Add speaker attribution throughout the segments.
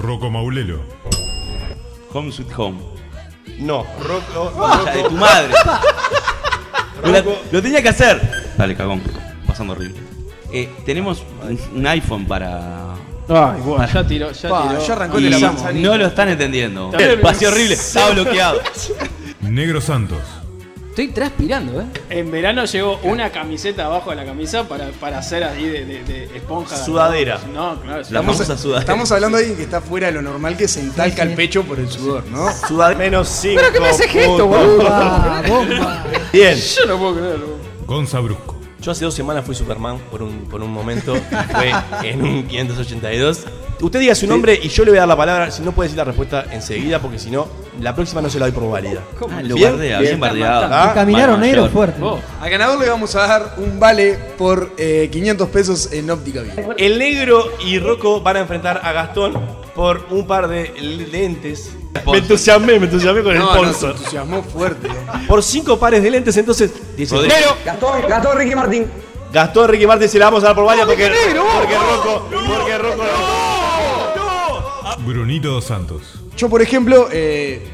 Speaker 1: Rocco Maulelo.
Speaker 2: Home Sweet Home.
Speaker 3: No, Rocco.
Speaker 2: La de tu madre. Lo- lo tenía que hacer. Dale, cagón. Pasando horrible. Eh, tenemos un, un iPhone para.
Speaker 4: Ay, bueno, Ah, ya tiró, ya
Speaker 5: Pa,
Speaker 4: tiró.
Speaker 5: ya arrancó
Speaker 2: Y
Speaker 5: el de la manzanita.
Speaker 2: no lo están entendiendo.
Speaker 4: También-
Speaker 2: Pasé horrible. Estaba bloqueado.
Speaker 1: Negro Santos.
Speaker 5: Estoy transpirando, ¿eh?
Speaker 4: En verano llegó una camiseta abajo de la camisa para, para hacer ahí de, de- de esponja.
Speaker 3: Sudadera.
Speaker 4: No, claro.
Speaker 2: La
Speaker 4: estamos-
Speaker 2: famosa sudadera.
Speaker 5: Estamos hablando de alguien que está fuera de lo normal que se entalca el pecho por el sudor, ¿no?
Speaker 3: Sudad menos 5.
Speaker 4: ¿Pero qué me haces gesto, boludo?
Speaker 5: ¡Bomba! Ah, ¡Bomba!
Speaker 3: Bien.
Speaker 4: Yo no puedo creerlo.
Speaker 1: Gonza Brusco.
Speaker 3: Yo hace dos semanas fui Superman por un, por un momento. y Fue en un 582. Usted diga su nombre y yo le voy a dar la palabra. Si no puede decir la respuesta enseguida, porque si no, la próxima no se la doy por válida.
Speaker 2: Ah, lo
Speaker 3: Bien,
Speaker 2: bardea,
Speaker 3: bien.
Speaker 2: bien bardeado.
Speaker 3: Ah,
Speaker 2: Mal
Speaker 6: Caminaron
Speaker 2: mayor.
Speaker 6: negro fuerte.
Speaker 4: Vos.
Speaker 5: Al ganador le vamos a dar un vale por eh, 500 pesos en óptica Vía.
Speaker 3: El negro y Rocco van a enfrentar a Gastón por un par de lentes. Me entusiasmé, me entusiasmé con
Speaker 5: No,
Speaker 3: el
Speaker 5: no, se
Speaker 3: sponsor.
Speaker 5: entusiasmó fuerte.
Speaker 3: Por cinco pares de lentes, entonces. dice
Speaker 2: Rodrigo.
Speaker 3: negro.
Speaker 7: Gastón, Gastón Ricky Martín.
Speaker 3: Gastón Ricky Martin se la vamos a dar por válida porque, porque Rocco. porque Rocco.
Speaker 1: Brunito Dos Santos.
Speaker 5: Yo, por ejemplo, eh,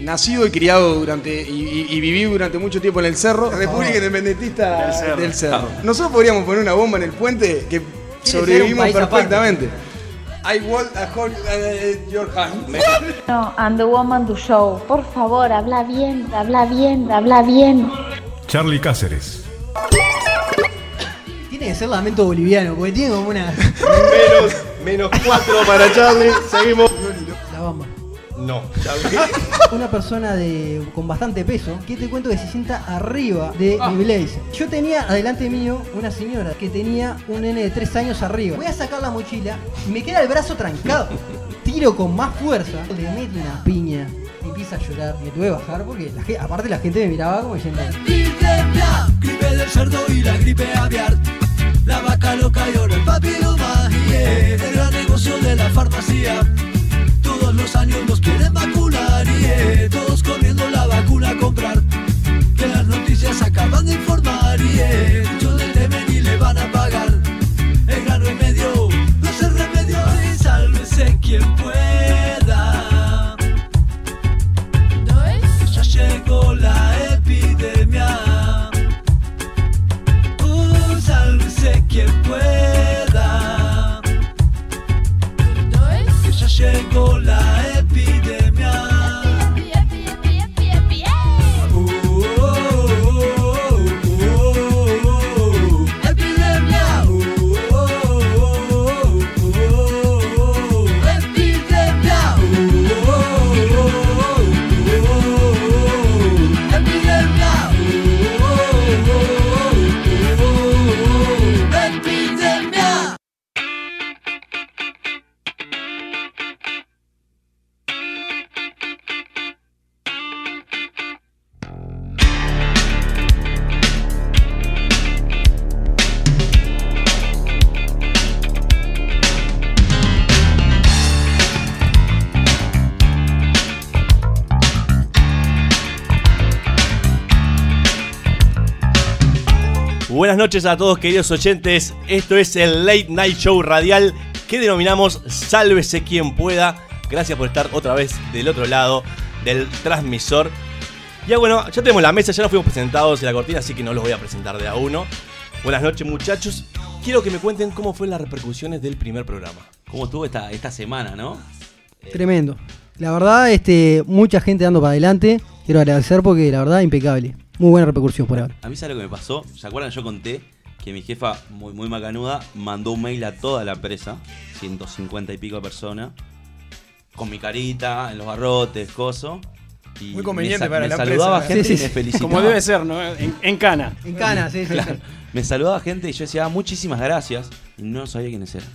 Speaker 5: nacido y criado durante y, y- y viví durante mucho tiempo en el Cerro,
Speaker 6: Ah.
Speaker 5: República Independentista del Cerro. Nosotros podríamos poner una bomba en el puente que
Speaker 6: ser un
Speaker 5: sobrevivimos
Speaker 6: país aparte.
Speaker 5: perfectamente. I want a hold uh, your hand.
Speaker 8: No, and the woman do show. Por favor, habla bien, habla bien, habla bien.
Speaker 1: Charlie Cáceres.
Speaker 6: Tiene que ser lamento boliviano, porque tiene como una.
Speaker 3: Menos, menos cuatro para Charlie. Seguimos.
Speaker 6: La bomba.
Speaker 3: No.
Speaker 6: Una persona de, con bastante peso que te cuento que se sienta arriba de mi blazer. Yo tenía adelante mío una señora que tenía un nene de 3 años arriba. Voy a sacar la mochila y me queda el brazo trancado. Tiro con más fuerza, le meto una piña, empieza a llorar. Me tuve que bajar porque la ge- aparte la gente me miraba como diciendo.
Speaker 9: gripe del cerdo y la gripe aviar. La vaca loca y el papiloma y el gran negocio de la farmacia. Todos los años nos quieren vacunar y eh, todos corriendo la vacuna a comprar. Que las noticias acaban de informar y eh, muchos le temen y le van a pagar. El gran remedio no es el remedio y sálvese quien pueda. Ya llegó la epidemia. Uh, sálvese quien pueda. Que Ya llegó la epidemia. Uh, uh, uh, uh, Epidemia. Uh, uh, uh, uh, Epidemia. Epidemia.
Speaker 3: Buenas noches a todos queridos oyentes, esto es el Late Night Show Radial que denominamos Sálvese quien pueda. Gracias por estar otra vez del otro lado del transmisor. Ya bueno, ya tenemos la mesa, ya nos fuimos presentados en la cortina, así que no los voy a presentar de a uno. Buenas noches muchachos, quiero que me cuenten cómo fueron las repercusiones del primer programa.
Speaker 2: ¿Cómo estuvo esta, esta semana, no?
Speaker 6: Tremendo. La verdad, este, mucha gente dando para adelante. Quiero agradecer porque la verdad, impecable. Muy buena repercusión por ahora.
Speaker 2: A mí sabe lo que me pasó. ¿Se acuerdan? Yo conté que mi jefa, muy, muy macanuda, mandó un mail a toda la empresa, 150 y pico de personas, con mi carita, en los barrotes, coso. Y
Speaker 5: Muy conveniente
Speaker 2: me sa-
Speaker 5: para
Speaker 2: me
Speaker 5: la
Speaker 2: saludaba
Speaker 5: empresa,
Speaker 2: gente
Speaker 6: Sí,
Speaker 2: y
Speaker 6: sí,
Speaker 2: me
Speaker 6: sí.
Speaker 2: felicitaba.
Speaker 4: Como debe ser, ¿no? En, en cana.
Speaker 6: En Cana, sí, sí. sí.
Speaker 2: Me saludaba gente y yo decía, "Ah, muchísimas gracias. Y no sabía quiénes eran.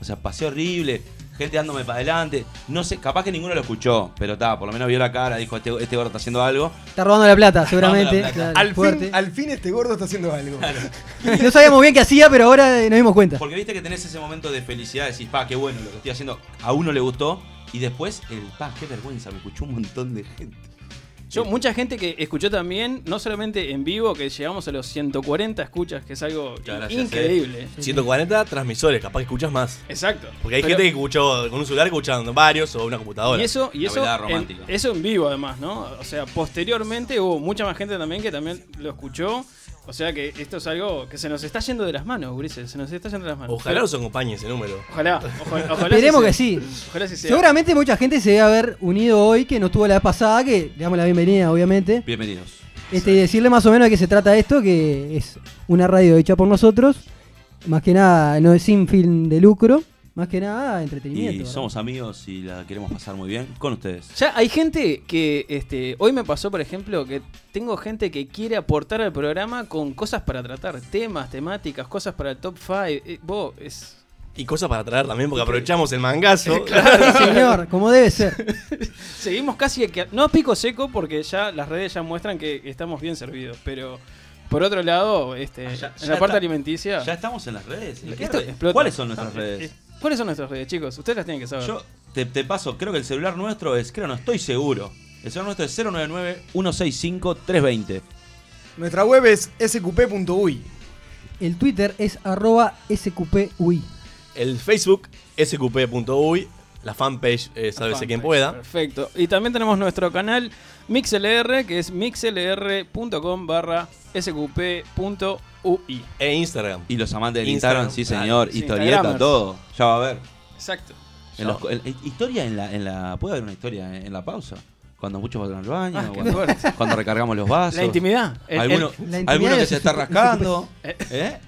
Speaker 2: O sea, pasé horrible, gente dándome para adelante. No sé, capaz que ninguno lo escuchó, pero está, por lo menos vio la cara, dijo, este, este gordo está haciendo algo.
Speaker 6: Está robando la plata, seguramente.
Speaker 2: Robando la plata.
Speaker 6: Claro,
Speaker 5: Al
Speaker 6: fuerte.
Speaker 5: fin, al fin este gordo está haciendo algo.
Speaker 6: No sabíamos bien qué hacía, pero ahora eh, nos dimos cuenta.
Speaker 2: Porque viste que tenés ese momento de felicidad, decís, pa, qué bueno lo que estoy haciendo, a uno le gustó, y después el, pa, qué vergüenza, me escuchó un montón de gente.
Speaker 4: Yo, mucha gente que escuchó también, no solamente en vivo, que llegamos a los 140 escuchas, que es algo
Speaker 2: Muchas gracias, eh.
Speaker 4: increíble.
Speaker 3: 140 transmisores, capaz que escuchas más.
Speaker 4: Exacto.
Speaker 3: Porque hay
Speaker 4: Pero-
Speaker 3: gente que escuchó con un celular escuchando varios o una computadora.
Speaker 4: Y eso, y
Speaker 2: La
Speaker 4: eso,
Speaker 2: velada
Speaker 4: en,
Speaker 2: romántica.
Speaker 4: eso en vivo además, ¿no? O sea, posteriormente hubo mucha más gente también que también lo escuchó. O sea que esto es algo que se nos está yendo de las manos, Gurises. Se nos está yendo de las manos.
Speaker 3: Ojalá
Speaker 4: Pero-
Speaker 3: os acompañe ese número.
Speaker 4: Ojalá, ojalá, ojalá
Speaker 6: Esperemos que
Speaker 4: sí.
Speaker 6: sí.
Speaker 4: sea. Ojalá sí sea.
Speaker 6: Seguramente mucha gente se debe haber unido hoy que no estuvo la vez pasada, que le damos la bienvenida, obviamente.
Speaker 2: Bienvenidos.
Speaker 6: Este, y decirle más o menos de qué se trata esto, que es una radio hecha por nosotros. Más que nada, no es sin fin de lucro. Más que nada, entretenimiento.
Speaker 2: Y
Speaker 6: ¿verdad?
Speaker 2: somos amigos y la queremos pasar muy bien con ustedes.
Speaker 4: Ya hay gente que este, hoy me pasó, por ejemplo, que tengo gente que quiere aportar al programa con cosas para tratar, temas, temáticas, cosas para el top 5. vos, es
Speaker 3: Y cosas para traer también, porque aprovechamos el mangazo.
Speaker 6: Señor, como debe ser.
Speaker 4: Seguimos casi que. No pico seco porque ya las redes ya muestran que estamos bien servidos, pero por otro lado, este,
Speaker 2: Ah, ya-
Speaker 4: en
Speaker 2: ya
Speaker 4: la parte
Speaker 2: está-
Speaker 4: alimenticia.
Speaker 2: Ya estamos en las redes. ¿En qué
Speaker 4: Esto
Speaker 2: redes?
Speaker 4: explota. Ah,
Speaker 2: ¿Cuáles son nuestras redes?
Speaker 4: ¿Cuáles son nuestras redes, chicos? Ustedes las tienen que saber.
Speaker 2: Yo te, te paso, creo que el celular nuestro es, creo, no estoy seguro. El celular nuestro es 099-165-320.
Speaker 5: Nuestra web es sqp.uy.
Speaker 6: El Twitter es arroba sqpui.
Speaker 3: El Facebook, sqp.uy, la fanpage, eh, sálvese
Speaker 4: Fanpage,
Speaker 3: quien pueda.
Speaker 4: Perfecto. Y también tenemos nuestro canal MixLR, que es mixlr.com barra sqp.ui.
Speaker 3: E Instagram.
Speaker 2: Y los amantes del
Speaker 3: Instagram,
Speaker 2: Instagram, sí
Speaker 3: claro.
Speaker 2: señor,
Speaker 4: Sí,
Speaker 2: historieta,
Speaker 4: Instagramers.
Speaker 2: todo. Ya va a haber.
Speaker 4: Exacto.
Speaker 2: En los- en- en- historia en la, en la. ¿Puede haber una historia en, en la pausa? Cuando muchos van al baño,
Speaker 4: Ah, qué
Speaker 2: cuando,
Speaker 4: fuerte.
Speaker 2: cuando recargamos los vasos.
Speaker 4: La intimidad. El-
Speaker 2: Eh,
Speaker 4: el-
Speaker 2: Alguno,
Speaker 6: La intimidad
Speaker 2: alguno
Speaker 6: de
Speaker 2: que
Speaker 6: los-
Speaker 2: se está rascando.
Speaker 4: Eh.
Speaker 2: ¿Eh?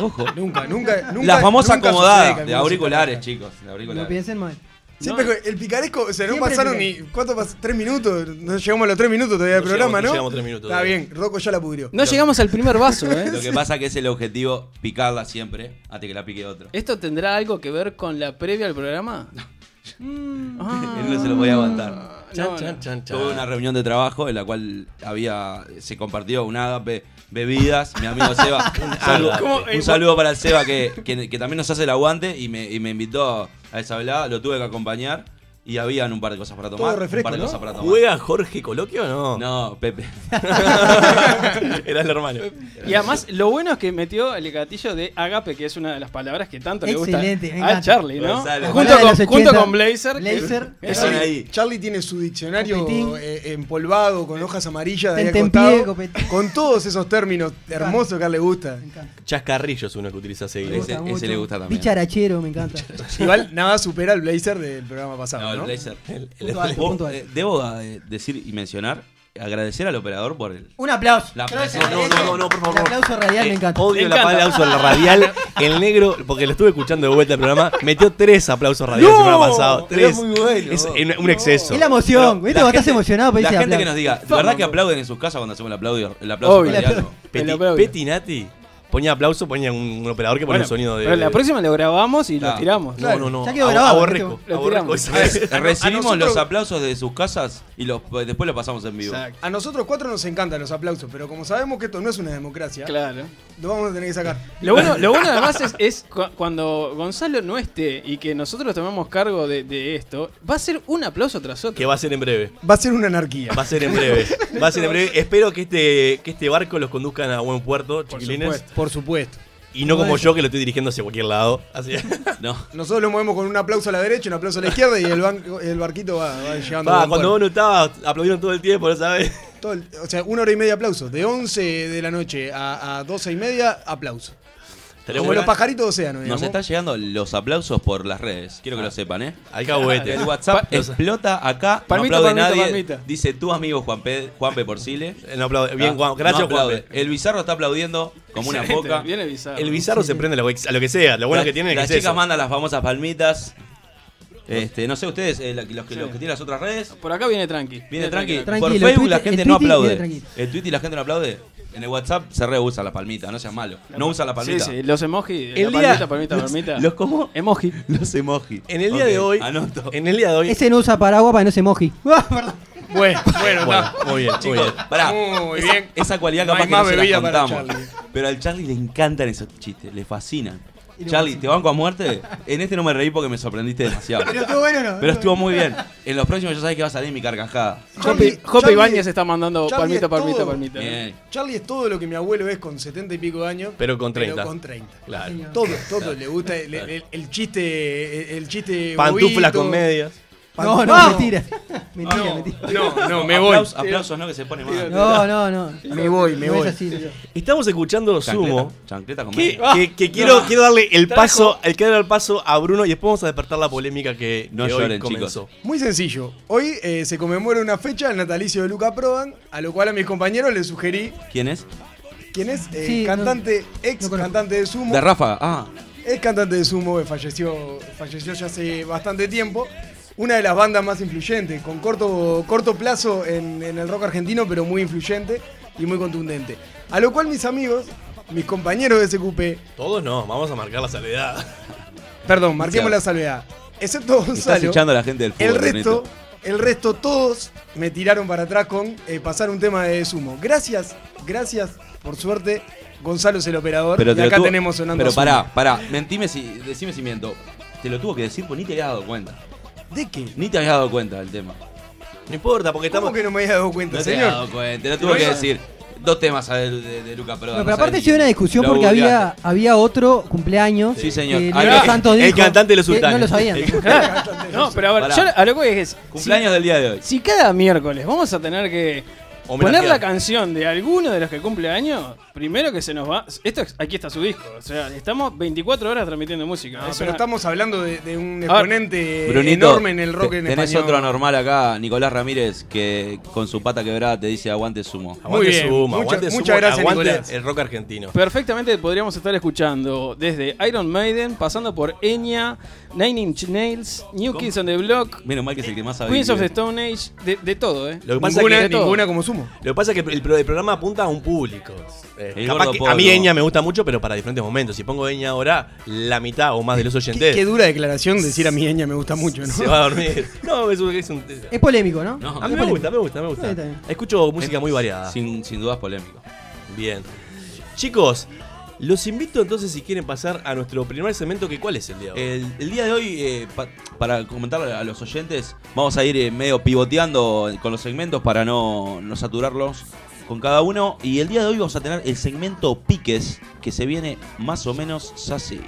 Speaker 2: Ojo.
Speaker 5: Nunca, nunca, nunca.
Speaker 2: la famosa
Speaker 5: nunca sucede
Speaker 2: acomodada
Speaker 5: que
Speaker 2: de
Speaker 5: algunos
Speaker 2: auriculares,
Speaker 5: se
Speaker 2: chicos. De
Speaker 6: No
Speaker 2: auriculares.
Speaker 6: piensen mal.
Speaker 5: Siempre
Speaker 4: No.
Speaker 5: que el picaresco, o sea, no
Speaker 6: Siempre el
Speaker 5: pasaron ni.
Speaker 6: picaresco.
Speaker 5: ¿Cuánto pasó? ¿Tres minutos? No llegamos a los tres minutos todavía del
Speaker 3: No
Speaker 5: programa,
Speaker 3: llegamos-
Speaker 5: ¿no?
Speaker 3: no llegamos a tres minutos
Speaker 5: Está
Speaker 3: todavía.
Speaker 5: bien, Rocco ya la pudrió.
Speaker 4: No llegamos al primer vaso, ¿eh?
Speaker 2: Lo que pasa que es el objetivo picarla siempre hasta que la pique otro.
Speaker 4: ¿Esto tendrá algo que ver con la previa al programa? Ah.
Speaker 2: Él no se lo podía aguantar.
Speaker 3: Chan,
Speaker 4: No,
Speaker 3: chan,
Speaker 4: no.
Speaker 3: chan, chan.
Speaker 2: Tuve una reunión de trabajo en la cual había se compartió un ágape, bebidas, mi amigo Seba. un saludo,
Speaker 4: ¿Cómo?
Speaker 2: un saludo para el Seba que, que- que también nos hace el aguante y me, y me invitó a esa velada, lo tuve que acompañar y habían un par de cosas para tomar.
Speaker 5: Todo refresco,
Speaker 2: un par de
Speaker 5: ¿no?
Speaker 2: cosas para tomar.
Speaker 3: ¿Juega Jorge Coloquio o no?
Speaker 2: No, Pepe.
Speaker 3: Era el hermano.
Speaker 4: Y además, lo bueno es que metió el gatillo de agape, que es una de las palabras que tanto le gusta
Speaker 6: Excelente, me
Speaker 4: a
Speaker 6: encanta.
Speaker 4: Charlie, ¿no?
Speaker 2: Gonzalo.
Speaker 4: Junto
Speaker 6: Ojalá de
Speaker 4: con,
Speaker 6: los
Speaker 4: junto
Speaker 6: 80.
Speaker 4: con Blazer. que-
Speaker 6: Blazer.
Speaker 4: que es
Speaker 2: Son
Speaker 4: el-
Speaker 2: ahí.
Speaker 5: Charlie tiene su diccionario
Speaker 6: Copetín.
Speaker 5: eh, empolvado con hojas amarillas de ahí al
Speaker 6: Tentempié,
Speaker 5: costado,
Speaker 6: copetín.
Speaker 5: Con todos esos términos hermosos que a él le gusta.
Speaker 6: Me encanta.
Speaker 3: Chascarrillo es uno que utiliza
Speaker 6: Me
Speaker 3: seguido.
Speaker 6: gusta
Speaker 2: Ese- ese
Speaker 6: mucho.
Speaker 2: le gusta también.
Speaker 6: Dicharachero, me encanta.
Speaker 5: Igual nada supera el blazer del programa pasado.
Speaker 2: No,
Speaker 5: No,
Speaker 2: el blazer.
Speaker 6: Punto alto,
Speaker 2: Vos,
Speaker 6: punto alto.
Speaker 2: eh, Debo eh, decir y mencionar, agradecer al operador por el.
Speaker 6: Un aplauso.
Speaker 2: La
Speaker 6: Creo que se
Speaker 2: aplauso.
Speaker 6: merece.
Speaker 3: No, no, no, no, por favor. Eh,
Speaker 6: El aplauso radial me encanta.
Speaker 3: Odio
Speaker 4: Me
Speaker 3: la
Speaker 4: encanta.
Speaker 3: palabra aplauso en la radial. El negro, porque lo estuve escuchando de vuelta el programa, metió tres aplausos radiales el programa pasado. Tres.
Speaker 5: muy bueno.
Speaker 3: Es un, un exceso.
Speaker 6: Es la emoción.
Speaker 2: Pero
Speaker 6: ¿Viste?
Speaker 2: la
Speaker 6: Vos estás
Speaker 2: gente-
Speaker 6: emocionado, pero
Speaker 2: La
Speaker 6: dice
Speaker 2: gente que
Speaker 6: aplauso.
Speaker 2: nos diga, ¿de verdad que aplauden en sus casas cuando hacemos el aplauso? El aplauso
Speaker 4: Obvio.
Speaker 2: radial, no?
Speaker 4: El
Speaker 3: Peti,
Speaker 4: aplauso.
Speaker 3: Peti Nati ponía aplauso, ponía un, un operador que ponía
Speaker 4: Bueno,
Speaker 3: un sonido de.
Speaker 4: Pero la próxima lo grabamos y lo
Speaker 2: Claro.
Speaker 4: tiramos.
Speaker 3: No, no, no.
Speaker 6: Ya quedó
Speaker 3: Ab-
Speaker 6: grabado,
Speaker 3: Aborrezco.
Speaker 4: lo
Speaker 3: Aborrezco
Speaker 4: tiramos.
Speaker 3: esa-
Speaker 5: A
Speaker 2: Recibimos
Speaker 5: nosotros-
Speaker 2: los aplausos de sus casas y los, después los pasamos en vivo.
Speaker 4: Exacto.
Speaker 5: A nosotros cuatro nos encantan los aplausos, pero como sabemos que esto no es una democracia,
Speaker 4: Claro.
Speaker 5: lo vamos a tener que sacar.
Speaker 4: Lo bueno, lo bueno además es, es cu- cuando Gonzalo no esté y que nosotros tomemos cargo de, de esto, va a ser un aplauso tras otro.
Speaker 3: Que va a ser en breve.
Speaker 5: Va a ser una anarquía.
Speaker 3: Va a ser en breve. Va a ser en breve. Espero que este, que este barco los conduzcan a buen puerto, chiquilines.
Speaker 5: Por supuesto.
Speaker 3: Y no como yo que lo estoy dirigiendo hacia cualquier lado. Así.
Speaker 2: No.
Speaker 5: Nosotros lo movemos con un aplauso a la derecha, un aplauso a la izquierda y el, banco- el barquito va, va llegando. a
Speaker 3: Va,
Speaker 5: buen
Speaker 3: cuando
Speaker 5: puerto.
Speaker 3: vos no estabas, aplaudieron todo el tiempo, ¿no sabes?
Speaker 5: Todo el- o sea, una hora y media aplausos. De 11 de la noche a, a 12 y media, aplauso. Como los pajaritos de océano,
Speaker 2: Nos
Speaker 5: digamos. Ah.
Speaker 2: están llegando los aplausos por las redes. Quiero que lo sepan, ¿eh?
Speaker 3: Al este.
Speaker 2: El
Speaker 3: cahuete.
Speaker 2: WhatsApp
Speaker 3: los-
Speaker 2: explota acá.
Speaker 4: Palmita,
Speaker 2: no aplaude
Speaker 4: palmita,
Speaker 2: nadie.
Speaker 4: palmita.
Speaker 2: Dice tu amigo Juanpe, Juanpe Porcile.
Speaker 3: Eh,
Speaker 2: Ah,
Speaker 3: No aplaude. Bien, Juan. Gracias,
Speaker 2: No aplaude.
Speaker 3: Juanpe.
Speaker 2: El bizarro está aplaudiendo como una
Speaker 4: Excelente,
Speaker 2: poca.
Speaker 4: Viene bizarro.
Speaker 3: El bizarro se prende a lo que- a lo que sea. Lo bueno
Speaker 2: Las-
Speaker 3: que tiene es que
Speaker 2: Las
Speaker 3: es
Speaker 2: chicas
Speaker 3: eso.
Speaker 2: mandan las famosas palmitas. Este, no sé ustedes, eh, la- los, que, los que tienen las otras redes.
Speaker 4: Por acá viene tranqui.
Speaker 2: Viene tranqui.
Speaker 6: tranquilo.
Speaker 2: Por
Speaker 6: El
Speaker 2: Facebook la
Speaker 6: Twitter-
Speaker 2: gente
Speaker 6: el
Speaker 2: no
Speaker 6: Twitter
Speaker 2: aplaude.
Speaker 6: viene tranquilo.
Speaker 2: El Twitter y la gente no aplaude. En el WhatsApp se reusa la palmita, no seas malo. No usa la palmita.
Speaker 4: Sí, sí, los emoji.
Speaker 3: El
Speaker 4: la palmita,
Speaker 3: día-
Speaker 4: palmita, palmita.
Speaker 2: ¿Los cómo?
Speaker 4: Emoji.
Speaker 2: Los emoji.
Speaker 3: En el día
Speaker 2: Ok,
Speaker 3: de hoy.
Speaker 2: Anoto.
Speaker 3: En el día de hoy.
Speaker 6: Ese no usa paraguas para que no se moji.
Speaker 5: Bueno, bueno,
Speaker 3: Bueno, muy bien, muy bien.
Speaker 2: Pará.
Speaker 5: Muy
Speaker 2: esa,
Speaker 5: bien.
Speaker 2: esa cualidad
Speaker 5: No
Speaker 2: capaz
Speaker 5: hay
Speaker 2: que no
Speaker 5: más
Speaker 2: se la
Speaker 5: bebida para
Speaker 2: contamos.
Speaker 5: Charlie.
Speaker 2: Pero al Charlie le encantan esos chistes, le fascinan.
Speaker 6: y lo
Speaker 2: Charlie,
Speaker 6: pasé.
Speaker 2: te banco a muerte. En este no me reí porque me sorprendiste demasiado.
Speaker 5: Pero estuvo bueno, ¿no?
Speaker 2: Pero estuvo muy bien. En los próximos ya sabes que va a salir mi carcajada.
Speaker 5: Charlie-
Speaker 4: Jope Jope
Speaker 5: Charlie-
Speaker 4: Ibáñez está mandando
Speaker 5: Charlie
Speaker 4: palmita,
Speaker 5: es todo.
Speaker 4: palmita, palmita.
Speaker 2: Bien.
Speaker 5: Charlie es todo lo que mi abuelo es con 70 y pico de años.
Speaker 3: Pero con 30.
Speaker 5: con 30.
Speaker 3: Claro.
Speaker 5: Todo, todo. Le gusta el, el- el chiste. El, el chiste.
Speaker 3: Pantuflas
Speaker 5: bobito.
Speaker 3: con medias.
Speaker 6: No, no,
Speaker 5: ¡Vamos!
Speaker 6: mentira. Mentira, mentira.
Speaker 5: No, no, me voy.
Speaker 2: Aplausos, aplausos, ¿no? Que se pone mal.
Speaker 6: No, no, no.
Speaker 5: Me voy, me
Speaker 6: No
Speaker 5: voy.
Speaker 6: es así, tío.
Speaker 3: Estamos escuchando Sumo.
Speaker 2: Chancleta, chancleta con
Speaker 3: Que,
Speaker 2: media.
Speaker 3: que- que quiero, quiero darle el paso, el que darle el paso a Bruno y después vamos a despertar la polémica que,
Speaker 2: No
Speaker 3: que hoy
Speaker 2: lloren,
Speaker 3: comenzó.
Speaker 5: Muy sencillo. Hoy eh, se conmemora una fecha, el natalicio de Luca Prodan, a lo cual a mis compañeros les sugerí
Speaker 2: ¿Quién es?
Speaker 5: quién es eh,
Speaker 6: Sí, no-
Speaker 5: cantante, ex
Speaker 6: no conozco.
Speaker 5: cantante de Sumo.
Speaker 2: De Ráfaga. Ah,
Speaker 5: Es cantante de sumo, eh, falleció, falleció ya hace bastante tiempo. Una de las bandas más influyentes, con corto, corto plazo en, en el rock argentino, pero muy influyente y muy contundente. A lo cual mis amigos, mis compañeros de SQP,
Speaker 3: Todos no, vamos a marcar la salvedad.
Speaker 5: perdón, marquemos la salvedad, excepto
Speaker 2: estás
Speaker 5: Gonzalo,
Speaker 2: echando a la gente del fútbol.
Speaker 5: el resto,
Speaker 2: Ernesto.
Speaker 5: el resto todos me tiraron para atrás con eh, pasar un tema de sumo. Gracias, gracias, por suerte, Gonzalo es el operador
Speaker 2: Pero
Speaker 5: y
Speaker 2: te lo
Speaker 5: acá
Speaker 2: tuvo-
Speaker 5: tenemos sonando
Speaker 2: Pero
Speaker 5: Sumo.
Speaker 2: pará, pará. Mentime si, decime si miento. Te lo tuvo que decir, pues ni te habías dado cuenta.
Speaker 5: ¿De qué?
Speaker 2: Ni te habías dado cuenta del tema.
Speaker 3: No importa, porque
Speaker 5: ¿Cómo
Speaker 3: estamos.
Speaker 5: que no me había dado cuenta,
Speaker 2: No te habías
Speaker 5: señor?
Speaker 2: dado cuenta, te lo tuvo que decir. Dos temas a ver de, de Luca, pero.
Speaker 6: No, pero aparte sí hubo una discusión porque había, había otro cumpleaños.
Speaker 2: Sí, señor.
Speaker 6: que
Speaker 2: Ah,
Speaker 6: Eh, Leo
Speaker 2: el-
Speaker 6: Santos
Speaker 3: el
Speaker 6: dijo
Speaker 3: cantante de los
Speaker 6: que No
Speaker 3: sultanes.
Speaker 6: lo sabían.
Speaker 4: No, pero a ver,
Speaker 2: Pará.
Speaker 4: yo a lo que voy es que si-
Speaker 2: Cumpleaños del día de hoy.
Speaker 4: Si cada miércoles vamos a tener que
Speaker 3: Homenajear.
Speaker 4: poner la canción de alguno de los que cumple años, primero que se nos va. Esto es- aquí está su disco. O sea, estamos 24 horas transmitiendo música.
Speaker 5: No,
Speaker 4: Es
Speaker 5: pero
Speaker 4: una-
Speaker 5: estamos hablando de, de un
Speaker 4: A ver,
Speaker 6: eh,
Speaker 5: exponente
Speaker 2: Brunito,
Speaker 5: enorme en el rock
Speaker 2: te-
Speaker 5: en
Speaker 2: tenés
Speaker 5: español.
Speaker 2: otro anormal acá, Nicolás Ramírez, que con su pata quebrada te dice aguante sumo.
Speaker 3: Aguante
Speaker 5: Muy bien,
Speaker 3: Sumo,
Speaker 5: mucha-
Speaker 3: aguante
Speaker 5: muchas
Speaker 3: Sumo,
Speaker 5: gracias,
Speaker 3: aguante
Speaker 5: Nicolás.
Speaker 3: el rock argentino.
Speaker 4: Perfectamente podríamos estar escuchando desde Iron Maiden, pasando por Enya, Nine Inch Nails, New
Speaker 2: ¿Cómo?
Speaker 4: Kids on the Block,
Speaker 2: Menos mal que es el que más sabe.
Speaker 4: Queens of the
Speaker 2: inglés.
Speaker 4: Stone Age, de, de todo, ¿eh?
Speaker 3: Lo que pasa
Speaker 5: Ninguna,
Speaker 3: es que,
Speaker 4: todo.
Speaker 5: ninguna como sumo.
Speaker 3: lo que pasa es que el, pro- el programa apunta a un público. Eh,
Speaker 2: El
Speaker 3: capaz
Speaker 2: gordo
Speaker 3: que a
Speaker 2: Polo.
Speaker 3: mí Eña me gusta mucho, pero para diferentes momentos. Si pongo Eña ahora, la mitad o más de los
Speaker 5: Qué,
Speaker 3: oyentes
Speaker 5: qué dura declaración decir a mi ña me gusta mucho, ¿no?
Speaker 3: se va a dormir. No, es un. es un-
Speaker 6: Es polémico, ¿no?
Speaker 2: No.
Speaker 3: a mí me gusta, me gusta, me
Speaker 6: Sí,
Speaker 3: gusta.
Speaker 6: está bien.
Speaker 3: Escucho música muy variada.
Speaker 2: Sin, sin dudas polémico.
Speaker 3: Bien. Chicos, los invito entonces si quieren pasar a nuestro primer segmento, que ¿cuál es el día? de hoy?
Speaker 2: El, el día de hoy, eh, pa- para comentar a los oyentes, vamos a ir eh, medio pivoteando con los segmentos para no, no saturarlos con cada uno. Y el día de hoy vamos a tener el segmento piques, que se viene más o menos así.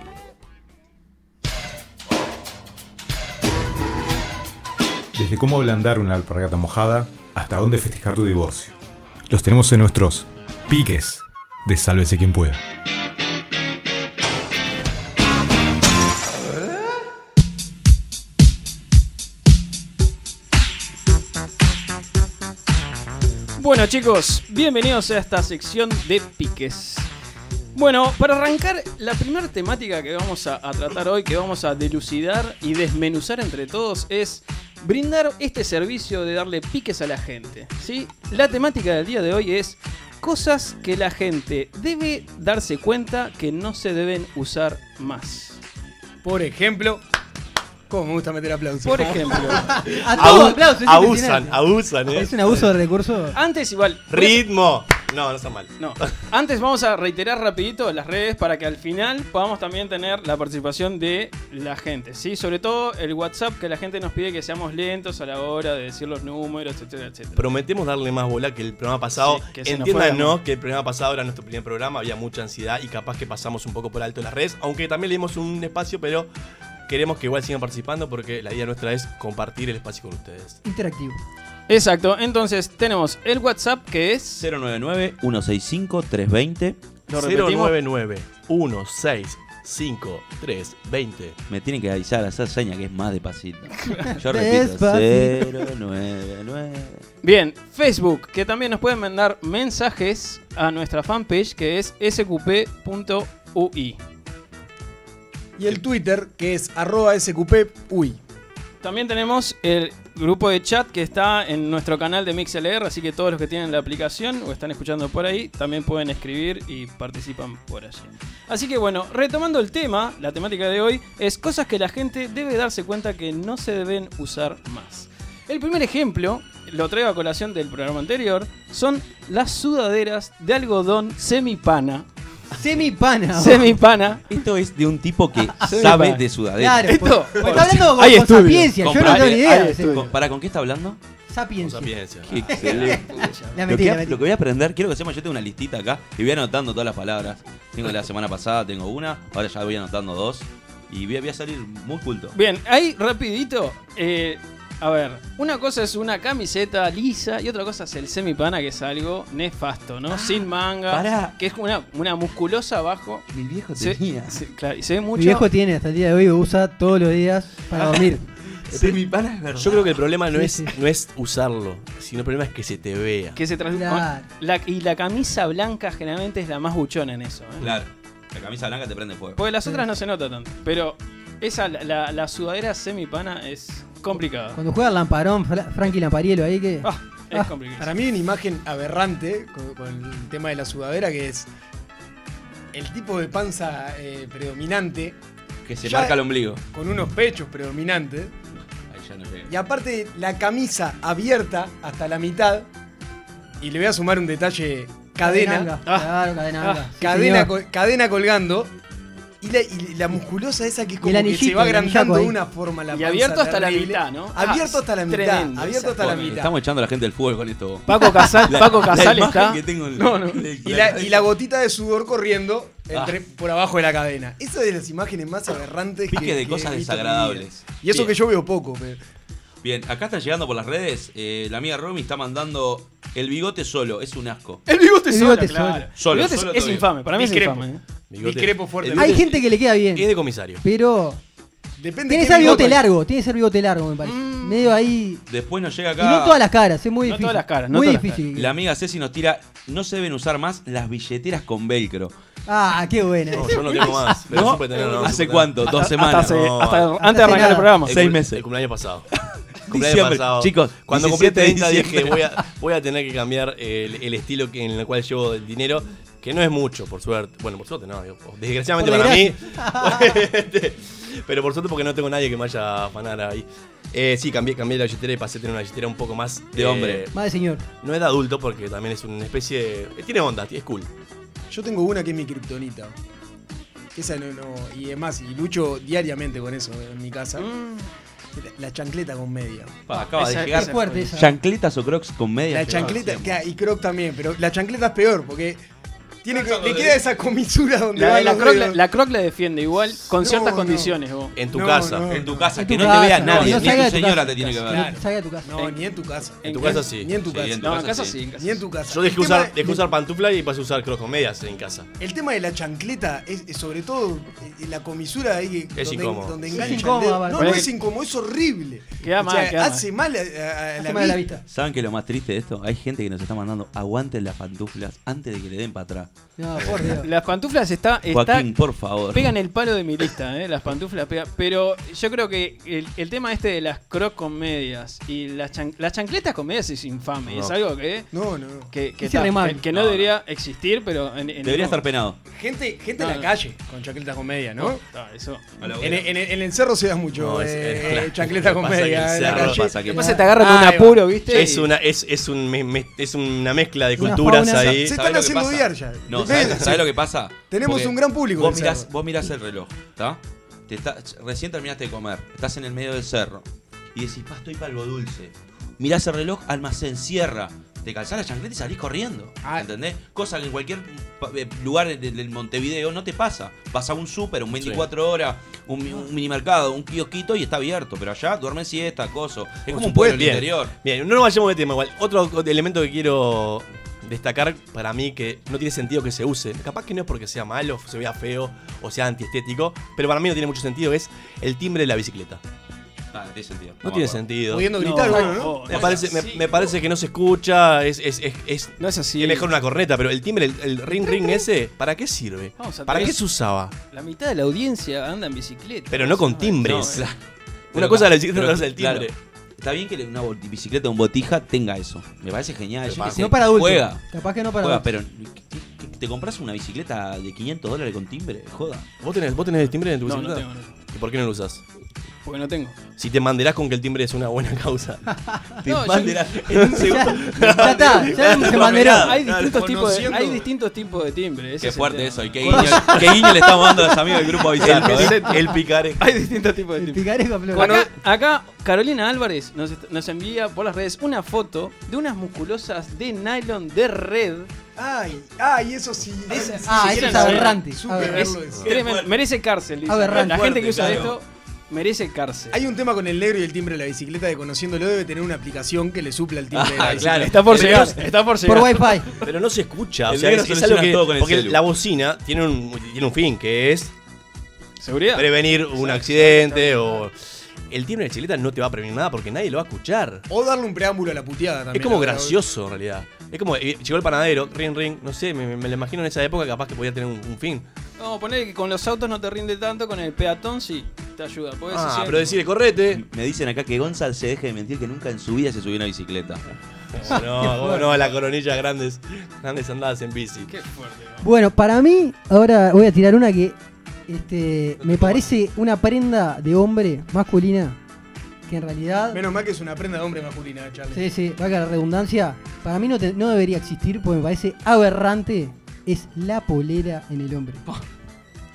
Speaker 1: Desde cómo ablandar una alpargata mojada hasta dónde festejar tu divorcio. Los tenemos en nuestros piques de Sálvese quien pueda.
Speaker 4: Bueno chicos, bienvenidos a esta sección de piques. Bueno, para arrancar, la primera temática que vamos a, a tratar hoy, que vamos a delucidar y desmenuzar entre todos, es brindar este servicio de darle piques a la gente. ¿sí? La temática del día de hoy es cosas que la gente debe darse cuenta que no se deben usar más.
Speaker 5: Por ejemplo, ¿cómo me gusta meter aplausos?
Speaker 4: Por ejemplo,
Speaker 6: A todos
Speaker 3: Abu-
Speaker 6: aplausos. es
Speaker 3: abusan,
Speaker 6: impresionante.
Speaker 3: abusan, eh.
Speaker 6: Es un abuso de recursos.
Speaker 4: antes igual...
Speaker 3: Ritmo. No, no está mal.
Speaker 4: No. Antes vamos a reiterar rapidito las redes para que al final podamos también tener la participación de la gente, ¿sí? Sobre todo el WhatsApp que la gente nos pide que seamos lentos a la hora de decir los números, etcétera, etcétera.
Speaker 3: Prometemos darle más bola que el programa pasado.
Speaker 4: Sí, que se nos fue la
Speaker 3: Entiéndanos
Speaker 4: mano.
Speaker 3: que el programa pasado era nuestro primer programa, había mucha ansiedad y capaz que pasamos un poco por alto las redes, aunque también le dimos un espacio, pero queremos que igual sigan participando porque la idea nuestra es compartir el espacio con ustedes.
Speaker 6: Interactivo.
Speaker 4: Exacto, entonces tenemos el WhatsApp que es
Speaker 2: 099-165-320.
Speaker 4: lo repetimos.
Speaker 3: 099 165 20
Speaker 2: Me tienen que avisar a hacer seña que es más despacito. Yo repito,
Speaker 6: Despacito.
Speaker 2: 099.
Speaker 4: Bien, Facebook, que también nos pueden mandar mensajes a nuestra fanpage que es sqp.ui.
Speaker 5: Y el Twitter, que es arroba sqpuy.
Speaker 4: También tenemos el grupo de chat que está en nuestro canal de MixLR, así que todos los que tienen la aplicación o están escuchando por ahí también pueden escribir y participan por allí. Así que bueno, retomando el tema, la temática de hoy es cosas que la gente debe darse cuenta que no se deben usar más. El primer ejemplo, lo traigo a colación del programa anterior, son las sudaderas de algodón semipana
Speaker 6: Semipana.
Speaker 4: Semipana.
Speaker 2: Esto es de un tipo que
Speaker 4: Sí,
Speaker 2: sabe
Speaker 4: para.
Speaker 2: de sudadera.
Speaker 6: Claro,
Speaker 4: Esto-
Speaker 6: porque- porque está hablando con,
Speaker 4: Hay
Speaker 6: con
Speaker 4: estudio.
Speaker 6: sapiencia, yo no tengo ni idea. de ese-
Speaker 2: ¿Para con qué está hablando?
Speaker 6: Sapiencia.
Speaker 3: Sapiencia.
Speaker 2: Qué excelente.
Speaker 6: La
Speaker 2: lo,
Speaker 6: metí,
Speaker 2: que,
Speaker 6: la
Speaker 2: lo
Speaker 6: metí.
Speaker 2: que voy a aprender, quiero que sepan, yo tengo una listita acá y voy anotando todas las palabras. Tengo la semana pasada, tengo una, ahora ya voy anotando dos. Y voy a, voy a salir muy culto.
Speaker 4: Bien, ahí rapidito. eh, a ver, una cosa es una camiseta lisa y otra cosa es el semipana, que es algo nefasto,
Speaker 6: Ah.
Speaker 4: ¿no? Sin manga.
Speaker 2: pará.
Speaker 4: Que es una, una musculosa abajo.
Speaker 2: Mi viejo
Speaker 4: Se,
Speaker 2: tenía.
Speaker 4: se- claro, y se ve
Speaker 6: Mi
Speaker 4: mucho.
Speaker 6: viejo tiene hasta el día de hoy, usa todos los días para dormir.
Speaker 2: Pero mi pana es verdad.
Speaker 3: Yo creo que el problema no
Speaker 6: Sí,
Speaker 3: es,
Speaker 6: sí.
Speaker 3: no es usarlo, sino el problema es que se te vea.
Speaker 4: Que se tras-
Speaker 6: Claro.
Speaker 4: la- y la camisa blanca generalmente es la más buchona en eso. ¿eh?
Speaker 2: Claro, la camisa blanca te prende fuego.
Speaker 4: Porque las otras no se nota tanto. Pero esa, la, la, la sudadera semipana es complicada.
Speaker 6: Cuando juega Lamparón, Fra- Frankie Lamparielo ahí que.
Speaker 4: Ah, es
Speaker 6: Ah,
Speaker 4: complicado.
Speaker 5: Para mí hay una imagen aberrante con, con el tema de la sudadera que es el tipo de panza eh, predominante,
Speaker 2: Que se
Speaker 5: Ya-
Speaker 2: marca el ombligo.
Speaker 5: con unos pechos predominantes,
Speaker 2: Ahí ya no llegué.
Speaker 5: y aparte la camisa abierta hasta la mitad, y le voy a sumar un detalle, cadena,
Speaker 6: Cadenanga, Claro, cadena.
Speaker 4: Ah,
Speaker 5: cadena, col- cadena colgando, y la, y la musculosa esa que es como que se
Speaker 6: anillito,
Speaker 5: va
Speaker 6: el anillo
Speaker 5: agrandando de
Speaker 6: ahí.
Speaker 5: una forma la
Speaker 4: Y
Speaker 5: panza
Speaker 4: abierto hasta la
Speaker 5: terrible.
Speaker 4: mitad, ¿no? Ah,
Speaker 5: Abierto hasta la
Speaker 4: es
Speaker 5: mitad,
Speaker 4: tremendo
Speaker 5: abierto
Speaker 4: esa
Speaker 5: hasta la
Speaker 2: Bueno,
Speaker 5: mitad.
Speaker 2: Estamos echando a la gente del fútbol con esto.
Speaker 4: Paco Casal,
Speaker 2: La-
Speaker 4: Paco
Speaker 2: la
Speaker 4: Casal
Speaker 2: imagen
Speaker 4: está.
Speaker 2: que tengo en-
Speaker 4: No, no.
Speaker 2: en- Ah.
Speaker 5: Y la, y la gotita de sudor corriendo entre, por abajo de la cadena. Esa es de las imágenes más aberrantes
Speaker 2: Pique
Speaker 5: que-
Speaker 2: de
Speaker 5: que
Speaker 2: cosas
Speaker 5: he visto en mi
Speaker 2: desagradables.
Speaker 5: vida. Y eso
Speaker 2: Bien.
Speaker 5: que yo veo poco. pero-
Speaker 2: Bien, acá están llegando por las redes. eh, la amiga Romy está mandando el bigote solo. Es un asco.
Speaker 4: El bigote
Speaker 6: El
Speaker 4: solo,
Speaker 6: bigote
Speaker 4: claro.
Speaker 6: solo.
Speaker 2: Solo,
Speaker 4: El bigote es-
Speaker 2: solo
Speaker 4: es,
Speaker 2: todo bien.
Speaker 4: infame, para mí es
Speaker 5: Discrepo.
Speaker 4: infame. ¿eh?
Speaker 3: Bigote.
Speaker 5: Discrepo fuerte.
Speaker 6: Hay gente que le queda bien.
Speaker 2: Eh,
Speaker 3: Es de comisario.
Speaker 6: Pero.
Speaker 5: Depende
Speaker 6: Tiene que
Speaker 5: qué
Speaker 6: ser bigote
Speaker 5: bigote.
Speaker 6: largo, tiene que ser bigote largo, me parece. Medio ahí.
Speaker 2: Después nos llega
Speaker 6: Y
Speaker 2: acá.
Speaker 6: no todas las caras, es muy
Speaker 4: No
Speaker 6: difícil.
Speaker 4: todas las caras, no
Speaker 6: Muy
Speaker 4: todas las
Speaker 6: difícil.
Speaker 2: La amiga Ceci nos tira. No se deben usar más las billeteras con velcro.
Speaker 6: Ah, qué buena.
Speaker 3: No, yo no tengo más. Pero
Speaker 2: ¿No?
Speaker 3: supe tener, no,
Speaker 2: ¿Hace
Speaker 3: supe tener.
Speaker 2: cuánto? Dos
Speaker 4: Hasta,
Speaker 2: semanas.
Speaker 4: hace-
Speaker 3: No,
Speaker 4: hasta
Speaker 3: vale.
Speaker 4: antes de
Speaker 6: Hace
Speaker 4: arrancar el
Speaker 6: nada.
Speaker 4: programa.
Speaker 3: El
Speaker 2: Seis
Speaker 3: cul-
Speaker 2: meses.
Speaker 3: El cumpleaños pasado.
Speaker 2: Diciembre. Chicos,
Speaker 3: cuando cumplí
Speaker 2: 17 de
Speaker 3: 30 dije
Speaker 2: diciembre.
Speaker 3: voy a, voy a tener que cambiar el, el estilo que- en el cual llevo el dinero, que no es mucho, por suerte. Bueno, por suerte no, digo, desgraciadamente
Speaker 6: Por
Speaker 3: para mí.
Speaker 6: desgracia.
Speaker 3: Este, Pero por suerte porque no tengo nadie que me vaya a afanar ahí. Eh, sí, cambié, cambié la billetera y pasé a tener una billetera un poco más
Speaker 2: De
Speaker 3: eh,
Speaker 2: hombre.
Speaker 6: Más de señor.
Speaker 3: No es de adulto porque también es una especie de... eh, Tiene onda, es cool.
Speaker 5: Yo tengo una que es mi kriptonita. Esa no, no. Y es más, y lucho diariamente con eso en mi casa. La, la chancleta con media.
Speaker 2: Pa, acaba
Speaker 4: Esa-
Speaker 2: de
Speaker 6: Es
Speaker 2: llegar.
Speaker 6: fuerte esa.
Speaker 2: Chancletas o crocs con medias.
Speaker 5: La chancleta, que- y croc también, pero la chancleta es peor porque tiene que- le queda esa comisura donde
Speaker 4: La,
Speaker 5: va
Speaker 4: la
Speaker 5: los
Speaker 4: croc, la,
Speaker 5: dedos.
Speaker 4: la Croc la defiende igual, con
Speaker 5: No,
Speaker 4: ciertas
Speaker 5: no.
Speaker 4: condiciones. vos.
Speaker 3: En tu
Speaker 5: No,
Speaker 3: casa.
Speaker 5: no.
Speaker 2: En tu casa,
Speaker 6: En
Speaker 2: que
Speaker 6: tu
Speaker 2: no te vea
Speaker 6: casa,
Speaker 2: nadie.
Speaker 6: no
Speaker 2: ni
Speaker 6: salga
Speaker 2: tu
Speaker 6: de tu
Speaker 2: señora
Speaker 6: casa.
Speaker 2: te tiene que ver.
Speaker 6: No, salga de tu casa.
Speaker 5: No, ni en tu casa.
Speaker 3: En tu casa sí.
Speaker 5: Ni en tu
Speaker 2: Sí,
Speaker 5: casa.
Speaker 2: en tu
Speaker 4: No, en
Speaker 2: casa
Speaker 4: casa
Speaker 2: sí.
Speaker 4: sí. en casa
Speaker 5: Ni en
Speaker 4: sí.
Speaker 5: tu casa.
Speaker 3: Yo dejé
Speaker 5: El tema-
Speaker 3: usar, dejé usar pantufla y pasé a usar crocs con medias en casa.
Speaker 5: El tema de la chancleta es, es sobre todo eh, la comisura ahí que
Speaker 3: Es
Speaker 5: donde,
Speaker 3: incómodo.
Speaker 5: donde
Speaker 6: Es
Speaker 5: engancha el
Speaker 6: incómodo,
Speaker 5: dedo.
Speaker 6: vale.
Speaker 5: No, no
Speaker 4: Parece
Speaker 5: es
Speaker 4: que-
Speaker 5: incómodo, es horrible.
Speaker 4: Queda
Speaker 5: O sea,
Speaker 4: mal, queda
Speaker 5: hace mal, a, a- a
Speaker 6: Hace
Speaker 5: la,
Speaker 6: mal a la
Speaker 5: vista.
Speaker 6: vista.
Speaker 2: ¿Saben que lo más triste de esto? Hay gente que nos está mandando aguanten las pantuflas antes de que le den para atrás.
Speaker 6: No, por Dios.
Speaker 4: Las pantuflas está, está
Speaker 2: Joaquín, por favor.
Speaker 4: pegan el palo de mi lista, ¿eh? las pantuflas pega- Pero yo creo que el, el tema este de las croc con medias y las, chan- las chancletas con medias es infame.
Speaker 3: No.
Speaker 4: Es algo que,
Speaker 5: No, no, no.
Speaker 4: que, que
Speaker 6: Es irremable.
Speaker 4: que- que no,
Speaker 2: No, no.
Speaker 4: debería existir, pero... En, en-
Speaker 2: Debería
Speaker 4: no.
Speaker 2: estar penado.
Speaker 5: Gente, gente
Speaker 4: No,
Speaker 5: en
Speaker 4: no.
Speaker 5: la calle con chancleta con media, ¿no?
Speaker 4: Ah, eso.
Speaker 5: En, el- en el- en el cerro se da mucho
Speaker 3: No, es-
Speaker 5: eh,
Speaker 3: es- claro.
Speaker 5: chancleta con
Speaker 3: Pasa que
Speaker 5: media.
Speaker 3: el
Speaker 5: en Ah, la
Speaker 3: cerro
Speaker 5: calle.
Speaker 2: pasa que-
Speaker 4: Después se te agarran un
Speaker 5: Ahí va.
Speaker 4: apuro, ¿viste?
Speaker 3: Es
Speaker 4: Y-
Speaker 3: una, es, es, un me- me- es una mezcla de
Speaker 6: Una
Speaker 3: culturas
Speaker 6: fauna.
Speaker 5: Se
Speaker 3: ahí.
Speaker 2: ¿Sabés
Speaker 5: están
Speaker 2: lo que
Speaker 5: haciendo
Speaker 2: pasa?
Speaker 5: odiar ya.
Speaker 2: No,
Speaker 5: Depende.
Speaker 2: ¿sabes, sabés lo que pasa?
Speaker 5: Tenemos un gran público
Speaker 2: Vos
Speaker 5: del
Speaker 2: mirás,
Speaker 5: cerro.
Speaker 2: vos mirás el reloj, ¿está? Te está- Recién terminaste de comer, estás en el medio del cerro y decís, pa, estoy para algo dulce. Mirás el reloj, almacén, cierra. Te calzás la chancleta y salís corriendo.
Speaker 5: Ah.
Speaker 2: ¿Entendés? Cosa que en cualquier pa- eh, lugar del, del Montevideo no te pasa. Vas a un súper, un 24 horas, un, mi- un minimercado, un kiosquito y está abierto. Pero allá duermen siesta, acoso. Es como un pueblo del
Speaker 3: Bien.
Speaker 2: interior.
Speaker 3: Bien, no nos vayamos de tema igual. Otro elemento que quiero destacar para mí que no tiene sentido que se use. Capaz que no es porque sea malo, se vea feo o sea antiestético, pero para mí no tiene mucho sentido, es el timbre de la bicicleta.
Speaker 2: Ah, no tiene sentido.
Speaker 3: No
Speaker 2: me
Speaker 3: tiene
Speaker 2: acuerdo.
Speaker 3: sentido.
Speaker 5: Pudiendo gritar,
Speaker 4: No,
Speaker 5: bueno, ¿no?
Speaker 4: oh,
Speaker 3: Me
Speaker 4: no,
Speaker 3: parece,
Speaker 4: no,
Speaker 3: me,
Speaker 4: sí.
Speaker 3: me parece que no se escucha, es, es, es, es-
Speaker 4: No es así.
Speaker 3: es mejor una corneta, pero el timbre, el, el ring ring ese, ¿para qué sirve?
Speaker 4: Vamos a
Speaker 3: ¿Para
Speaker 4: tener-
Speaker 3: qué se usaba?
Speaker 4: La mitad de la audiencia anda en bicicleta.
Speaker 3: Pero no con timbres.
Speaker 2: No,
Speaker 3: Una cosa es la bicicleta,
Speaker 2: pero,
Speaker 3: otra es el
Speaker 2: claro,
Speaker 3: timbre.
Speaker 2: está bien que le- una bot- bicicleta o un botija tenga eso. Me parece genial. yo qué sé,
Speaker 6: No para adultos.
Speaker 2: Juega.
Speaker 6: Capaz que no para
Speaker 2: Juega,
Speaker 6: adultos.
Speaker 2: pero ¿qué- qué- ¿te compras una bicicleta de 500 dólares con timbre? Joda.
Speaker 3: ¿Vos tenés, ¿Vos tenés el timbre en tu
Speaker 4: No, no
Speaker 3: bicicleta?
Speaker 4: tengo, no.
Speaker 3: ¿Y por qué no lo usas?
Speaker 4: Porque no tengo.
Speaker 3: Si te manderás con que el timbre es una buena causa. Te
Speaker 4: No, yo-
Speaker 3: manderás en un segundo.
Speaker 6: Ya está, ya se manderó.
Speaker 4: Hay distintos, tipos de,
Speaker 5: Conociendo-
Speaker 4: hay distintos tipos de timbre. ese
Speaker 2: Qué
Speaker 4: es el
Speaker 2: fuerte
Speaker 4: tema.
Speaker 2: eso. Y qué guiño, qué guiño le estamos dando a los amigos del grupo Avisando. ¿eh?
Speaker 3: El, el picaré.
Speaker 4: Hay distintos tipos de
Speaker 6: El
Speaker 4: timbre.
Speaker 6: picaresco, Flor.
Speaker 4: Acá, acá Carolina Álvarez nos, est- nos envía por las redes una foto de unas musculosas de nylon de red.
Speaker 5: Ay, ay, eso sí.
Speaker 4: Ese-
Speaker 6: Ah,
Speaker 4: Si
Speaker 6: eso
Speaker 4: quieren
Speaker 6: es
Speaker 4: saber,
Speaker 6: aberrante.
Speaker 5: supe
Speaker 6: aberrante.
Speaker 4: Es
Speaker 5: verlo eso.
Speaker 4: tremendo. Merece cárcel, dice.
Speaker 6: Aberrante.
Speaker 4: La gente que usa
Speaker 2: Fuerte, claro.
Speaker 4: esto merece cárcel.
Speaker 5: Hay un tema con el negro y el timbre de la bicicleta de conociéndolo debe tener una aplicación que le supla el timbre de la
Speaker 3: Ah,
Speaker 5: bicicleta.
Speaker 3: claro.
Speaker 4: Está por
Speaker 3: Pero-
Speaker 4: llegar. Está por llegar.
Speaker 6: Por wifi.
Speaker 3: Pero no se escucha. O
Speaker 2: El
Speaker 3: sea,
Speaker 2: negro
Speaker 3: es, es
Speaker 2: soluciona
Speaker 3: algo que.
Speaker 2: todo con el
Speaker 3: Porque
Speaker 2: celu.
Speaker 3: la bocina tiene un, tiene un fin, que es
Speaker 4: ¿Seguridad?
Speaker 3: prevenir un accidente o. El timbre de la chileta no te va a prevenir nada porque nadie lo va a escuchar.
Speaker 5: O darle un preámbulo a la puteada también.
Speaker 3: es como
Speaker 5: la verdad.
Speaker 3: gracioso en realidad. Es como, eh, llegó el panadero, ring ring, no sé, me, me- me lo imagino en esa época capaz que podía tener un, un fin.
Speaker 4: No, poner que con los autos no te rinde tanto, con el peatón sí te ayuda. porque si
Speaker 3: Ah,
Speaker 4: sea-
Speaker 3: pero decirle correte.
Speaker 2: Me dicen acá que Gonzal se deje de mentir que nunca en su vida se subió a una bicicleta.
Speaker 3: No, vos no, la coronilla grandes, grandes andadas en bici.
Speaker 4: Qué fuerte. ¿no?
Speaker 6: Bueno, para mí, ahora voy a tirar una que este, me parece una prenda de hombre masculina que en realidad.
Speaker 5: Menos mal que es una prenda de hombre masculina, Charlie.
Speaker 6: Sí, sí, valga la redundancia. Para mí no, te- no debería existir porque me parece aberrante. Es la polera en el hombre.
Speaker 2: Oh.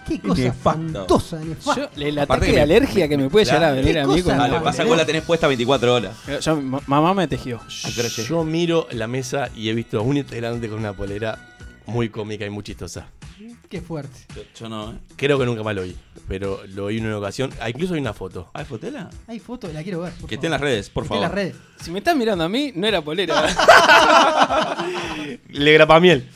Speaker 6: Qué cosa espantosa, nefasta.
Speaker 4: Yo, el ataque
Speaker 2: Aparte que
Speaker 4: de
Speaker 2: me-
Speaker 4: alergia que me puede
Speaker 2: claro.
Speaker 4: llegar a venir
Speaker 6: ¿Qué
Speaker 4: a mí
Speaker 6: cosa?
Speaker 4: con
Speaker 2: Ah, lo
Speaker 4: la Eh,
Speaker 2: que pasa es que vos la tenés puesta 24 horas.
Speaker 4: Yo- ma- mamá me tejió.
Speaker 2: crochet.
Speaker 3: Yo miro la mesa y he visto a un integrante con una polera muy cómica y muy chistosa.
Speaker 6: Qué fuerte.
Speaker 2: Yo, yo no, ¿eh?
Speaker 3: Creo que nunca más lo vi, pero lo vi en una ocasión. Ah, incluso hay una foto.
Speaker 2: ¿Hay fotela?
Speaker 6: Hay fotos, la quiero ver. por
Speaker 2: Que
Speaker 6: favor.
Speaker 2: esté en las redes, por
Speaker 6: Esté en
Speaker 2: favor.
Speaker 6: las redes.
Speaker 4: Si me estás mirando a mí, no era polera.
Speaker 3: Le grapa miel.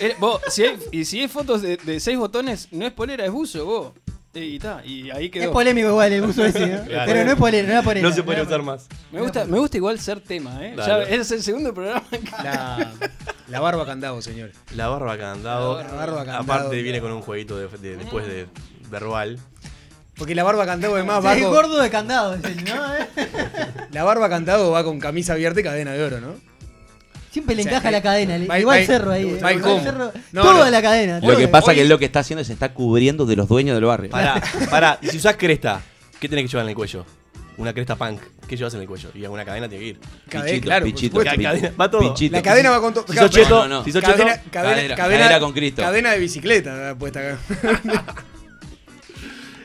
Speaker 4: Era- Eh, vos, si hay- y si hay fotos de, de seis botones, no es polera, es buzo, vos. Eh, Y, ta, y ahí
Speaker 6: Es
Speaker 4: quedó.
Speaker 6: polémico igual el uso ese, ¿no?
Speaker 3: Claro.
Speaker 6: Pero no es polera, no es polera.
Speaker 3: No se puede usar más.
Speaker 4: Me gusta, me gusta igual ser tema, ¿eh?
Speaker 3: Dale.
Speaker 4: Ya es el segundo programa que-
Speaker 5: La, la barba candado, señor.
Speaker 3: La barba candado.
Speaker 5: La barba candado.
Speaker 3: Aparte viene con un jueguito de- de- después de verbal.
Speaker 5: Porque la barba candado además va
Speaker 6: Es
Speaker 5: con-
Speaker 6: gordo de candado, es el, ¿no? ¿Eh?
Speaker 5: La barba candado va con camisa abierta y cadena de oro, ¿no?
Speaker 6: Siempre le
Speaker 5: O sea,
Speaker 6: encaja la
Speaker 5: hay-
Speaker 6: cadena, le-
Speaker 5: hay-
Speaker 6: igual
Speaker 5: hay-
Speaker 6: cerro ahí.
Speaker 5: hay
Speaker 6: eh, igual
Speaker 5: cómo.
Speaker 6: cerro,
Speaker 5: No,
Speaker 6: toda
Speaker 5: no.
Speaker 6: la cadena.
Speaker 2: Lo
Speaker 6: toda.
Speaker 2: que pasa que él lo que está haciendo es se está cubriendo de los dueños del barrio.
Speaker 3: Pará, pará. Y si usás cresta, ¿qué tenés que llevar en el cuello? Una cresta punk. ¿qué llevas en el cuello? Y alguna cadena tiene que ir.
Speaker 5: Cadena,
Speaker 2: Pinchito,
Speaker 5: eh, claro, por
Speaker 2: pinchito,
Speaker 5: supuesto.
Speaker 2: pi-
Speaker 3: Cadena, va todo.
Speaker 2: pinchito.
Speaker 5: La cadena va con todo.
Speaker 3: Si sos cheto,
Speaker 2: no, no.
Speaker 3: si sos cheto,
Speaker 5: cadena, cadena,
Speaker 2: Cadera, cadera con Cristo.
Speaker 5: cadena de bicicleta eh, puesta acá.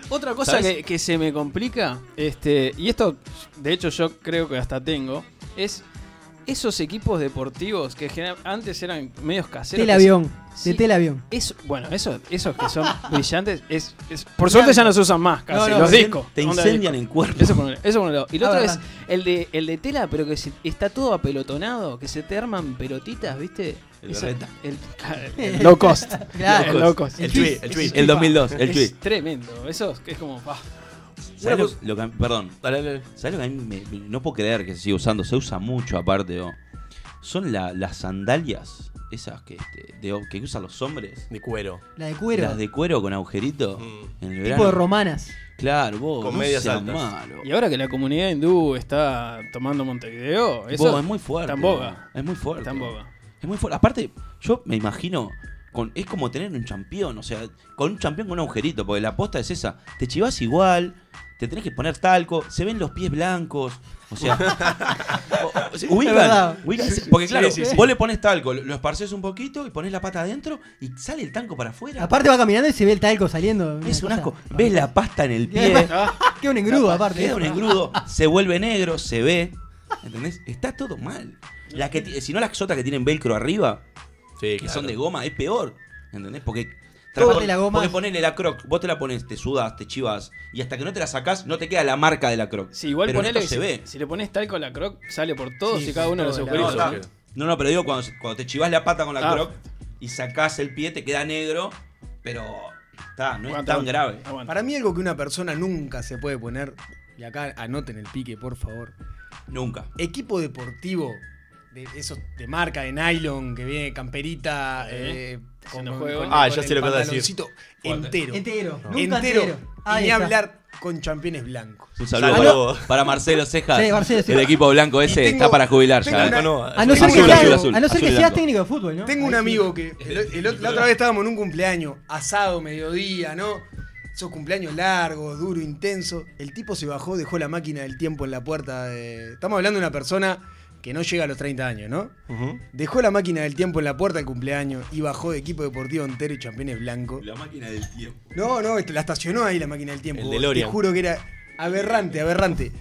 Speaker 4: Otra cosa
Speaker 2: ¿Sabes?
Speaker 4: que, que se me complica, este, y esto de hecho yo creo que hasta tengo, es esos equipos deportivos que genera- antes eran medios caseros.
Speaker 6: Tela
Speaker 4: que se-
Speaker 6: avión, de
Speaker 4: Sí.
Speaker 6: tela avión.
Speaker 4: Eso- bueno, eso, esos que son brillantes, es, es- por suerte ya no se usan más casi,
Speaker 6: No, no,
Speaker 4: los
Speaker 6: te-
Speaker 4: discos.
Speaker 2: Te
Speaker 4: onda
Speaker 2: incendian
Speaker 4: disco.
Speaker 2: el cuerpo.
Speaker 4: Eso por, un, eso por un lado. Y lo
Speaker 6: Ah,
Speaker 4: otro es
Speaker 6: verdad.
Speaker 4: el de, el de tela, pero que se- está todo apelotonado, que se te arman pelotitas, ¿viste?
Speaker 2: El
Speaker 4: Eso-
Speaker 2: berreta.
Speaker 4: el- el low cost.
Speaker 6: Claro.
Speaker 4: El low cost.
Speaker 3: El
Speaker 6: tweet,
Speaker 3: tweet, el
Speaker 6: el
Speaker 3: tweet.
Speaker 2: El 2002, el
Speaker 4: es
Speaker 2: tweet.
Speaker 4: tremendo. Eso es como... bah.
Speaker 2: ¿Sabés lo- lo que a mí- perdón, ¿sabes lo que a mí me- me- no puedo creer que se siga usando? Se usa mucho aparte, ¿no? Son la- las sandalias esas que, este, de, que usan los hombres.
Speaker 3: De cuero.
Speaker 6: La de cuero.
Speaker 2: Las de cuero con agujerito.
Speaker 3: Mm.
Speaker 2: En el
Speaker 6: tipo
Speaker 2: verano.
Speaker 6: de romanas.
Speaker 2: Claro, vos.
Speaker 3: Con
Speaker 2: no
Speaker 3: medias
Speaker 2: seas
Speaker 3: altas.
Speaker 2: malo.
Speaker 4: Y ahora que la comunidad hindú está tomando Montevideo, eso
Speaker 2: Vos, es muy fuerte.
Speaker 4: Está en boga.
Speaker 2: Es muy fuerte.
Speaker 4: Está en boga.
Speaker 2: Es muy fuerte. Aparte, yo me imagino. Con, es como tener un champión, o sea, con un champión con un agujerito, porque la aposta es esa. Te chivas igual, te tenés que poner talco, se ven los pies blancos. O sea, o- o sea, ubican-
Speaker 6: Es verdad.
Speaker 2: ubican- Porque claro,
Speaker 5: sí, sí.
Speaker 2: vos le pones talco, lo lo esparcés un poquito y pones la pata adentro y sale el tanco para afuera.
Speaker 6: Aparte va caminando y se ve el talco saliendo.
Speaker 2: es un
Speaker 6: cosa-
Speaker 2: asco. Ves la pasta en el pie.
Speaker 6: Queda un engrudo
Speaker 2: Capaz,
Speaker 6: aparte. ¿eh?
Speaker 2: Queda un engrudo, se vuelve negro, se ve. ¿Entendés? Está todo mal. La que, ti- si no las sotas que tienen velcro arriba,
Speaker 3: Sí,
Speaker 2: que son de goma, es peor. ¿Entendés? Porque.
Speaker 6: Todo
Speaker 2: trapon-
Speaker 6: de la goma.
Speaker 2: Porque ponerle la croc, vos te la pones, te sudas, te chivas, y hasta que no te la sacás, no te queda la marca de la croc.
Speaker 4: Si igual
Speaker 2: Pero en
Speaker 4: ponele
Speaker 2: esto
Speaker 4: que
Speaker 2: se
Speaker 4: si,
Speaker 2: ve.
Speaker 4: si le pones talco a la croc, sale por todos
Speaker 6: Sí,
Speaker 4: y cada uno de los
Speaker 6: todo, la
Speaker 4: agujeros.
Speaker 3: No, está.
Speaker 2: No, no, pero digo, cuando, cuando te chivas la pata con la
Speaker 4: Ah.
Speaker 2: croc y sacás el pie, te queda negro, pero. Está, Ah, no es
Speaker 4: Aguanta,
Speaker 2: tan grave.
Speaker 4: aguanta.
Speaker 5: Para mí algo que una persona nunca se puede poner, y acá anoten el pique, por favor.
Speaker 2: Nunca.
Speaker 5: Equipo deportivo de esos de marca de nylon que viene camperita
Speaker 4: Eh,
Speaker 5: eh,
Speaker 4: haciendo juego.
Speaker 3: Ah, ya
Speaker 5: el
Speaker 3: sé lo que vas a decir.
Speaker 5: pantaloncito entero.
Speaker 6: Entero. Nunca
Speaker 5: entero.
Speaker 6: entero.
Speaker 5: Y
Speaker 6: Ahí
Speaker 5: ni
Speaker 6: está.
Speaker 5: hablar con championes blancos.
Speaker 2: Un saludo
Speaker 3: Saludo.
Speaker 2: para, para Marcelo Cejas.
Speaker 6: Sí, Marcelo
Speaker 2: El
Speaker 6: Cejas.
Speaker 2: equipo blanco ese
Speaker 5: tengo-
Speaker 2: está para jubilar
Speaker 5: tengo
Speaker 2: ya. ¿eh?
Speaker 5: una-
Speaker 6: A no ser que,
Speaker 2: Azul,
Speaker 6: seas-
Speaker 2: azul, azul,
Speaker 6: a no ser que
Speaker 2: azul
Speaker 6: seas
Speaker 2: blanco.
Speaker 6: técnico de fútbol, ¿no?
Speaker 5: Tengo un
Speaker 6: Ahí sí.
Speaker 5: amigo que el- el- la otra vez estábamos en un cumpleaños, asado, mediodía, ¿no? esos cumpleaños largos, duro, intenso. El tipo se bajó, dejó la máquina del tiempo en la puerta. de- Estamos hablando de una persona que no llega a los 30 años, ¿no?
Speaker 3: Ujú.
Speaker 5: Dejó la máquina del tiempo en la puerta del cumpleaños y bajó de equipo deportivo entero y campeones blanco.
Speaker 2: La máquina del tiempo.
Speaker 5: No, no, est- la estacionó ahí la máquina del tiempo.
Speaker 3: El
Speaker 5: vos.
Speaker 3: DeLorean.
Speaker 5: Te juro que era aberrante, aberrante.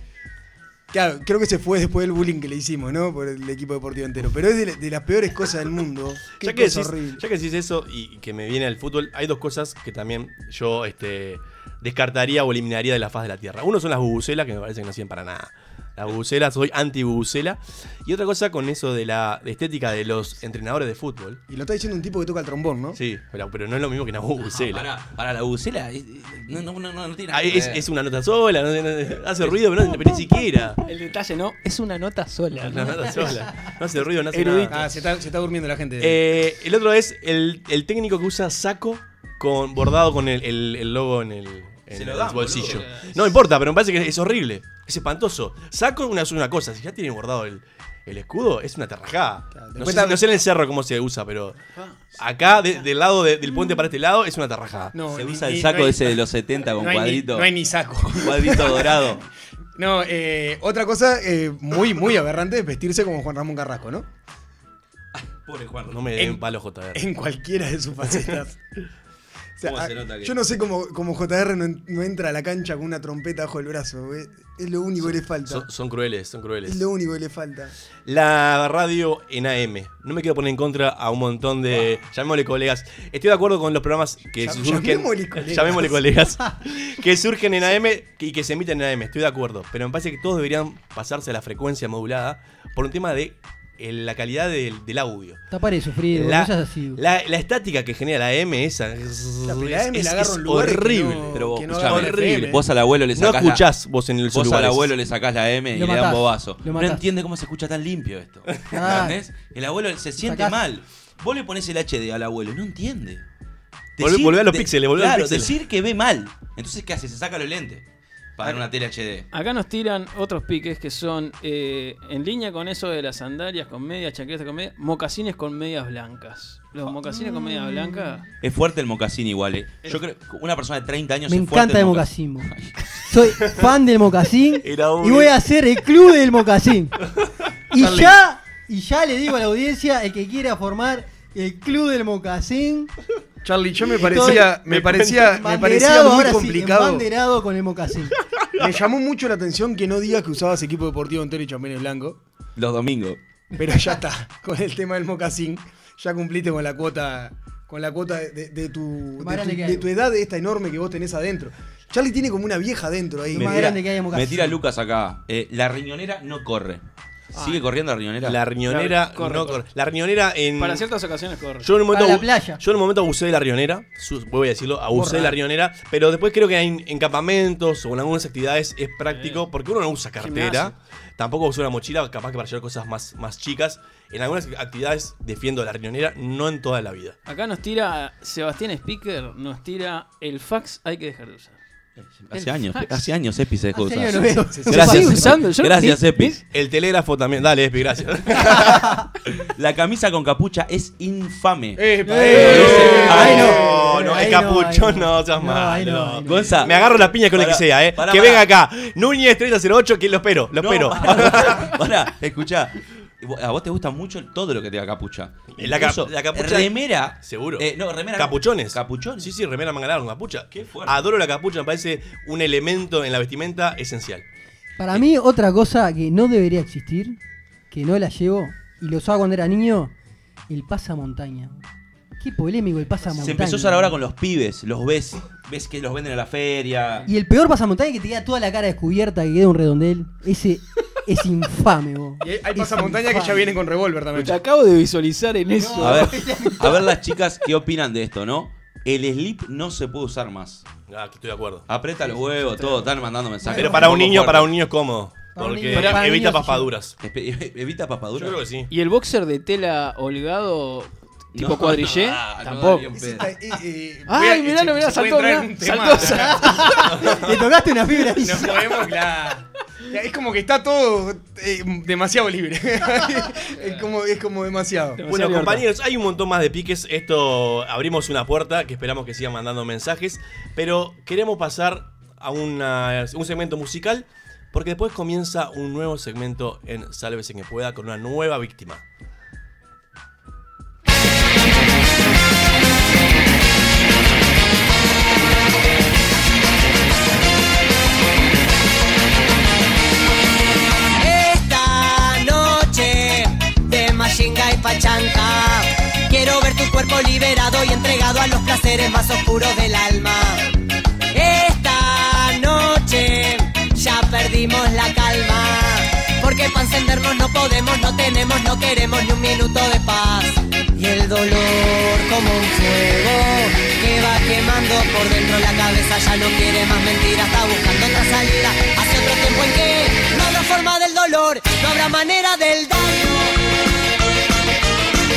Speaker 5: Claro, creo que se fue después del bullying que le hicimos, ¿no? Por el equipo deportivo entero. Pero es de, la- de las peores cosas del mundo. Qué
Speaker 3: Ya que,
Speaker 5: cosa
Speaker 3: decís,
Speaker 5: horrible.
Speaker 3: ya que decís eso y que me viene al fútbol, hay dos cosas que también yo este, descartaría o eliminaría de la faz de la tierra. Uno son las bubucelas, que me parece que no sirven para nada. Las bubucelas, soy anti-bubucela. Y otra cosa con eso de la estética de los entrenadores de fútbol.
Speaker 5: Y lo está diciendo un tipo que toca el trombón, ¿no?
Speaker 3: Sí, pero, pero no es lo mismo que una bubucela.
Speaker 2: Para, para Ah, la bucela. es- es- No, no, no, no, no tiene
Speaker 3: Ah,
Speaker 2: nada que
Speaker 3: es,
Speaker 2: ver.
Speaker 3: es una nota sola, no- no- hace ruido, pero, no, pero ni siquiera.
Speaker 4: El detalle, ¿no? Es una nota sola.
Speaker 3: Una nota sola. No hace ruido, no hace
Speaker 4: Erudito.
Speaker 3: nada.
Speaker 5: Ah, se está, se está durmiendo la gente.
Speaker 3: Eh, el otro es el, el técnico que usa saco con, bordado con el, el- el logo en el, en
Speaker 2: Se lo
Speaker 3: el
Speaker 2: dan,
Speaker 3: bolsillo.
Speaker 2: boludo.
Speaker 3: No importa, pero me parece que es horrible. Es espantoso. Saco una, es una cosa. Si ya tiene bordado el, el escudo, es una terrajada.
Speaker 5: Claro,
Speaker 3: No
Speaker 5: después
Speaker 3: sé,
Speaker 5: también-
Speaker 3: no sé en el cerro cómo se usa, pero
Speaker 2: Ah,
Speaker 3: acá, de- del lado de- del puente para este lado, es una terrajada.
Speaker 5: no,
Speaker 2: Se
Speaker 5: ni-
Speaker 2: usa
Speaker 5: ni-
Speaker 2: el
Speaker 5: no
Speaker 2: saco
Speaker 5: hay-
Speaker 2: ese de los 70 con
Speaker 5: no hay ni-
Speaker 2: cuadrito.
Speaker 5: no hay ni saco.
Speaker 2: Cuadrito dorado.
Speaker 5: No, eh, otra cosa eh, muy, muy aberrante es vestirse como Juan Ramón Carrasco, ¿no?
Speaker 2: Pobre Juan.
Speaker 3: No me den
Speaker 5: En-
Speaker 3: palo, JR.
Speaker 5: En cualquiera de sus facetas. O sea,
Speaker 2: ¿Cómo se
Speaker 5: ah,
Speaker 2: nota que-
Speaker 5: Yo no sé cómo, cómo JR no, en- no entra a la cancha con una trompeta bajo el brazo. güey. Es lo único que le falta.
Speaker 3: Son, son crueles, son crueles.
Speaker 5: Es lo único que le falta.
Speaker 3: La radio en AM. No me quiero poner en contra a un montón de. Llamémosle colegas. Estoy de acuerdo con los programas que
Speaker 5: Llam-
Speaker 3: surgen.
Speaker 5: llamémosle colegas.
Speaker 3: Llamémosle colegas. que surgen en AM y que se emiten en AM. Estoy de acuerdo. Pero me parece que todos deberían pasarse a la frecuencia modulada por un tema de eh, la calidad del, del audio.
Speaker 6: Tapar de sufrir,
Speaker 3: La,
Speaker 6: no seas así.
Speaker 3: la- la estática que genera la AM esa es,
Speaker 5: La pelada me
Speaker 3: es-
Speaker 5: la agarro
Speaker 3: es
Speaker 5: en lugares que
Speaker 3: horrible.
Speaker 5: no-
Speaker 2: Pero vos,
Speaker 5: que no
Speaker 2: escuchame,
Speaker 5: agarran
Speaker 3: horrible.
Speaker 5: FM.
Speaker 2: Vos al abuelo le
Speaker 3: No
Speaker 2: sacás. la-
Speaker 3: escuchás vos en el
Speaker 2: Vos
Speaker 3: celular.
Speaker 2: al abuelo le sacás la M y
Speaker 6: Lo
Speaker 2: le dan
Speaker 6: matás,
Speaker 2: bobazo.
Speaker 6: lo
Speaker 2: No
Speaker 6: matás.
Speaker 2: entiende cómo se escucha tan limpio esto.
Speaker 6: Ah.
Speaker 2: ¿Entendés? El abuelo se siente
Speaker 6: Sacás.
Speaker 2: mal. Vos le pones el HD al abuelo, no entiende.
Speaker 3: Volvé- volvé a los píxeles, volvé a los
Speaker 2: claro,
Speaker 3: píxeles.
Speaker 2: decir que ve mal. Entonces, ¿qué hace? Se saca los lentes para dar una tele HD.
Speaker 4: Acá nos tiran otros piques que son eh, en línea con eso de las sandalias con medias, chancletas con medias, mocasines con medias blancas. Los mocasines con medias blancas.
Speaker 2: Es fuerte el mocasín igual, eh. Yo creo que una persona de 30 años
Speaker 6: Me
Speaker 2: es fuerte
Speaker 6: encanta el mocasín. vos. Soy fan del mocasín
Speaker 3: Era obvio.
Speaker 6: y voy a hacer el club del mocasín. Y ya, y ya le digo a la audiencia, el que quiera formar el club del mocasín,
Speaker 5: Charlie, yo me
Speaker 6: Estoy-
Speaker 5: parecía, me
Speaker 3: me
Speaker 5: parecía, me parecía
Speaker 6: banderado
Speaker 5: muy
Speaker 6: ahora sí,
Speaker 5: complicado.
Speaker 6: embanderado con el mocasín.
Speaker 5: me llamó mucho la atención que no digas que usabas equipo deportivo entero y champiñones blanco.
Speaker 2: Los domingos.
Speaker 5: Pero ya está, con el tema del mocasín, ya cumpliste con la cuota, con la cuota de, de- de tu,
Speaker 6: Lo más
Speaker 5: de, tu,
Speaker 6: grande que
Speaker 5: de
Speaker 6: hay.
Speaker 5: tu edad esta enorme que vos tenés adentro. Charlie tiene como una vieja adentro ahí.
Speaker 6: Lo
Speaker 2: Me
Speaker 6: más
Speaker 2: tira,
Speaker 6: grande que hay en mocasín.
Speaker 2: me tira Lucas acá. Eh, la riñonera no corre.
Speaker 6: Ah.
Speaker 2: ¿Sigue corriendo la riñonera?
Speaker 3: La riñonera.
Speaker 4: Claro, corre,
Speaker 3: no
Speaker 4: corre.
Speaker 3: corre. La riñonera en.
Speaker 4: Para ciertas ocasiones corre.
Speaker 3: Yo en un momento,
Speaker 6: Para la
Speaker 3: abu-
Speaker 6: playa.
Speaker 3: Yo en un momento abusé de la rionera, su- voy a decirlo, abusé de la rionera, pero después creo que en, en campamentos o en algunas actividades es práctico, porque uno no usa cartera, tampoco usa una mochila, capaz que para llevar cosas más, más chicas. En algunas actividades defiendo la rionera, no en toda la vida.
Speaker 4: Acá nos tira Sebastián Speaker, nos tira el fax hay que dejar de usar.
Speaker 2: Hace años, hace años Epi se dejó
Speaker 6: Hace
Speaker 2: usar.
Speaker 6: años no veo.
Speaker 5: Sí, sí, sí.
Speaker 6: Lo
Speaker 2: Gracias,
Speaker 6: sigo
Speaker 2: Epi.
Speaker 4: usando, yo-
Speaker 2: Gracias,
Speaker 4: ¿sí?
Speaker 2: Epi.
Speaker 3: El telégrafo también, dale, Espi, gracias.
Speaker 2: La camisa con capucha es infame.
Speaker 5: ¡Epa!
Speaker 6: Eh,
Speaker 2: Ay,
Speaker 6: ahí
Speaker 3: no, no,
Speaker 6: ahí
Speaker 3: es
Speaker 6: ahí
Speaker 3: capucho, no, seas
Speaker 6: ahí
Speaker 3: malo.
Speaker 6: ahí
Speaker 2: eh, Gonza,
Speaker 3: Me agarro la piña con lo
Speaker 2: Pará,
Speaker 3: que sea, eh.
Speaker 2: pará,
Speaker 3: que
Speaker 2: pará.
Speaker 3: venga acá. Núñez 3008, que lo espero, lo
Speaker 2: No,
Speaker 3: espero.
Speaker 2: Pará, pará, escuchá. Vo- A vos te gusta mucho todo lo que tenga capucha.
Speaker 3: La ca-
Speaker 2: Incluso
Speaker 3: la capucha-
Speaker 2: Remera.
Speaker 3: Seguro.
Speaker 2: Eh, no, remera. no.
Speaker 3: Capuchones.
Speaker 2: Capuchones.
Speaker 3: Sí, sí, remera mangana con capucha.
Speaker 2: Qué fuerte.
Speaker 3: Adoro la capucha, me parece un elemento en la vestimenta esencial.
Speaker 6: Para mí, otra cosa que no debería existir, que no la llevo, y lo usaba cuando era niño, el pasamontaña. Qué polémico el pasamontaña.
Speaker 2: Se empezó a usar ahora con los pibes. Los ves. Ves que los venden a la feria.
Speaker 6: Y el peor pasamontaña es que te queda toda la cara descubierta, que queda un redondel. Ese es infame, vos.
Speaker 5: Y hay, hay
Speaker 6: Es
Speaker 5: pasamontañas que ya
Speaker 6: infame.
Speaker 5: vienen con revólver también.
Speaker 4: Te acabo de visualizar en eso.
Speaker 2: A ver, a ver las chicas qué opinan de esto, ¿no? El slip no se puede usar más.
Speaker 3: Ah, que estoy de acuerdo.
Speaker 2: Aprieta los huevos, todo, están mandando mensajes.
Speaker 3: Pero para un niño, para un
Speaker 2: niño.
Speaker 3: niño es cómodo.
Speaker 6: Para un
Speaker 3: Porque
Speaker 6: niño, para
Speaker 3: evita
Speaker 6: niños,
Speaker 3: papaduras.
Speaker 2: e, ¿Evita
Speaker 3: Yo
Speaker 2: papadura?
Speaker 3: creo que sí.
Speaker 4: Y el boxer de tela holgado tipo
Speaker 2: No,
Speaker 4: cuadrillé,
Speaker 2: no, no,
Speaker 4: tampoco.
Speaker 2: no, ni en
Speaker 5: Ese
Speaker 2: pedo.
Speaker 5: está- eh, eh, voy
Speaker 4: Ay,
Speaker 5: a-
Speaker 4: mirá,
Speaker 5: se-
Speaker 4: lo mirá,
Speaker 5: se puede
Speaker 4: saltó,
Speaker 5: entrar en
Speaker 4: mirá,
Speaker 5: un tema.
Speaker 4: saltó,
Speaker 6: Le tocaste una fibra. ahí.
Speaker 5: Nos podemos, claro. Es como que está todo eh, demasiado libre. es, como, es como demasiado.
Speaker 3: Bueno, compañeros, hay un montón más de piques. Esto abrimos una puerta que esperamos que sigan mandando mensajes. Pero queremos pasar a una- un segmento musical. Porque después comienza un nuevo segmento en Sálvese quien pueda con una nueva víctima.
Speaker 7: Esta noche de Machinga y Pachanga Quiero ver tu cuerpo liberado y entregado a los placeres más oscuros del alma Esta noche ya perdimos la calma Porque para encendernos no podemos, no tenemos, no queremos ni un minuto de paz Y el dolor como un fuego que va quemando por dentro la cabeza Ya no quiere más mentiras, está buscando otra salida Hace otro tiempo en que no habrá forma del dolor, no habrá manera del daño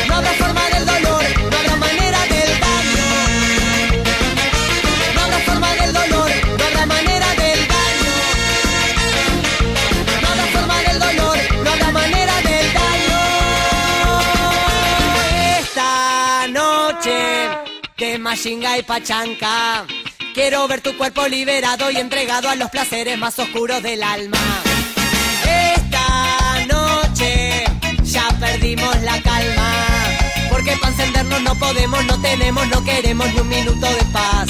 Speaker 7: No habrá forma del dolor, no habrá manera del daño no habrá forma del dolor, no habrá manera del daño. No habrá forma del dolor, no habrá manera del daño. Esta noche de Machinga y Pachanca, quiero ver tu cuerpo liberado y entregado a los placeres más oscuros del alma. Esta noche ya perdimos la calma. Porque para encendernos no podemos, no tenemos, no queremos ni un minuto de paz.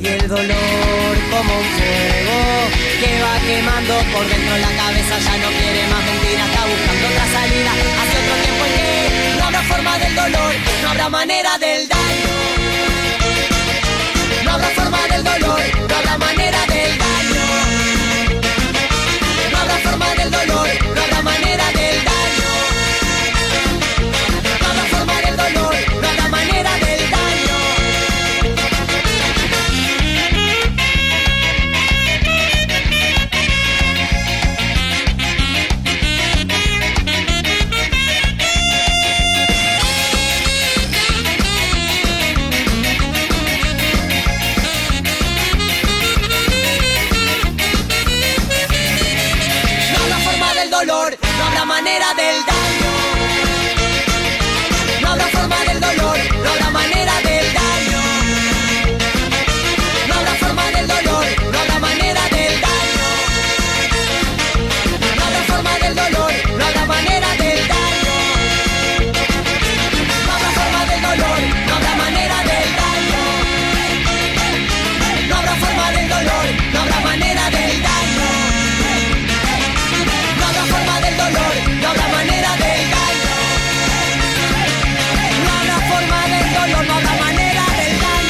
Speaker 7: Y el dolor como un fuego que va quemando por dentro la cabeza ya no quiere más mentiras, está buscando otra salida. Hace otro tiempo en que no habrá forma del dolor, no habrá manera del daño. No habrá forma del dolor, no habrá manera del daño. No habrá forma del dolor, no habrá manera del daño. No habrá forma del dolor, no habrá manera del daño. No habrá forma del dolor, no habrá manera del daño. No habrá forma del dolor, no habrá manera del daño. No habrá forma del dolor, no habrá manera del daño. No habrá forma del dolor, no habrá manera del daño. No habrá forma del dolor, no habrá manera del daño. No habrá forma del dolor, no habrá manera del daño. No habrá forma del dolor, no habrá manera del daño. No habrá forma del dolor, no habrá manera del daño.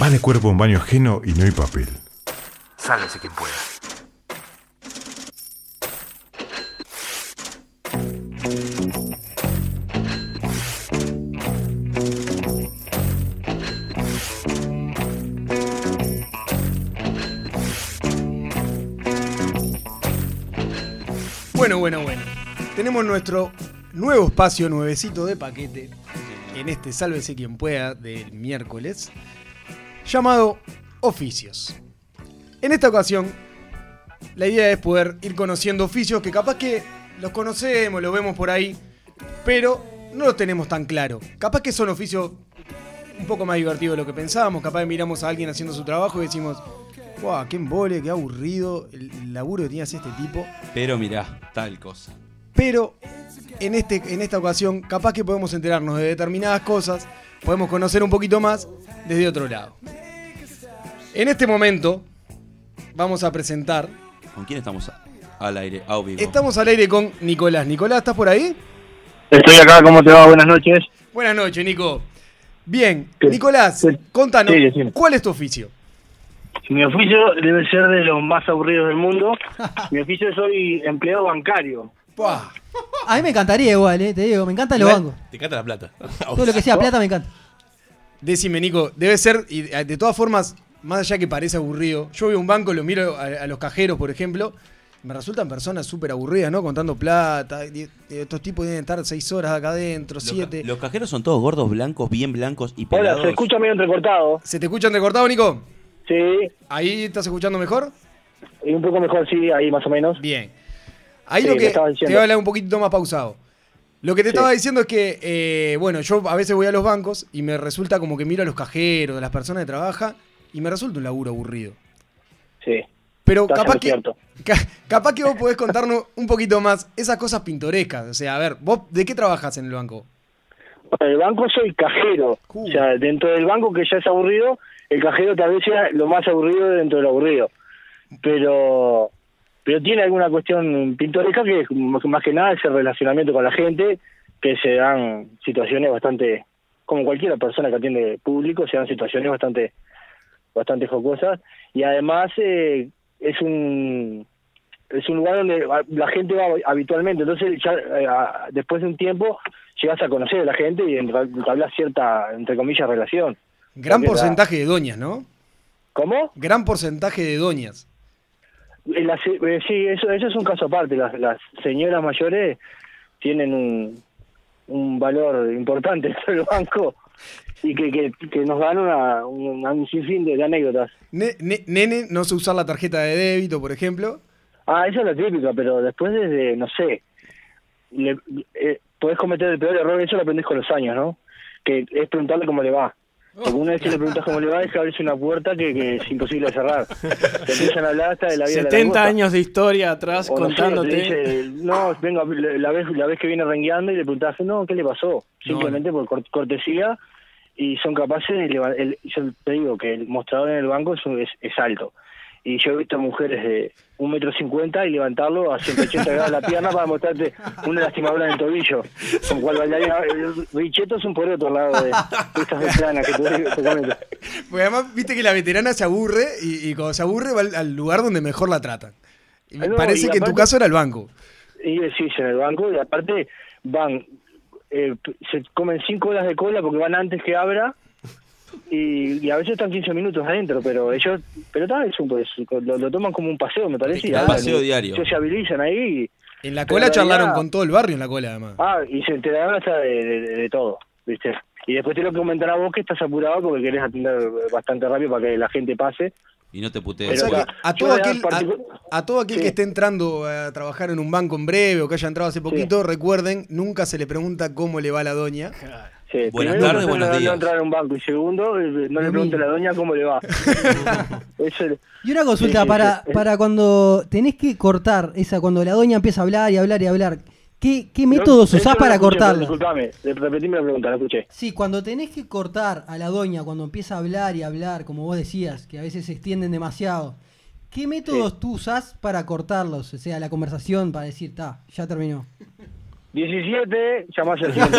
Speaker 1: Va de cuerpo en baño ajeno y no hay papel.
Speaker 10: Sálvese quien pueda.
Speaker 5: Bueno, bueno, bueno. Tenemos nuestro nuevo espacio nuevecito de paquete en este Sálvese quien pueda del miércoles, llamado Oficios. En esta ocasión, la idea es poder ir conociendo oficios que capaz que los conocemos, los vemos por ahí, pero no los tenemos tan claro. Capaz que son oficios un poco más divertidos de lo que pensábamos, capaz que miramos a alguien haciendo su trabajo y decimos, ¡guau, qué embole, qué aburrido el- el laburo que tiene que hacer este tipo!
Speaker 2: Pero mirá, tal cosa.
Speaker 5: Pero en, este, en esta ocasión, capaz que podemos enterarnos de determinadas cosas, podemos conocer un poquito más desde otro lado. En este momento, vamos a presentar.
Speaker 2: ¿Con quién estamos a- al aire? Ah, vivo.
Speaker 5: Estamos al aire con Nicolás. Nicolás, ¿estás por ahí?
Speaker 11: Estoy acá, ¿cómo te va? Buenas noches.
Speaker 5: Buenas noches, Nico. Bien,
Speaker 11: ¿Qué?
Speaker 5: Nicolás,
Speaker 11: Sí.
Speaker 5: contanos,
Speaker 11: Sí, decime.
Speaker 5: ¿cuál es tu oficio?
Speaker 11: Mi oficio debe ser de los más aburridos del mundo. Mi oficio soy empleado bancario.
Speaker 5: Buah,
Speaker 6: A mí me encantaría igual, eh, te digo, me encantan los
Speaker 5: Igual-
Speaker 6: bancos.
Speaker 3: Te encanta la plata.
Speaker 6: Todo lo que sea plata me encanta.
Speaker 5: Decime, Nico, debe ser, y eh, de todas formas, más allá que parece aburrido, yo veo un banco, lo miro a, a los cajeros, por ejemplo, me resultan personas súper aburridas, ¿no? Contando plata, y- y estos tipos deben estar seis horas acá adentro, siete.
Speaker 2: Los cajeros son todos gordos, blancos, bien blancos y
Speaker 5: Hola,
Speaker 2: pelados.
Speaker 5: ¿se escucha
Speaker 11: medio entrecortado.
Speaker 5: ¿Se te escuchan recortado, Nico?
Speaker 11: Sí.
Speaker 5: ¿Ahí estás escuchando mejor?
Speaker 11: un poco mejor, sí, ahí más o menos.
Speaker 5: Bien. Ahí
Speaker 11: Sí,
Speaker 5: lo
Speaker 11: me
Speaker 5: que te
Speaker 11: estabas diciendo.
Speaker 5: voy a hablar un poquito más pausado. Lo que te
Speaker 11: Sí.
Speaker 5: estaba diciendo es que, eh, bueno, yo a veces voy a los bancos y me resulta como que miro a los cajeros, a las personas que trabajan, y me resulta un laburo aburrido.
Speaker 11: Sí.
Speaker 5: Pero
Speaker 11: Estás en
Speaker 5: capaz
Speaker 11: lo
Speaker 5: que,
Speaker 11: cierto.
Speaker 5: ca- capaz que vos podés contarnos un poquito más esas cosas pintorescas. O sea, a ver, vos, ¿de qué trabajas en el banco?
Speaker 11: Bueno, el banco soy cajero.
Speaker 5: Uh.
Speaker 11: O sea, dentro del banco que ya es aburrido, el cajero tal vez sea lo más aburrido dentro del aburrido. Pero pero tiene alguna cuestión pintoresca que es m- más que nada ese relacionamiento con la gente, que se dan situaciones bastante, como cualquier persona que atiende público, se dan situaciones bastante, bastante jocosas. Y además eh, es un es un lugar donde va- la gente va habitualmente, entonces ya eh, a- después de un tiempo llegas a conocer a la gente y entablas cierta, entre comillas, relación.
Speaker 5: Gran
Speaker 11: Porque la-
Speaker 5: porcentaje de doñas, ¿no?
Speaker 11: ¿Cómo?
Speaker 5: Gran porcentaje de doñas.
Speaker 11: Eh, las- eh, sí, eso, eso es un caso aparte. Las, las señoras mayores tienen un, un valor importante dentro del banco y que, que, que nos dan una, un, un sinfín de, de anécdotas.
Speaker 5: Ne- ne- nene, no sé usar la tarjeta de débito, por ejemplo.
Speaker 11: Ah, esa es la típica, pero después desde, no sé, le, eh, podés cometer el peor error, eso lo aprendés con los años, ¿no? Que es preguntarle cómo le va.
Speaker 5: Oh.
Speaker 11: Porque una vez que le preguntas cómo le va, es que abrirse una puerta que, que es imposible de cerrar. Te empiezan a hablar hasta de la vida de la
Speaker 4: 70
Speaker 11: langosta.
Speaker 4: años de historia atrás
Speaker 11: O no sé,
Speaker 4: contándote.
Speaker 11: te dice, no, venga, la vez, la vez que viene rengueando y le preguntás, no, ¿qué le pasó? Simplemente por cor- cortesía y son capaces de leva- el- yo te digo que el mostrador en el banco es, un- es, es alto. Y yo he visto mujeres de un metro cincuenta y levantarlo a 180 grados la pierna para mostrarte una lastimadura en el tobillo. Con cual bailaría, el Richetto es un poroto al lado de estas ventanas que te, te comento.
Speaker 5: Porque además, viste que la veterana se aburre y, y cuando se aburre va al, al lugar donde mejor la tratan. Y me
Speaker 11: Ah, no,
Speaker 5: parece
Speaker 11: y
Speaker 5: que en tu
Speaker 11: aparte-
Speaker 5: caso era el banco.
Speaker 11: Y decís en el banco, y aparte van, eh, p- se comen cinco horas de cola porque van antes que abra, y, y a veces están 15 minutos adentro, pero ellos, pero tal, es un, pues, lo, lo toman como un paseo, me parece. y
Speaker 5: Claro.
Speaker 11: hablan,
Speaker 5: Paseo
Speaker 11: y
Speaker 5: diario.
Speaker 11: Se habilizan ahí.
Speaker 5: En la
Speaker 11: Pero
Speaker 5: cola
Speaker 11: en realidad-
Speaker 5: charlaron con todo el barrio en la cola, además.
Speaker 11: Ah, y se enteraron hasta de, de- de todo, ¿viste? Y después te lo que comentar a vos que estás apurado porque querés atender bastante rápido para que la gente pase.
Speaker 2: Y no te
Speaker 11: Pero
Speaker 2: putees.
Speaker 11: Exacto.
Speaker 5: Que a, todo
Speaker 11: yo le
Speaker 5: aquel,
Speaker 11: daba
Speaker 5: a,
Speaker 11: particu-
Speaker 5: a todo aquel que esté entrando a trabajar en un banco en breve o que haya entrado hace poquito, recuerden, nunca se le pregunta cómo le va a la doña.
Speaker 11: Sí,
Speaker 5: Buenas
Speaker 11: primero,
Speaker 5: tardes,
Speaker 11: no-
Speaker 5: buenos
Speaker 11: no, no
Speaker 5: días.
Speaker 11: entrar en un banco. Y segundo, eh, no le pregunte a la doña cómo le va. Es el-
Speaker 6: Y una
Speaker 11: Sí,
Speaker 6: consulta,
Speaker 11: sí,
Speaker 6: para,
Speaker 11: sí.
Speaker 6: para cuando tenés que cortar esa, cuando la doña empieza a hablar y hablar y hablar, ¿qué, qué
Speaker 11: No,
Speaker 6: métodos
Speaker 11: eso
Speaker 6: usás
Speaker 11: no lo
Speaker 6: para
Speaker 11: escuché,
Speaker 6: cortarla?
Speaker 11: Disculpame, repetime la pregunta, la escuché.
Speaker 6: Sí, cuando tenés que cortar a la doña, cuando empieza a hablar y hablar, como vos decías, que a veces se extienden demasiado, ¿qué métodos tú usás para cortarlos? O sea, la conversación para decir, ta, ya terminó.
Speaker 11: 17, llamás al siguiente.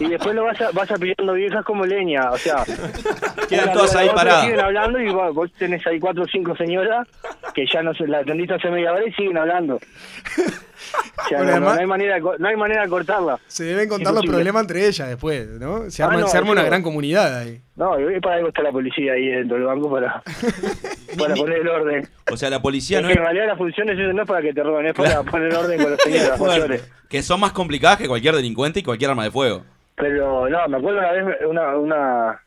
Speaker 11: y después lo vas, a, vas apilando viejas como leña, o sea.
Speaker 2: Quedan
Speaker 11: una
Speaker 2: todas
Speaker 11: arriba de
Speaker 2: ahí
Speaker 11: la otra,
Speaker 2: paradas.
Speaker 11: Siguen hablando y vos, vos tenés ahí cuatro o cinco señoras que ya no se la atendiste hace media hora y siguen hablando. O sea,
Speaker 5: Bueno,
Speaker 11: no, no-
Speaker 5: además-
Speaker 11: no hay manera, de co- no hay manera de cortarla.
Speaker 5: Se deben contar los
Speaker 11: Imposible.
Speaker 5: problemas entre ellas después, ¿no? Se
Speaker 11: Ah,
Speaker 5: arma,
Speaker 11: no,
Speaker 5: se arma
Speaker 11: yo-
Speaker 5: una gran comunidad ahí.
Speaker 11: No, y para algo está la policía ahí dentro del banco para, para poner el orden.
Speaker 2: O sea, la policía
Speaker 11: Es
Speaker 2: no
Speaker 11: que
Speaker 2: es.
Speaker 11: en realidad la función es eso, no es para que te roben, es para poner orden con los señores mayores.
Speaker 2: Bueno, que son más complicadas que cualquier delincuente y cualquier arma de fuego.
Speaker 11: Pero no, me acuerdo una vez una... una...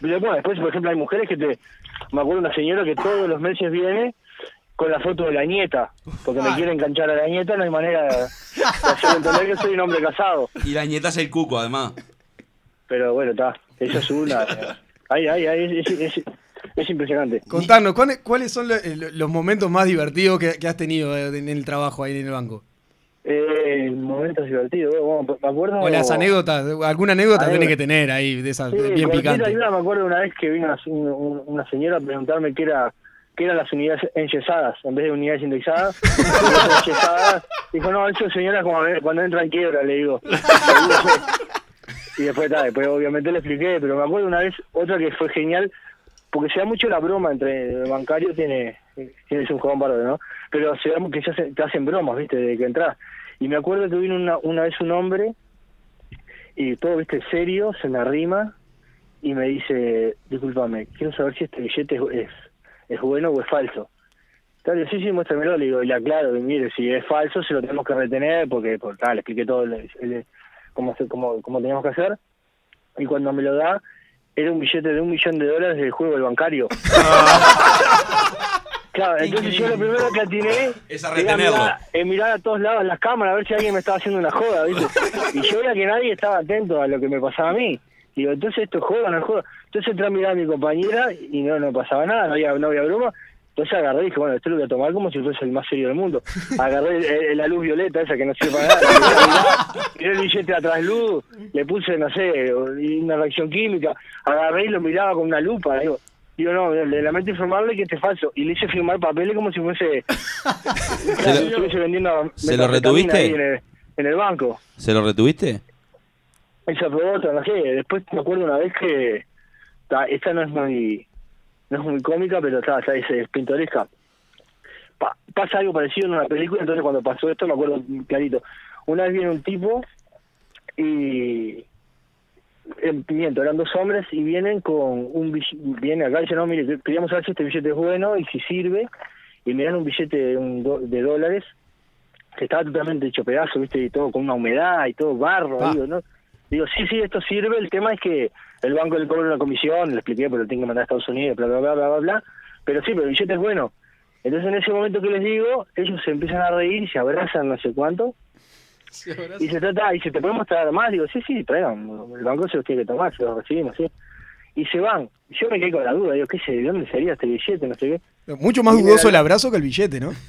Speaker 11: pero Bueno, después, por ejemplo, hay mujeres que te... Me acuerdo una señora que todos los meses viene con la foto de la nieta, porque
Speaker 2: Ah.
Speaker 11: me quiere enganchar a la nieta, no hay manera de de hacer entender que soy un hombre casado.
Speaker 2: Y la nieta es el cuco, además.
Speaker 11: Pero bueno, está, eso es una... Ay, ay, ay, es, es- es- es impresionante.
Speaker 5: Contanos, ¿cuáles, cuáles son lo- eh, lo- los momentos más divertidos que, que has tenido eh, en el trabajo ahí en el banco?
Speaker 11: Eh, momentos divertidos, eh, bueno, me acuerdo...
Speaker 5: O las anécdotas, alguna anécdota
Speaker 11: Anécdota.
Speaker 5: tenés que tener ahí, de esas
Speaker 11: Sí,
Speaker 5: bien
Speaker 11: cortita,
Speaker 5: picante.
Speaker 11: y una, me acuerdo una vez que vino una, un- una señora a preguntarme qué era qué eran las unidades enyesadas en vez de unidades indexadas. unidades enyesadas. Dijo, no, eso señora como cuando entra en quiebra, le digo. y después, ta, después obviamente le expliqué, pero me acuerdo una vez otra que fue genial, porque se da mucho la broma entre el bancario, tiene que es un jugador bárbaro, ¿no? Pero se dan- que se hacen- te hacen bromas, ¿viste? De que entras. Y me acuerdo que vino una, una vez un hombre y todo, ¿viste? Serio, se me arrima y me dice, discúlpame, quiero saber si este billete es, es, es bueno o es falso. Tal, sí, sí, muéstramelo, le digo, y le aclaro, y mire, si es falso, se lo tenemos que retener, porque, por tal, le expliqué todo el- el- cómo, se- cómo, cómo teníamos que hacer. Y cuando me lo da, era un billete de un millón de dólares del juego del bancario. claro, entonces yo lo primero que atiné
Speaker 2: Es a
Speaker 11: era
Speaker 2: retenerlo.
Speaker 11: mirar, eh, mirar a todos lados las cámaras a ver si alguien me estaba haciendo una joda, ¿viste? Y yo era que nadie estaba atento a lo que me pasaba a mí. Digo, entonces esto es joda, no es joda. Entonces entré a mirar a mi compañera y no, no pasaba nada, no había, no había broma. Entonces agarré y dije, bueno, esto lo voy a tomar como si fuese el más serio del mundo. Agarré eh, la luz violeta esa que no sirve para nada. la empecé a mirar, Tiré el billete atrás luz, le puse, no sé, una reacción química. Agarré y lo miraba con una lupa. Digo, digo no, le lamento informarle que este es falso. Y le hice firmar papeles como si fuese... Claro,
Speaker 2: lo-
Speaker 11: si estuviese vendiendo
Speaker 2: ¿Se
Speaker 11: metanfetamina
Speaker 2: lo retuviste?
Speaker 11: ahí En el, en el banco.
Speaker 2: ¿Se lo retuviste?
Speaker 11: Esa fue otra, no sé. Después me acuerdo una vez que. ta, esta no es muy. No es muy cómica, pero ta, ta, es, es pintoresca. Pa- pasa algo parecido en una película, entonces cuando pasó esto me acuerdo clarito. Una vez viene un tipo y. eh, Miento, eran dos hombres y vienen con un billete. Vienen acá y dicen: No, mire, queríamos saber si este billete es bueno y si sirve. Y me dan un billete de, un do- de dólares que estaba totalmente hecho pedazo, viste, y todo con una humedad y todo barro, digo, ¿no? Digo, sí, sí, esto sirve, el tema es que el banco le cobra una comisión, le expliqué, pero lo tengo que mandar a Estados Unidos, bla, bla, bla, bla, bla, bla, pero sí, pero el billete es bueno. Entonces en ese momento que les digo, ellos se empiezan a reír, se abrazan, no sé cuánto, y se trata, y se te podemos traer más, digo, sí, sí, traigan, el banco se los tiene que tomar, se los recibimos, sí. Y se van, yo me quedé con la duda, digo, ¿qué sé, de dónde sería este billete? No sé qué.
Speaker 5: Mucho más
Speaker 11: Y me
Speaker 5: dudoso el
Speaker 11: la-
Speaker 5: abrazo que el billete, ¿no?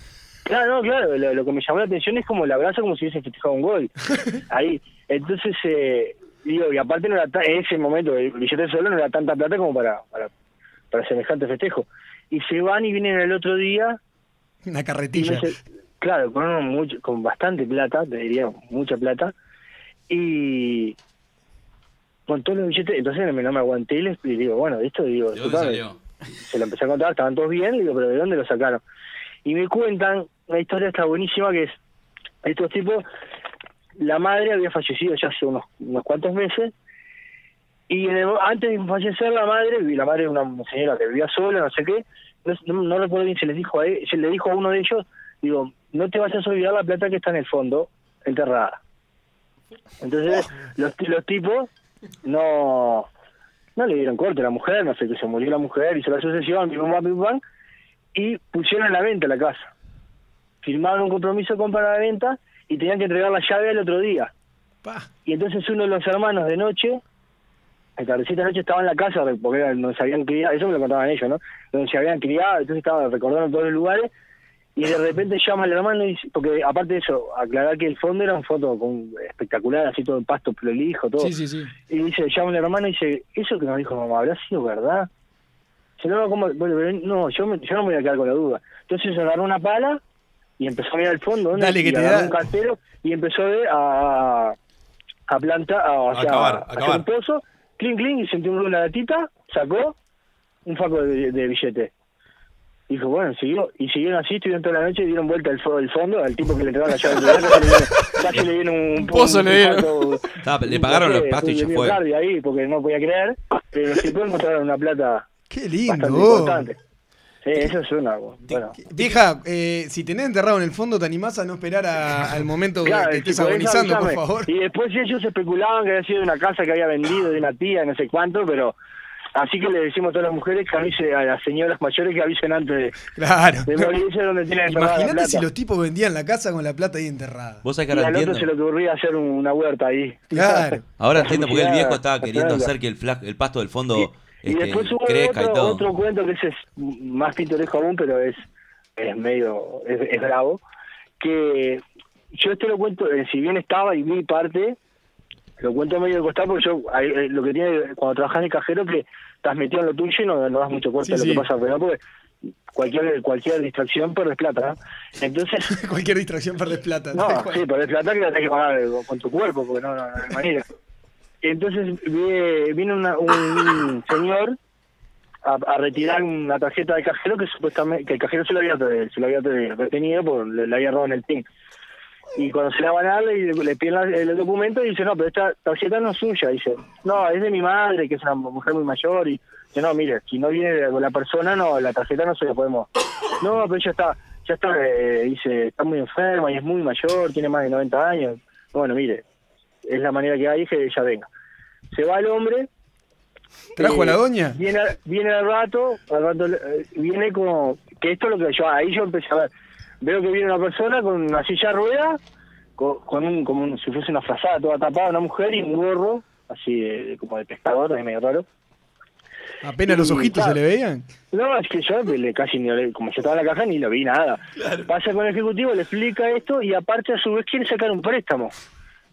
Speaker 11: Claro, no, claro, lo, lo que me llamó la atención es como el abrazo como si hubiese festejado un gol. Ahí, entonces, eh, digo, y aparte no era ta- en ese momento, el billete solo no era tanta plata como para, para, para semejante festejo. Y se van y vienen el otro día
Speaker 5: Una
Speaker 11: y me
Speaker 5: carretilla.
Speaker 11: dice, claro, con, un mucho- con bastante plata, te diría mucha plata, y con todos los billetes, entonces me- no me aguanté y les y digo, bueno, esto, digo,
Speaker 2: ¿De dónde
Speaker 11: disculpame,
Speaker 2: salió?
Speaker 11: se lo empecé a contar, estaban todos bien, le digo, pero ¿de dónde lo sacaron? Y me cuentan, una historia está buenísima que es, estos tipos, la madre había fallecido ya hace unos, unos cuantos meses, y en el- antes de fallecer la madre, y la madre es una señora que vivía sola, no sé qué, no, no- no recuerdo bien si les dijo a él- si le dijo a uno de ellos, digo, no te vayas a olvidar la plata que está en el fondo, enterrada. Entonces, los, ti- los tipos no no le dieron corte a la mujer, no sé qué, se murió la mujer, hizo la sucesión, pim, pam, pim, pam, y pusieron a la venta la casa. Firmaron un compromiso de compra a la venta y tenían que entregar la llave al otro día. Y entonces uno de los hermanos de noche, de tardecita de noche estaba en la casa, porque era donde se habían criado, eso me lo contaban ellos, ¿no? Donde se habían criado, entonces estaba recordando todos los lugares, y de repente llama al hermano, y, dice- porque aparte de eso, aclarar que el fondo era un fondo con, espectacular, así todo en pasto prolijo, todo.
Speaker 5: Sí, sí, sí.
Speaker 11: Y dice, llama al hermano y dice, eso que nos dijo mamá, ¿habrá sido verdad? Dice, no, ¿cómo? Bueno, pero no, yo, me- yo no me voy a quedar con la duda. Entonces agarró una pala y empezó a mirar al fondo, ¿dónde?
Speaker 5: Dale, que
Speaker 11: y
Speaker 5: te
Speaker 11: agarró
Speaker 5: da.
Speaker 11: un cartero y empezó a ver a, a planta, a, o sea,
Speaker 3: acabar,
Speaker 11: a
Speaker 3: a
Speaker 11: hacer
Speaker 3: acabar.
Speaker 11: un pozo, clink, clink, y sentí una latita, sacó un faco de, de billete. Dijo, bueno, siguió, y siguieron así, estuvieron toda la noche y dieron vuelta al, fo- al fondo, al tipo que le entregaba la llave. del banco, se le dieron- casi le dieron un,
Speaker 4: pozo le dieron.
Speaker 11: infarto,
Speaker 2: Ah, le pagaron los
Speaker 11: un
Speaker 2: pastos y ya
Speaker 11: de
Speaker 2: fue.
Speaker 11: miocardio ahí, porque no podía creer, pero sí pueden encontrar una plata
Speaker 5: Qué
Speaker 11: bastante
Speaker 5: lindo.
Speaker 11: importante. Sí, eso es una, bueno.
Speaker 5: Vieja, eh, si tenés enterrado en el fondo, te animás a no esperar a- al momento
Speaker 11: Claro,
Speaker 5: que
Speaker 11: si
Speaker 5: estés
Speaker 11: podés
Speaker 5: agonizando, por
Speaker 11: avisarme.
Speaker 5: favor.
Speaker 11: Y después ellos especulaban que había sido de una casa que había vendido, de una tía, no sé cuánto, pero así que le decimos a todas las mujeres que avisen, a las señoras mayores que avisen antes
Speaker 5: Claro.
Speaker 11: de, de morirse donde tienen enterrada la
Speaker 5: Imagínate
Speaker 11: plata.
Speaker 5: si los tipos vendían la casa con la plata ahí enterrada.
Speaker 2: Vos sabés que
Speaker 11: Y
Speaker 2: ahora
Speaker 11: al otro
Speaker 2: entiendo.
Speaker 11: se le ocurría hacer un- una huerta ahí.
Speaker 5: Claro.
Speaker 2: Ahora
Speaker 11: La
Speaker 2: entiendo porque el
Speaker 11: felicidad,
Speaker 2: viejo estaba
Speaker 11: la
Speaker 2: queriendo
Speaker 11: tanda.
Speaker 2: hacer que el, fla- el pasto del fondo
Speaker 11: Y
Speaker 2: este,
Speaker 11: después hubo
Speaker 2: crezca y
Speaker 11: otro,
Speaker 2: todo.
Speaker 11: otro cuento que ese es más pintoresco aún, pero es, es medio, es, es bravo, que yo este lo cuento, eh, si bien estaba y mi parte, lo cuento medio de costado porque yo, ahí, eh, lo que tiene cuando trabajas de cajero que estás metido en lo tuyo y no, no das mucho cuenta
Speaker 5: Sí,
Speaker 11: de lo
Speaker 5: sí.
Speaker 11: que pasa alrededor, porque cualquier, cualquier distracción pierdes plata, ¿no? Entonces...
Speaker 5: Cualquier distracción perdés plata.
Speaker 11: No,
Speaker 5: tal cual.
Speaker 11: sí, pero el plata que la tenés que pagar eh, con- con tu cuerpo, porque no, no, no hay manera. Entonces vi- vino una- un señor a, a retirar una tarjeta de cajero que supuestamente que el cajero se lo había, se lo había retenido por le, le había robado en el PIN. Y cuando se la van a dar, le, le piden la- el documento y dice, no, pero esta tarjeta no es suya. Dice, no, es de mi madre, que es una mujer muy mayor. Y dice, no, mire, si no viene la, la persona, no, la tarjeta no se la podemos... No, pero ella está, ya está, eh, dice, está muy enferma y es muy mayor, tiene más de 90 años. Bueno, mire, es la manera que hay que ella venga. Se va el hombre, eh,
Speaker 5: ¿Trajo a la doña?
Speaker 11: Viene, viene al rato, al rato eh, viene como que esto es lo que yo ahí yo empecé a ver. Veo que viene una persona con una silla de ruedas, con, con un, como un- si fuese una frazada toda tapada, una mujer y un gorro, así de- como de pescador, es medio raro.
Speaker 5: Apenas los
Speaker 11: Y,
Speaker 5: ojitos se
Speaker 11: claro,
Speaker 5: le veían.
Speaker 11: No, es que yo pues, le- casi ni le- como yo estaba en la caja ni lo vi nada. Pasa con el ejecutivo, le explica esto y aparte a su vez quiere sacar un préstamo,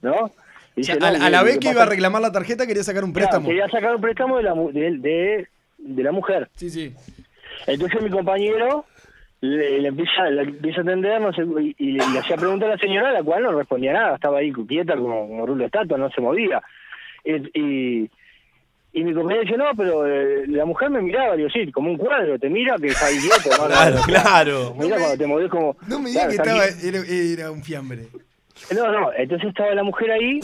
Speaker 11: ¿no?
Speaker 5: O sea,
Speaker 11: Dice,
Speaker 5: a,
Speaker 11: no, eh,
Speaker 5: la- a la
Speaker 11: lo
Speaker 5: vez que iba a
Speaker 11: pasa-
Speaker 5: reclamar la tarjeta quería sacar un
Speaker 11: Claro,
Speaker 5: préstamo.
Speaker 11: quería sacar un préstamo de la, mu- de, de- de la mujer.
Speaker 5: Sí, sí.
Speaker 11: Entonces mi compañero le, le empieza, le empieza a atender no sé, y, y le, le hacía preguntas a la señora, la cual no respondía nada, estaba ahí quieta como, como rulo de estatua, no se movía. Y, y, y mi compañero dice, no, pero eh, la mujer me miraba, digo, sí, como un cuadro, te mira que está idiota. ¿no?
Speaker 3: Claro, claro.
Speaker 11: Mira cuando te movés como...
Speaker 5: No me digas
Speaker 11: Claro,
Speaker 5: que
Speaker 11: está
Speaker 5: estaba,
Speaker 11: aquí.
Speaker 5: era, era un fiambre.
Speaker 11: Eh, No, no, entonces estaba la mujer ahí,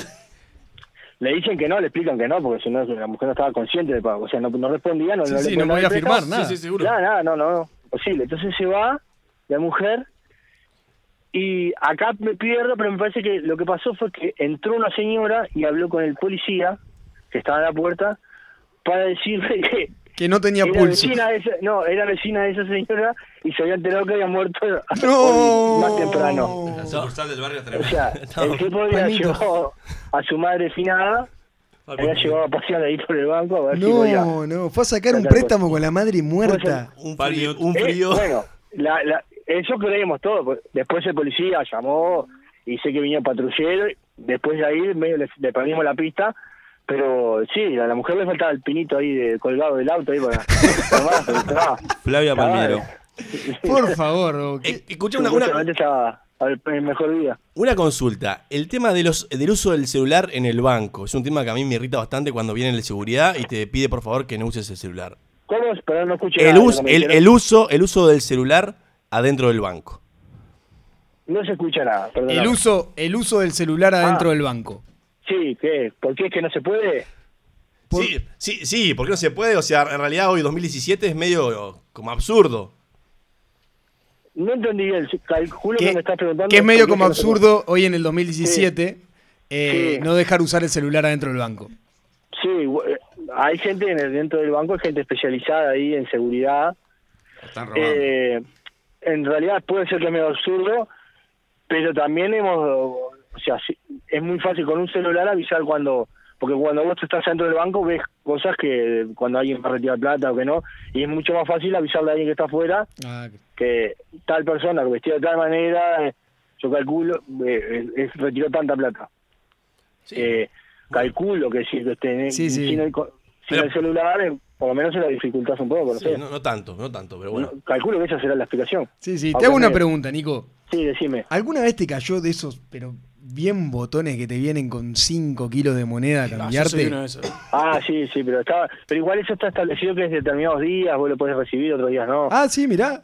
Speaker 11: le dicen que no, le explican que no, porque si no, la mujer no estaba consciente del pago, o sea, no, no respondía, no,
Speaker 5: Sí,
Speaker 11: no,
Speaker 5: sí,
Speaker 11: le
Speaker 5: no
Speaker 11: podía
Speaker 5: podía
Speaker 11: dar
Speaker 5: firmar
Speaker 11: préstamo.
Speaker 5: nada. Sí, sí, seguro.
Speaker 11: Nada, nada, no, no, no, posible. Entonces se va la mujer y acá me pierdo, pero me parece que lo que pasó fue que entró una señora y habló con el policía que estaba en la puerta para decirle que
Speaker 5: Que no tenía
Speaker 11: era
Speaker 5: pulso.
Speaker 11: vecina de esa, no, era vecina de esa señora y se había enterado que había muerto
Speaker 5: No.
Speaker 11: más temprano.
Speaker 2: La sucursal del barrio es
Speaker 11: O
Speaker 2: tremenda.
Speaker 11: sea, el tipo había
Speaker 5: Palmitos.
Speaker 11: llevado a su madre finada, había llevado a pasear ahí por el banco a ver si podía.
Speaker 5: No, no, fue a sacar un
Speaker 11: Sacar
Speaker 5: préstamo con la madre muerta.
Speaker 3: Un
Speaker 2: Pari-
Speaker 3: frío. Un
Speaker 11: Eh,
Speaker 3: frío.
Speaker 11: bueno, la, la, eso creíamos todo. Después el policía llamó y sé que vino el patrullero. Después de ahí medio le, le perdimos la pista. Pero sí, a la mujer le faltaba el pinito ahí de, colgado del auto. Ahí para, para- para- para-
Speaker 2: Flavia Palmiero.
Speaker 5: Por favor, oh, qué-
Speaker 3: Eh, Escuchá una, una,
Speaker 11: Supuestamente estaba al- en mejor vida.
Speaker 3: Una consulta, el tema de los, del uso del celular en el banco, es un tema que a mí me irrita bastante cuando viene el de seguridad y te pide por favor que no uses el celular.
Speaker 11: ¿Cómo? es? Perdón, no escuché.
Speaker 3: El,
Speaker 11: nada de lo
Speaker 3: us-
Speaker 11: que me
Speaker 3: el,
Speaker 11: dijeron.
Speaker 3: el uso, el uso del celular adentro del banco.
Speaker 11: No se escucha nada. Perdón.
Speaker 5: el uso, el uso del celular adentro
Speaker 11: Ah.
Speaker 5: del banco.
Speaker 11: Sí, ¿qué? ¿Por qué es que no se puede?
Speaker 5: Por-
Speaker 3: Sí, sí, sí, porque no se puede, o sea, en realidad hoy 2017 es medio eh, como absurdo.
Speaker 11: No entendí el calculo que,
Speaker 5: Que,
Speaker 11: me estás preguntando.
Speaker 5: que es medio
Speaker 11: ¿por qué
Speaker 5: como
Speaker 11: que no se puede?
Speaker 5: absurdo hoy en el 2017 eh,
Speaker 11: Sí.
Speaker 5: no dejar usar el celular adentro del banco.
Speaker 11: Sí, gu- eh, hay gente en el- dentro del banco, hay gente especializada ahí en seguridad.
Speaker 2: Están robando.
Speaker 11: Eh, en realidad puede ser que es medio absurdo, pero también hemos, o sea, sí, es muy fácil con un celular avisar cuando, porque cuando vos estás dentro del banco ves cosas que cuando alguien va a retirar plata o que no, y es mucho más fácil avisarle a alguien que está afuera
Speaker 4: Ah,
Speaker 11: que tal persona vestida de tal manera, eh, yo calculo, eh, eh, es- retiró tanta plata. Eh, calculo que si, lo tenés-
Speaker 5: Sí, sí.
Speaker 11: sin, el, co- sin
Speaker 3: Pero-
Speaker 11: el celular, eh, por lo menos se la dificultás un poco, no
Speaker 3: Sí,
Speaker 11: sé.
Speaker 3: no, no tanto, no tanto, pero bueno.
Speaker 11: No, calculo que esa será la explicación.
Speaker 5: Sí, sí. Te
Speaker 11: Aunque
Speaker 5: hago una
Speaker 11: me-
Speaker 5: pregunta, Nico.
Speaker 11: Sí, decime.
Speaker 5: ¿Alguna vez te cayó de esos, pero bien botones que te vienen con 5 kilos de moneda a
Speaker 4: Ah, yo soy
Speaker 5: cambiarte?
Speaker 4: uno de esos.
Speaker 11: Ah, sí, sí, pero estaba, pero igual eso está establecido que es determinados días, vos lo podés recibir, otros días no.
Speaker 5: ah, sí, mirá.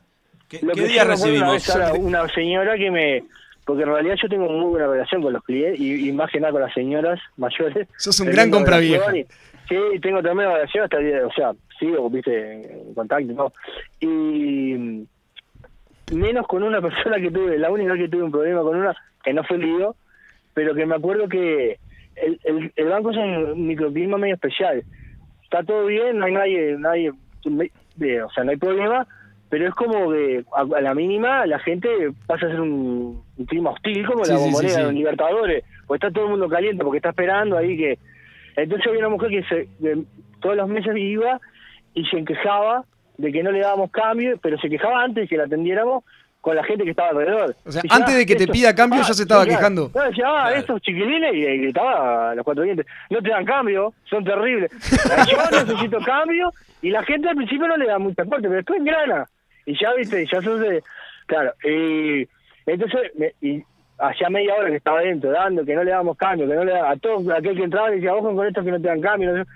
Speaker 3: ¿Qué,
Speaker 11: Lo
Speaker 3: qué
Speaker 11: que
Speaker 3: día
Speaker 11: sí me acuerdo una
Speaker 3: recibimos?
Speaker 11: vez era Una, señora que me... Porque en realidad yo tengo muy buena relación con los clientes y, y más que nada con las señoras mayores.
Speaker 5: Sos un
Speaker 11: Tengo
Speaker 5: gran compra
Speaker 11: relación
Speaker 5: vieja.
Speaker 11: y- sí, tengo tremenda relación hasta el día de- O sea, sigo, viste, en contacto y todo. Y mm, menos con una persona que tuve, la única que tuve un problema con una, que no fue lío, pero que me acuerdo que el, el, el banco es un microclima medio especial está todo bien, no hay nadie, nadie, eh, o sea, no hay problema, pero es como que a, a la mínima la gente pasa a ser un, un clima hostil como
Speaker 5: Sí,
Speaker 11: la
Speaker 5: sí, sí,
Speaker 11: bombonera
Speaker 5: sí.
Speaker 11: de los Libertadores, porque está todo el mundo caliente, porque está esperando ahí que... Entonces había una mujer que se, de- todos los meses iba y se quejaba de que no le dábamos cambio, pero se quejaba antes de que la atendiéramos con la gente que estaba alrededor.
Speaker 5: O sea,
Speaker 11: Decía,
Speaker 5: antes de que te pida cambio, ya se estaba
Speaker 11: Ah, claro.
Speaker 5: quejando.
Speaker 11: No, decía, ah,
Speaker 3: Claro.
Speaker 11: estos chiquilines, y, y gritaba a los cuatro dientes, no te dan cambio, son terribles. Yo necesito cambio, y la gente al principio no le da mucha fuerte, pero después engrana. Y ya, viste, ya sos de... Claro, y entonces, me- y hacía media hora que estaba adentro, dando, que no le dábamos cambio, que no le da A todo aquel que entraba le decía, ojo con estos que no te dan cambio. no sé.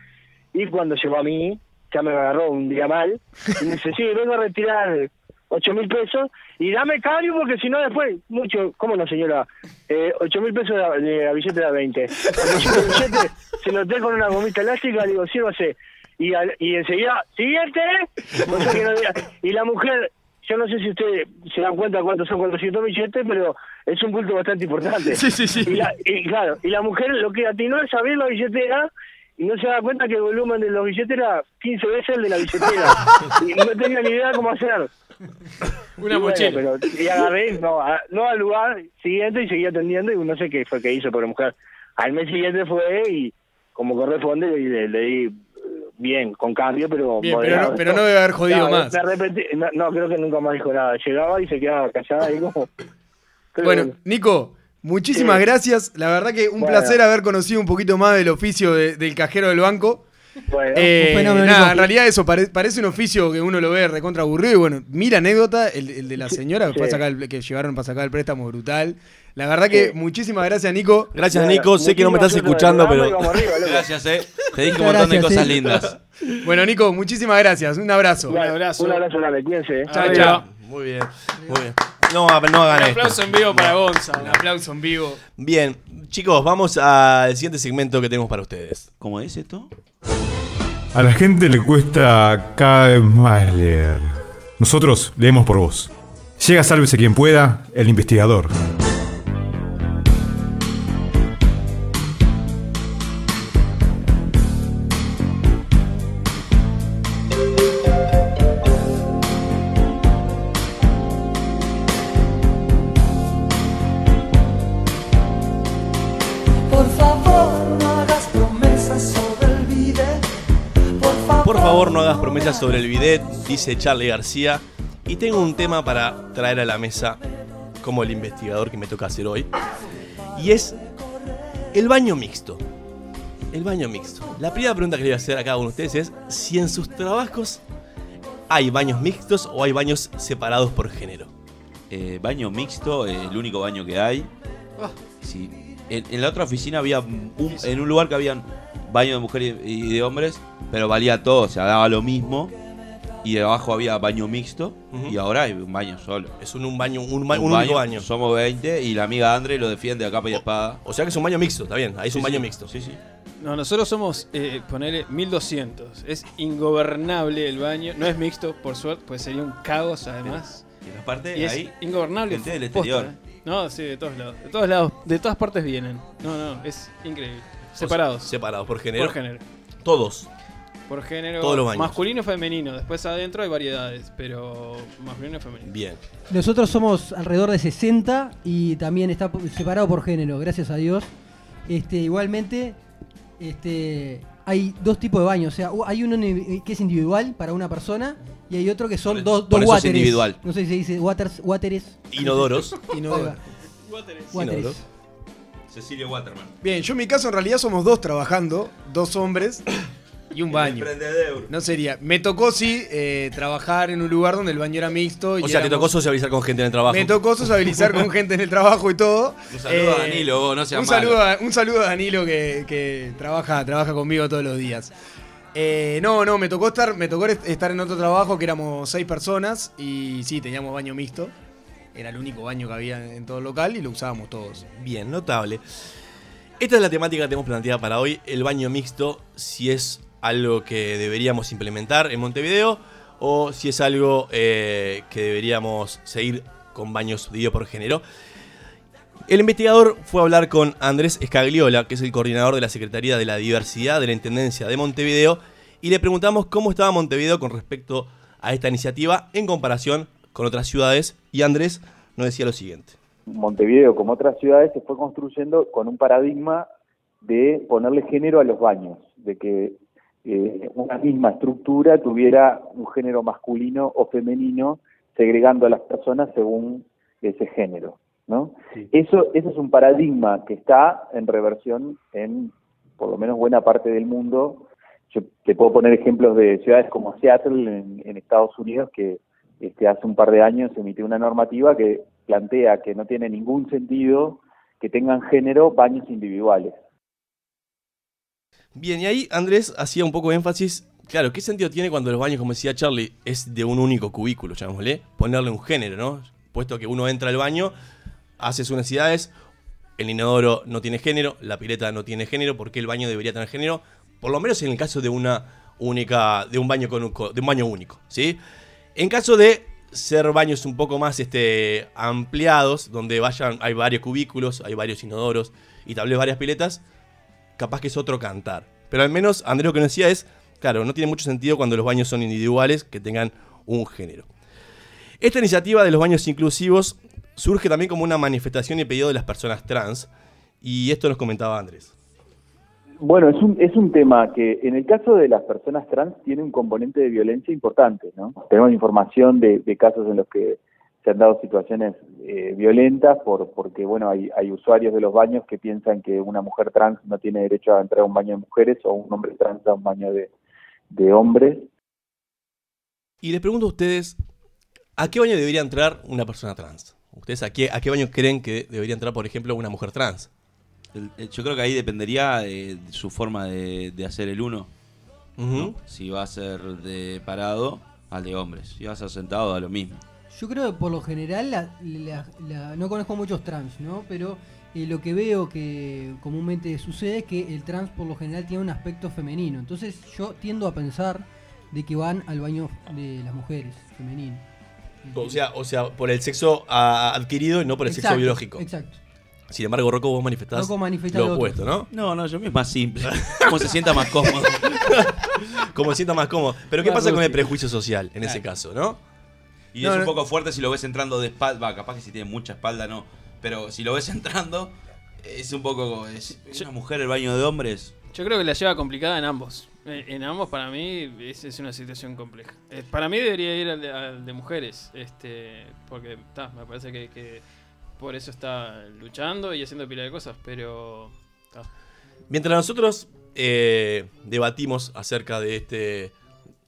Speaker 11: Y cuando llegó a mí, ya me agarró un día mal, y me dice, sí, vengo a retirar ocho mil pesos y dame cambio porque si no después, mucho, ¿cómo no señora? Eh, ocho mil pesos de, de la billete de a 20. Cuando yo el billete, se lo dejo con una gomita elástica, le digo, sírvase. Y, al- y enseguida, siguiente. O sea que no había- y la mujer, yo no sé si ustedes se dan cuenta cuántos son 400 billetes, pero es un bulto bastante importante.
Speaker 12: Sí, sí, sí.
Speaker 11: Y, la- y claro, y la mujer lo que atinó es abrir la billetera y no se da cuenta que el volumen de los billetes era 15 veces el de la billetera. y no tenía ni idea cómo hacer.
Speaker 4: Una
Speaker 11: Y bueno,
Speaker 4: mochila.
Speaker 11: pero- y agarré, no, a- no al lugar siguiente y seguí atendiendo y no sé qué fue que hizo, pero mujer. Al mes siguiente fue y como corresponde le, le- le di eh, bien, con cambio, pero...
Speaker 5: Bien, pero
Speaker 11: moderado.
Speaker 5: no- pero no debe haber jodido
Speaker 11: Claro,
Speaker 5: más.
Speaker 11: me arrepentí- no, no, creo que nunca más dijo nada. Llegaba y se quedaba callada y como... Pero
Speaker 5: Bueno, Nico, muchísimas
Speaker 11: Sí.
Speaker 5: gracias. La verdad que un
Speaker 11: Bueno.
Speaker 5: placer haber conocido un poquito más del oficio de- del cajero del banco.
Speaker 11: bueno.
Speaker 5: Eh,
Speaker 11: Un fenómeno,
Speaker 5: nada,
Speaker 11: Nico.
Speaker 5: en realidad eso pare- parece un oficio que uno lo ve recontra aburrido y bueno, mira anécdota, el, el de la señora que, fue a
Speaker 11: Sí.
Speaker 5: sacar el- que llevaron para sacar el préstamo brutal. La verdad que muchísimas gracias Nico.
Speaker 3: Gracias, Nico. Sé que no me estás escuchando, pero.
Speaker 2: Gracias, eh. Te dije un montón de
Speaker 5: Gracias,
Speaker 2: cosas
Speaker 5: eh.
Speaker 2: lindas.
Speaker 5: Bueno, Nico, muchísimas gracias. Un abrazo. Un
Speaker 11: abrazo. Un abrazo grande, cuídense. eh.
Speaker 5: Chao, chao.
Speaker 3: Muy bien, muy bien. No, ah, no hagan
Speaker 5: Un
Speaker 3: esto.
Speaker 5: aplauso en vivo para
Speaker 4: Gonza.
Speaker 5: Un aplauso en vivo.
Speaker 3: Bien, chicos, vamos al siguiente segmento que tenemos para ustedes.
Speaker 2: ¿Cómo es esto?
Speaker 1: A la gente le cuesta cada vez más leer. Nosotros leemos por vos. Llega Sálvese quien pueda, el investigador.
Speaker 9: Por favor, no hagas promesas sobre el bidet.
Speaker 3: Por favor, no hagas promesas sobre el bidet, dice Charlie García. Y tengo un tema para traer a la mesa como el investigador que me toca hacer hoy. Y es el baño mixto. El baño mixto. La primera pregunta que le voy a hacer a cada uno de ustedes es si en sus trabajos hay baños mixtos o hay baños separados por género.
Speaker 2: Eh, baño mixto, eh, el único baño que hay.
Speaker 3: Ah.
Speaker 2: Sí. En, en la otra oficina había un- en un lugar que habían baño de mujeres y de hombres, pero valía todo, o sea, daba lo mismo. Y debajo había baño mixto
Speaker 3: Ujú.
Speaker 2: y ahora hay un baño solo.
Speaker 3: Es un, un baño, un, ba- un único baño.
Speaker 2: Somos 20 y la amiga Andre lo defiende a capa y espada.
Speaker 3: O sea que es un baño mixto, está bien, ahí es un baño
Speaker 2: sí.
Speaker 3: mixto.
Speaker 2: Sí, sí.
Speaker 4: No, nosotros somos, eh, ponele, 1200. Es ingobernable el baño. No es mixto, por suerte, pues sería un caos además.
Speaker 2: Y aparte,
Speaker 4: Y es
Speaker 2: ahí,
Speaker 4: ingobernable.
Speaker 2: gente del
Speaker 4: posta,
Speaker 2: exterior.
Speaker 4: eh. No, sí, de todos lados. De todos lados, de todas partes vienen. No, no, es increíble. Separados.
Speaker 3: Separados por género.
Speaker 4: Por género.
Speaker 3: Todos.
Speaker 4: Por género.
Speaker 3: Todos los baños.
Speaker 4: Masculino y femenino. Después adentro hay variedades, pero masculino y femenino.
Speaker 3: Bien.
Speaker 6: Nosotros somos alrededor de 60 y también está po- separado por género, gracias a Dios. Este, igualmente, este, hay dos tipos de baños. O sea, u- hay uno ni- eh, que es individual para una persona y hay otro que son dos, dos
Speaker 3: por eso es
Speaker 6: wateres.
Speaker 3: individual.
Speaker 6: No sé si se dice waters, wateres.
Speaker 3: Inodoros.
Speaker 5: Inodoro.
Speaker 6: Wateres.
Speaker 2: Cecilio Waterman.
Speaker 5: Bien, yo en mi caso en realidad somos dos trabajando, dos hombres y un baño.
Speaker 2: Emprendedor.
Speaker 5: No sería. Me tocó sí eh, trabajar en un lugar donde el baño era mixto. y
Speaker 3: O sea, te
Speaker 5: éramos-
Speaker 3: tocó socializar con gente en el trabajo.
Speaker 5: Me tocó sociabilizar con gente en el trabajo y todo. Eh,
Speaker 2: Un saludo a Danilo, vos, no seas
Speaker 5: un saludo,
Speaker 2: malo.
Speaker 5: a, un saludo a Danilo que, que trabaja, trabaja conmigo todos los días. Eh, no, no, me tocó estar, me tocó est- estar en otro trabajo que éramos seis personas y sí, teníamos baño mixto. Era el único baño que había en todo el local y lo usábamos todos.
Speaker 3: Bien, notable. Esta es la temática que tenemos planteada para hoy, el baño mixto, si es algo que deberíamos implementar en Montevideo o si es algo eh, que deberíamos seguir con baños divididos por género. El investigador fue a hablar con Andrés Escagliola, que es el coordinador de la Secretaría de la Diversidad de la Intendencia de Montevideo, y le preguntamos cómo estaba Montevideo con respecto a esta iniciativa en comparación con otras ciudades, y Andrés nos decía lo siguiente.
Speaker 13: Montevideo, como otras ciudades, se fue construyendo con un paradigma de ponerle género a los baños, de que eh, una misma estructura tuviera un género masculino o femenino, segregando a las personas según ese género. ¿no? Eso, eso es un paradigma que está en reversión en por lo menos buena parte del mundo. Yo te puedo poner ejemplos de ciudades como Seattle en- en Estados Unidos que este, hace un par de años emitió una normativa que plantea que no tiene ningún sentido que tengan género baños individuales.
Speaker 3: Bien, y ahí Andrés hacía un poco de énfasis Claro, ¿qué sentido tiene cuando los baños, como decía Charlie, es de un único cubículo, llamémosle? Ponerle un género, ¿no? Puesto que uno entra al baño, hace sus necesidades, el inodoro no tiene género, la pileta no tiene género, ¿por qué el baño debería tener género? Por lo menos en el caso de una única, de un baño con un co- de un baño único, ¿sí? En caso de ser baños un poco más este, ampliados, donde vayan, hay varios cubículos, hay varios inodoros y tal vez varias piletas, capaz que es otro cantar. Pero al menos, Andrés, lo que nos decía es, claro, no tiene mucho sentido cuando los baños son individuales, que tengan un género. Esta iniciativa de los baños inclusivos surge también como una manifestación y pedido de las personas trans, y esto nos comentaba Andrés.
Speaker 13: Bueno, es un, es un tema que en el caso de las personas trans tiene un componente de violencia importante, ¿no? Tenemos información de, de casos en los que se han dado situaciones eh, violentas por, porque, bueno, hay, hay usuarios de los baños que piensan que una mujer trans no tiene derecho a entrar a un baño de mujeres o un hombre trans a un baño de, de hombres.
Speaker 3: Y les pregunto a ustedes, ¿a qué baño debería entrar una persona trans? ¿Ustedes a qué, a qué baño creen que debería entrar, por ejemplo, una mujer trans?
Speaker 2: El- el- Yo creo que ahí dependería de de su forma de, de hacer el uno. ¿no? Si va a ser de parado, al de hombres. Si va a ser sentado, a lo mismo.
Speaker 6: Yo creo que por lo general, la- la- la- no conozco muchos trans, ¿no? Pero eh, lo que veo que comúnmente sucede es que el trans por lo general tiene un aspecto femenino. Entonces yo tiendo a pensar de que van al baño de las mujeres, femenino.
Speaker 3: O sea, o sea, por el sexo ah, adquirido y no por el
Speaker 6: Exacto,
Speaker 3: sexo biológico.
Speaker 6: Exacto.
Speaker 3: Sin embargo, Rocco, vos manifestás
Speaker 6: Rocco manifiesta
Speaker 3: lo
Speaker 6: lo otro.
Speaker 3: opuesto, ¿no?
Speaker 2: No, no, yo mismo es más simple. Como se sienta más cómodo.
Speaker 3: Como se sienta más cómodo. Pero ¿qué
Speaker 2: Más
Speaker 3: pasa con el
Speaker 2: rústico.
Speaker 3: prejuicio social en ese
Speaker 2: Claro.
Speaker 3: caso, no?
Speaker 2: Y
Speaker 3: No,
Speaker 2: es
Speaker 3: no.
Speaker 2: un poco fuerte si lo ves entrando de espalda. Va, capaz que si tiene mucha espalda no. Pero si lo ves entrando, es un poco. Es, es una mujer el baño de hombres.
Speaker 4: Yo creo que la lleva complicada en ambos. Eh, En ambos, para mí, es, es una situación compleja. Eh, Para mí debería ir al de, al de mujeres, este, porque ta, me parece que, que por eso está luchando y haciendo pila de cosas, pero... ta.
Speaker 3: Mientras nosotros eh, debatimos acerca de este.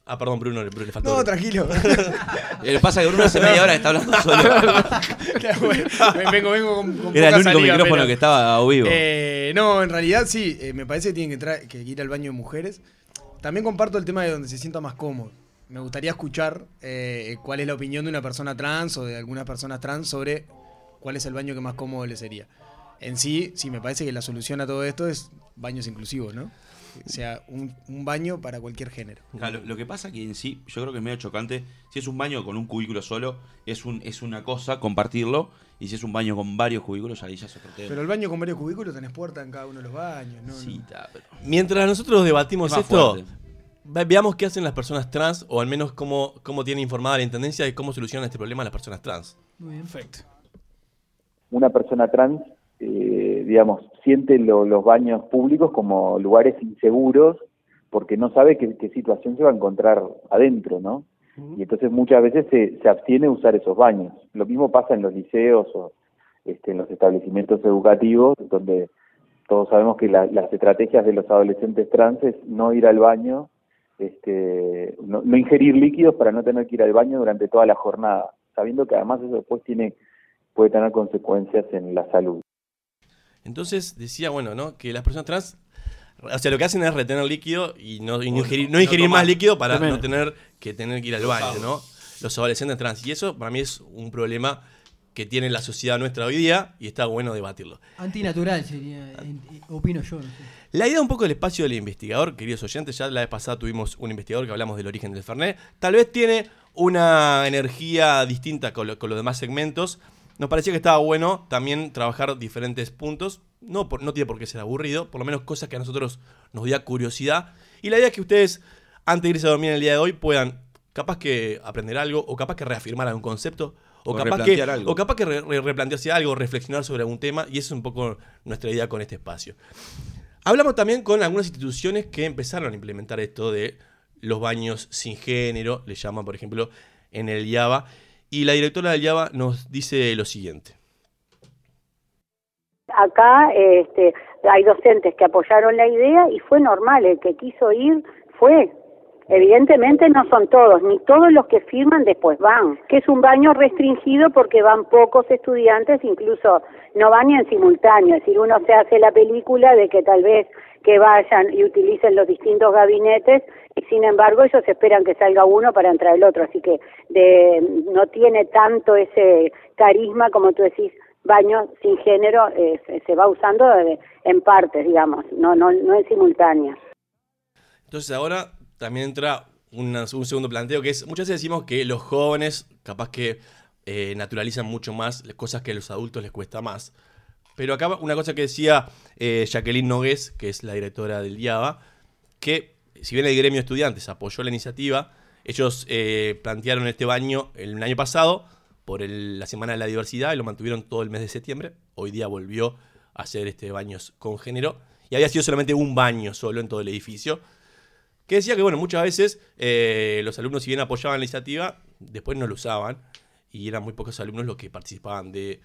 Speaker 3: Ah, perdón, Bruno, le- Bruno, le faltó.
Speaker 5: No, tranquilo.
Speaker 2: Eh, Lo que pasa es que Bruno hace media hora que está hablando solo.
Speaker 5: Claro, bueno, me- vengo, vengo con, con
Speaker 2: Era el
Speaker 5: poca
Speaker 2: único
Speaker 5: saliva,
Speaker 2: micrófono
Speaker 5: pero-
Speaker 2: que estaba a vivo.
Speaker 5: Eh, no, en realidad sí, eh, me parece que tienen que, tra- que ir al baño de mujeres. También comparto el tema de donde se sienta más cómodo. Me gustaría escuchar eh, cuál es la opinión de una persona trans o de algunas personas trans sobre cuál es el baño que más cómodo le sería. En sí, sí, me parece que la solución a todo esto es baños inclusivos, ¿no? O sea, un, un baño para cualquier género.
Speaker 2: Claro, lo, lo que pasa que en sí, yo creo que es medio chocante. Si es un baño con un cubículo solo, es un es una cosa compartirlo. Y si es un baño con varios cubículos, ahí ya es otro tema.
Speaker 5: Pero el baño con varios cubículos tenés puerta en cada uno de los baños, ¿no?
Speaker 2: Sí,
Speaker 5: no.
Speaker 2: ta, pero-
Speaker 3: Mientras nosotros debatimos
Speaker 2: Más
Speaker 3: esto,
Speaker 2: fuerte.
Speaker 3: ve- veamos qué hacen las personas trans o al menos cómo, cómo tiene informada la intendencia de cómo solucionan este problema las personas trans.
Speaker 6: Muy bien.
Speaker 4: Perfecto.
Speaker 13: una persona trans, eh, digamos, siente lo- los baños públicos como lugares inseguros porque no sabe qué, qué situación se va a encontrar adentro, ¿no? Y entonces muchas veces se, se abstiene de usar esos baños. Lo mismo pasa en los liceos o este, en los establecimientos educativos, donde todos sabemos que la- las estrategias de los adolescentes trans es no ir al baño, este, no, no ingerir líquidos para no tener que ir al baño durante toda la jornada, sabiendo que además eso después tiene puede tener consecuencias en la salud.
Speaker 3: Entonces decía, bueno, ¿no? Que las personas trans, o sea, lo que hacen es retener líquido y no, y no
Speaker 2: O
Speaker 3: ingerir,
Speaker 2: no-
Speaker 3: no
Speaker 2: no
Speaker 3: ingerir
Speaker 2: tomar.
Speaker 3: más líquido para
Speaker 4: Tremendo.
Speaker 3: no tener que tener que ir al baño, ¿no? Los adolescentes trans. Y eso para mí es un problema que tiene la sociedad nuestra hoy día y está bueno debatirlo.
Speaker 6: Antinatural sería, en- eh, opino yo. no sé.
Speaker 3: La idea un poco del espacio del investigador, queridos oyentes, ya la vez pasada tuvimos un investigador que hablamos del origen del Fernet, tal vez tiene una energía distinta con, lo- con los demás segmentos. Nos parecía que estaba bueno también trabajar diferentes puntos, no, por- no tiene por qué ser aburrido, por lo menos cosas que a nosotros nos da curiosidad. Y la idea es que ustedes, antes de irse a dormir el día de hoy, puedan capaz que aprender algo, o capaz que reafirmar algún concepto, o,
Speaker 2: O
Speaker 3: capaz que,
Speaker 2: replantear algo.
Speaker 3: o capaz que re- re- replantearse algo, reflexionar sobre algún tema, y eso es un poco nuestra idea con este espacio. Hablamos también con algunas instituciones que empezaron a implementar esto de los baños sin género, le llaman por ejemplo en el IABA, y la directora del IABA nos dice lo siguiente.
Speaker 12: Acá este, hay docentes que apoyaron la idea y fue normal, el que quiso ir fue. Evidentemente no son todos, ni todos los que firman después van, que es un baño restringido porque van pocos estudiantes, incluso no van ni en simultáneo, es decir, uno se hace la película de que tal vez que vayan y utilicen los distintos gabinetes y sin embargo ellos esperan que salga uno para entrar el otro, así que de, no tiene tanto ese carisma como tú decís baño sin género eh, se- se va usando eh, en partes, digamos, no no no en simultánea.
Speaker 3: Entonces ahora también entra una- un segundo planteo que es, muchas veces decimos que los jóvenes capaz que eh, naturalizan mucho más las cosas que a los adultos les cuesta más. Pero acá una cosa que decía eh, Jacqueline Nogués, que es la directora del IABA, que si bien el gremio de estudiantes apoyó la iniciativa, ellos eh, plantearon este baño el año pasado por el- la Semana de la Diversidad y lo mantuvieron todo el mes de septiembre. Hoy día volvió a hacer este baños con género y había sido solamente un baño solo en todo el edificio que decía que, bueno, muchas veces eh, los alumnos, si bien apoyaban la iniciativa, después no lo usaban y eran muy pocos alumnos los que participaban de,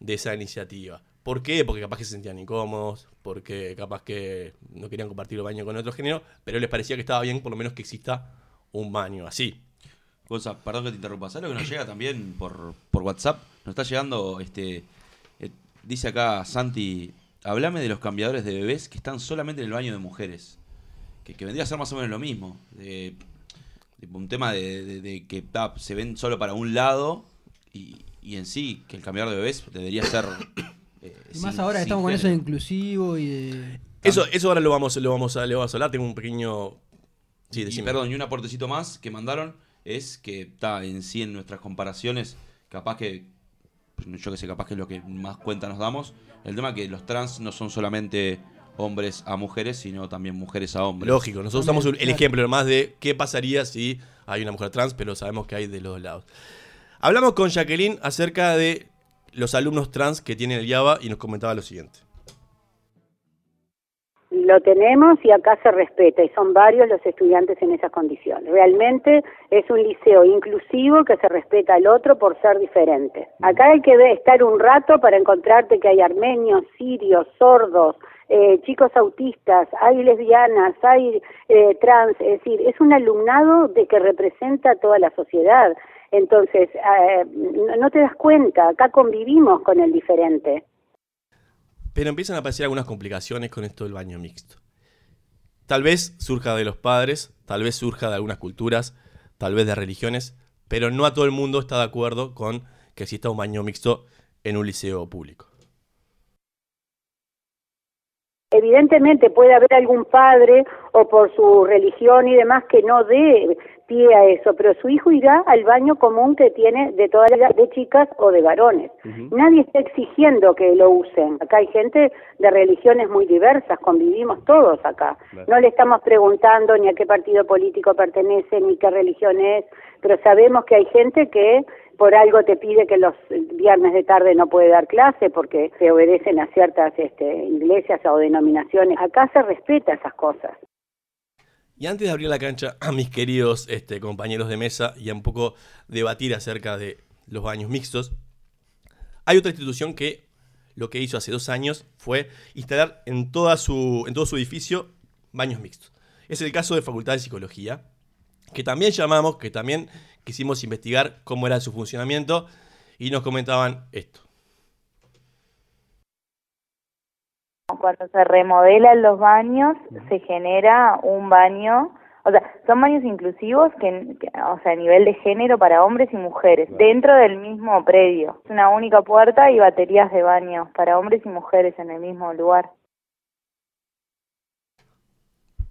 Speaker 3: de esa iniciativa. ¿Por qué? Porque capaz que se sentían incómodos, porque capaz que no querían compartir el baño con otro género, pero les parecía que estaba bien por lo menos que exista un baño así.
Speaker 2: Cosa, perdón que te interrumpa, ¿sabes lo que nos llega también por, por WhatsApp? Nos está llegando, este eh, dice acá Santi, hablame de los cambiadores de bebés que están solamente en el baño de mujeres. Que, que vendría a ser más o menos lo mismo. de- de un tema de, de- de que ta, se ven solo para un lado y, y en sí que el cambiador de bebés debería ser... eh,
Speaker 6: Y más
Speaker 2: sin-
Speaker 6: ahora que
Speaker 2: sin
Speaker 6: estamos con
Speaker 2: género.
Speaker 6: eso de inclusivo y de.
Speaker 3: Eso, eso ahora lo vamos, lo vamos a, lo vamos a hablar. Tengo un pequeño. Sí,
Speaker 2: y
Speaker 3: decime.
Speaker 2: perdón, y un aportecito más que mandaron es que está en sí en nuestras comparaciones, capaz que, pues, yo que sé, capaz que es lo que más cuenta nos damos, el tema que los trans no son solamente hombres a mujeres, sino también mujeres a hombres.
Speaker 3: Lógico, nosotros usamos el ejemplo nomás de qué pasaría si hay una mujer trans, pero sabemos que hay de los dos lados. Hablamos con Jacqueline acerca de los alumnos trans que tienen el IABA y nos comentaba lo siguiente.
Speaker 12: Lo tenemos y acá se respeta y son varios los estudiantes en esas condiciones. Realmente es un liceo inclusivo que se respeta al otro por ser diferente. Acá hay que ve- estar un rato para encontrarte que hay armenios, sirios, sordos, eh, chicos autistas, hay lesbianas, hay eh, trans, es decir, es un alumnado de que representa a toda la sociedad. Entonces, eh, no- no te das cuenta, acá convivimos con el diferente.
Speaker 3: Pero empiezan a aparecer algunas complicaciones con esto del baño mixto. Tal vez surja de los padres, tal vez surja de algunas culturas, tal vez de religiones, pero no a todo el mundo está de acuerdo con que exista un baño mixto en un liceo público.
Speaker 12: Evidentemente puede haber algún padre o por su religión y demás que no dé pie a eso, pero su hijo irá al baño común que tiene de todas las de chicas o de varones. Nadie está exigiendo que lo usen. Acá hay gente de religiones muy diversas, convivimos todos acá. No le estamos preguntando ni a qué partido político pertenece, ni qué religión es, pero sabemos que hay gente que por algo te pide que los viernes de tarde no puede dar clase porque se obedecen a ciertas este, iglesias o denominaciones. Acá se respeta esas cosas.
Speaker 3: Y antes de abrir la cancha a mis queridos este, compañeros de mesa y a un poco debatir acerca de los baños mixtos, hay otra institución que lo que hizo hace dos años fue instalar en, toda su, en todo su edificio baños mixtos. Es el caso de Facultad de Psicología, que también llamamos, que también quisimos investigar cómo era su funcionamiento y nos comentaban este, esto.
Speaker 14: Cuando se remodelan los baños, se genera un baño, o sea, son baños inclusivos, que, que- o sea, a nivel de género para hombres y mujeres, dentro del mismo predio. Es una única puerta y baterías de baños para hombres y mujeres en el mismo lugar.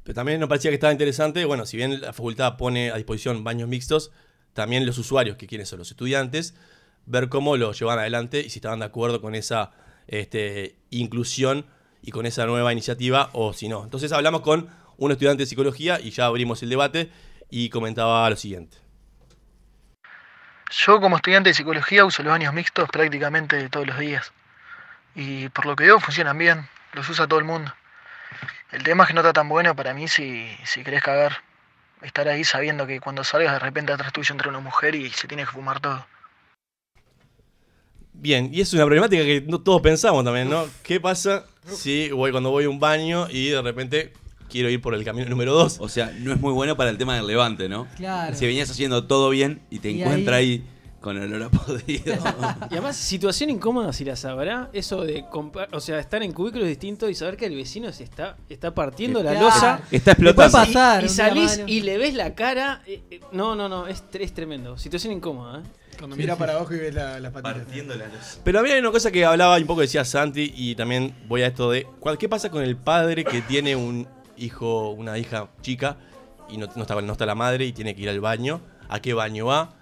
Speaker 3: Pero también nos parecía que estaba interesante, bueno, si bien la facultad pone a disposición baños mixtos, también los usuarios, que quiénes son los estudiantes, ver cómo lo llevan adelante y si estaban de acuerdo con esa este, inclusión y con esa nueva iniciativa o si no. Entonces hablamos con un estudiante de psicología y ya abrimos el debate y comentaba lo siguiente.
Speaker 15: Yo como estudiante de psicología uso los baños mixtos prácticamente todos los días. Y por lo que veo funcionan bien, los usa todo el mundo. El tema es que no está tan bueno para mí si, si querés cagar. Estar ahí sabiendo que cuando salgas de repente atrás tuyo entra una mujer y se tiene que fumar todo.
Speaker 3: Bien, y es una problemática que no todos pensamos también, ¿no? ¿Qué pasa si voy cuando voy a un baño y de repente quiero ir por el camino número 2.
Speaker 2: O sea, no es muy bueno para el tema del levante, ¿no?
Speaker 4: Claro.
Speaker 2: Si venías haciendo todo bien y te
Speaker 4: Y
Speaker 2: encuentra ahí... con el olor a podrido.
Speaker 4: Y además, situación incómoda si la sabrá, eso de compa- o sea, estar en cubículos distintos y saber que el vecino se está, está partiendo la
Speaker 2: Claro.
Speaker 4: losa.
Speaker 2: Está explotando.
Speaker 4: Y-
Speaker 2: Puede pasar,
Speaker 4: Y,
Speaker 2: un día
Speaker 4: salís
Speaker 2: malo.
Speaker 4: y le ves la cara. eh, eh, no, no, no, es, tre- es tremendo. Situación incómoda, ¿eh?
Speaker 5: Cuando mira para abajo y ves la- las patitas.
Speaker 3: Pero a mí hay una cosa que hablaba y un poco decía Santi y también voy a esto de ¿cuál- ¿qué pasa con el padre que tiene un hijo, una hija chica y no, no está, no está la madre y tiene que ir al baño? ¿A qué baño va?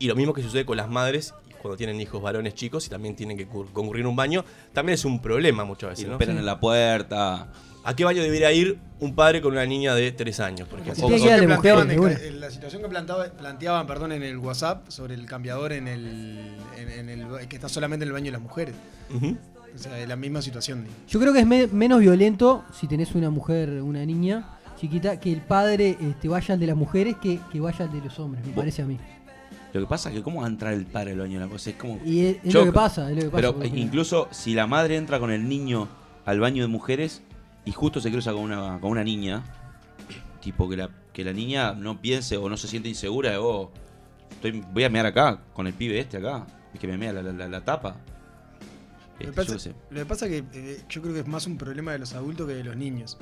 Speaker 3: Y lo mismo que sucede con las madres cuando tienen hijos varones chicos y también tienen que cur- concurrir un baño, también es un problema muchas veces.
Speaker 2: Y
Speaker 3: ¿no?
Speaker 2: esperan en la puerta.
Speaker 3: ¿A qué baño debería ir un padre con una niña de 3 años, por
Speaker 5: La
Speaker 3: ejemplo?
Speaker 5: situación que planteaban de-
Speaker 3: Bueno.
Speaker 5: eh, la situación que plantaba- planteaban perdón, en el WhatsApp sobre el cambiador en el, en- en el ba- que está solamente en el baño de las mujeres. O sea, es la misma situación.
Speaker 6: Yo creo que es me- menos violento si tenés una mujer, una niña chiquita, que el padre este, vaya al de las mujeres que, que vaya al de los hombres, me parece a mí.
Speaker 2: Lo que pasa es que cómo va a entrar el padre al baño de la cosa. Es como.
Speaker 6: Y es- es lo
Speaker 2: Choca.
Speaker 6: que pasa, es lo que pasa,
Speaker 2: Pero
Speaker 6: porque-
Speaker 2: incluso si la madre entra con el niño al baño de mujeres y justo se cruza con una, con una niña, tipo que la, que la niña no piense o no se siente insegura de oh, estoy, voy a mear acá, con el pibe este acá, y que me mea la, la- la- la tapa.
Speaker 5: Lo que,
Speaker 2: Eh, yo
Speaker 5: pasa,
Speaker 2: qué sé.
Speaker 5: lo que pasa es que eh, yo creo que es más un problema de los adultos que de los niños.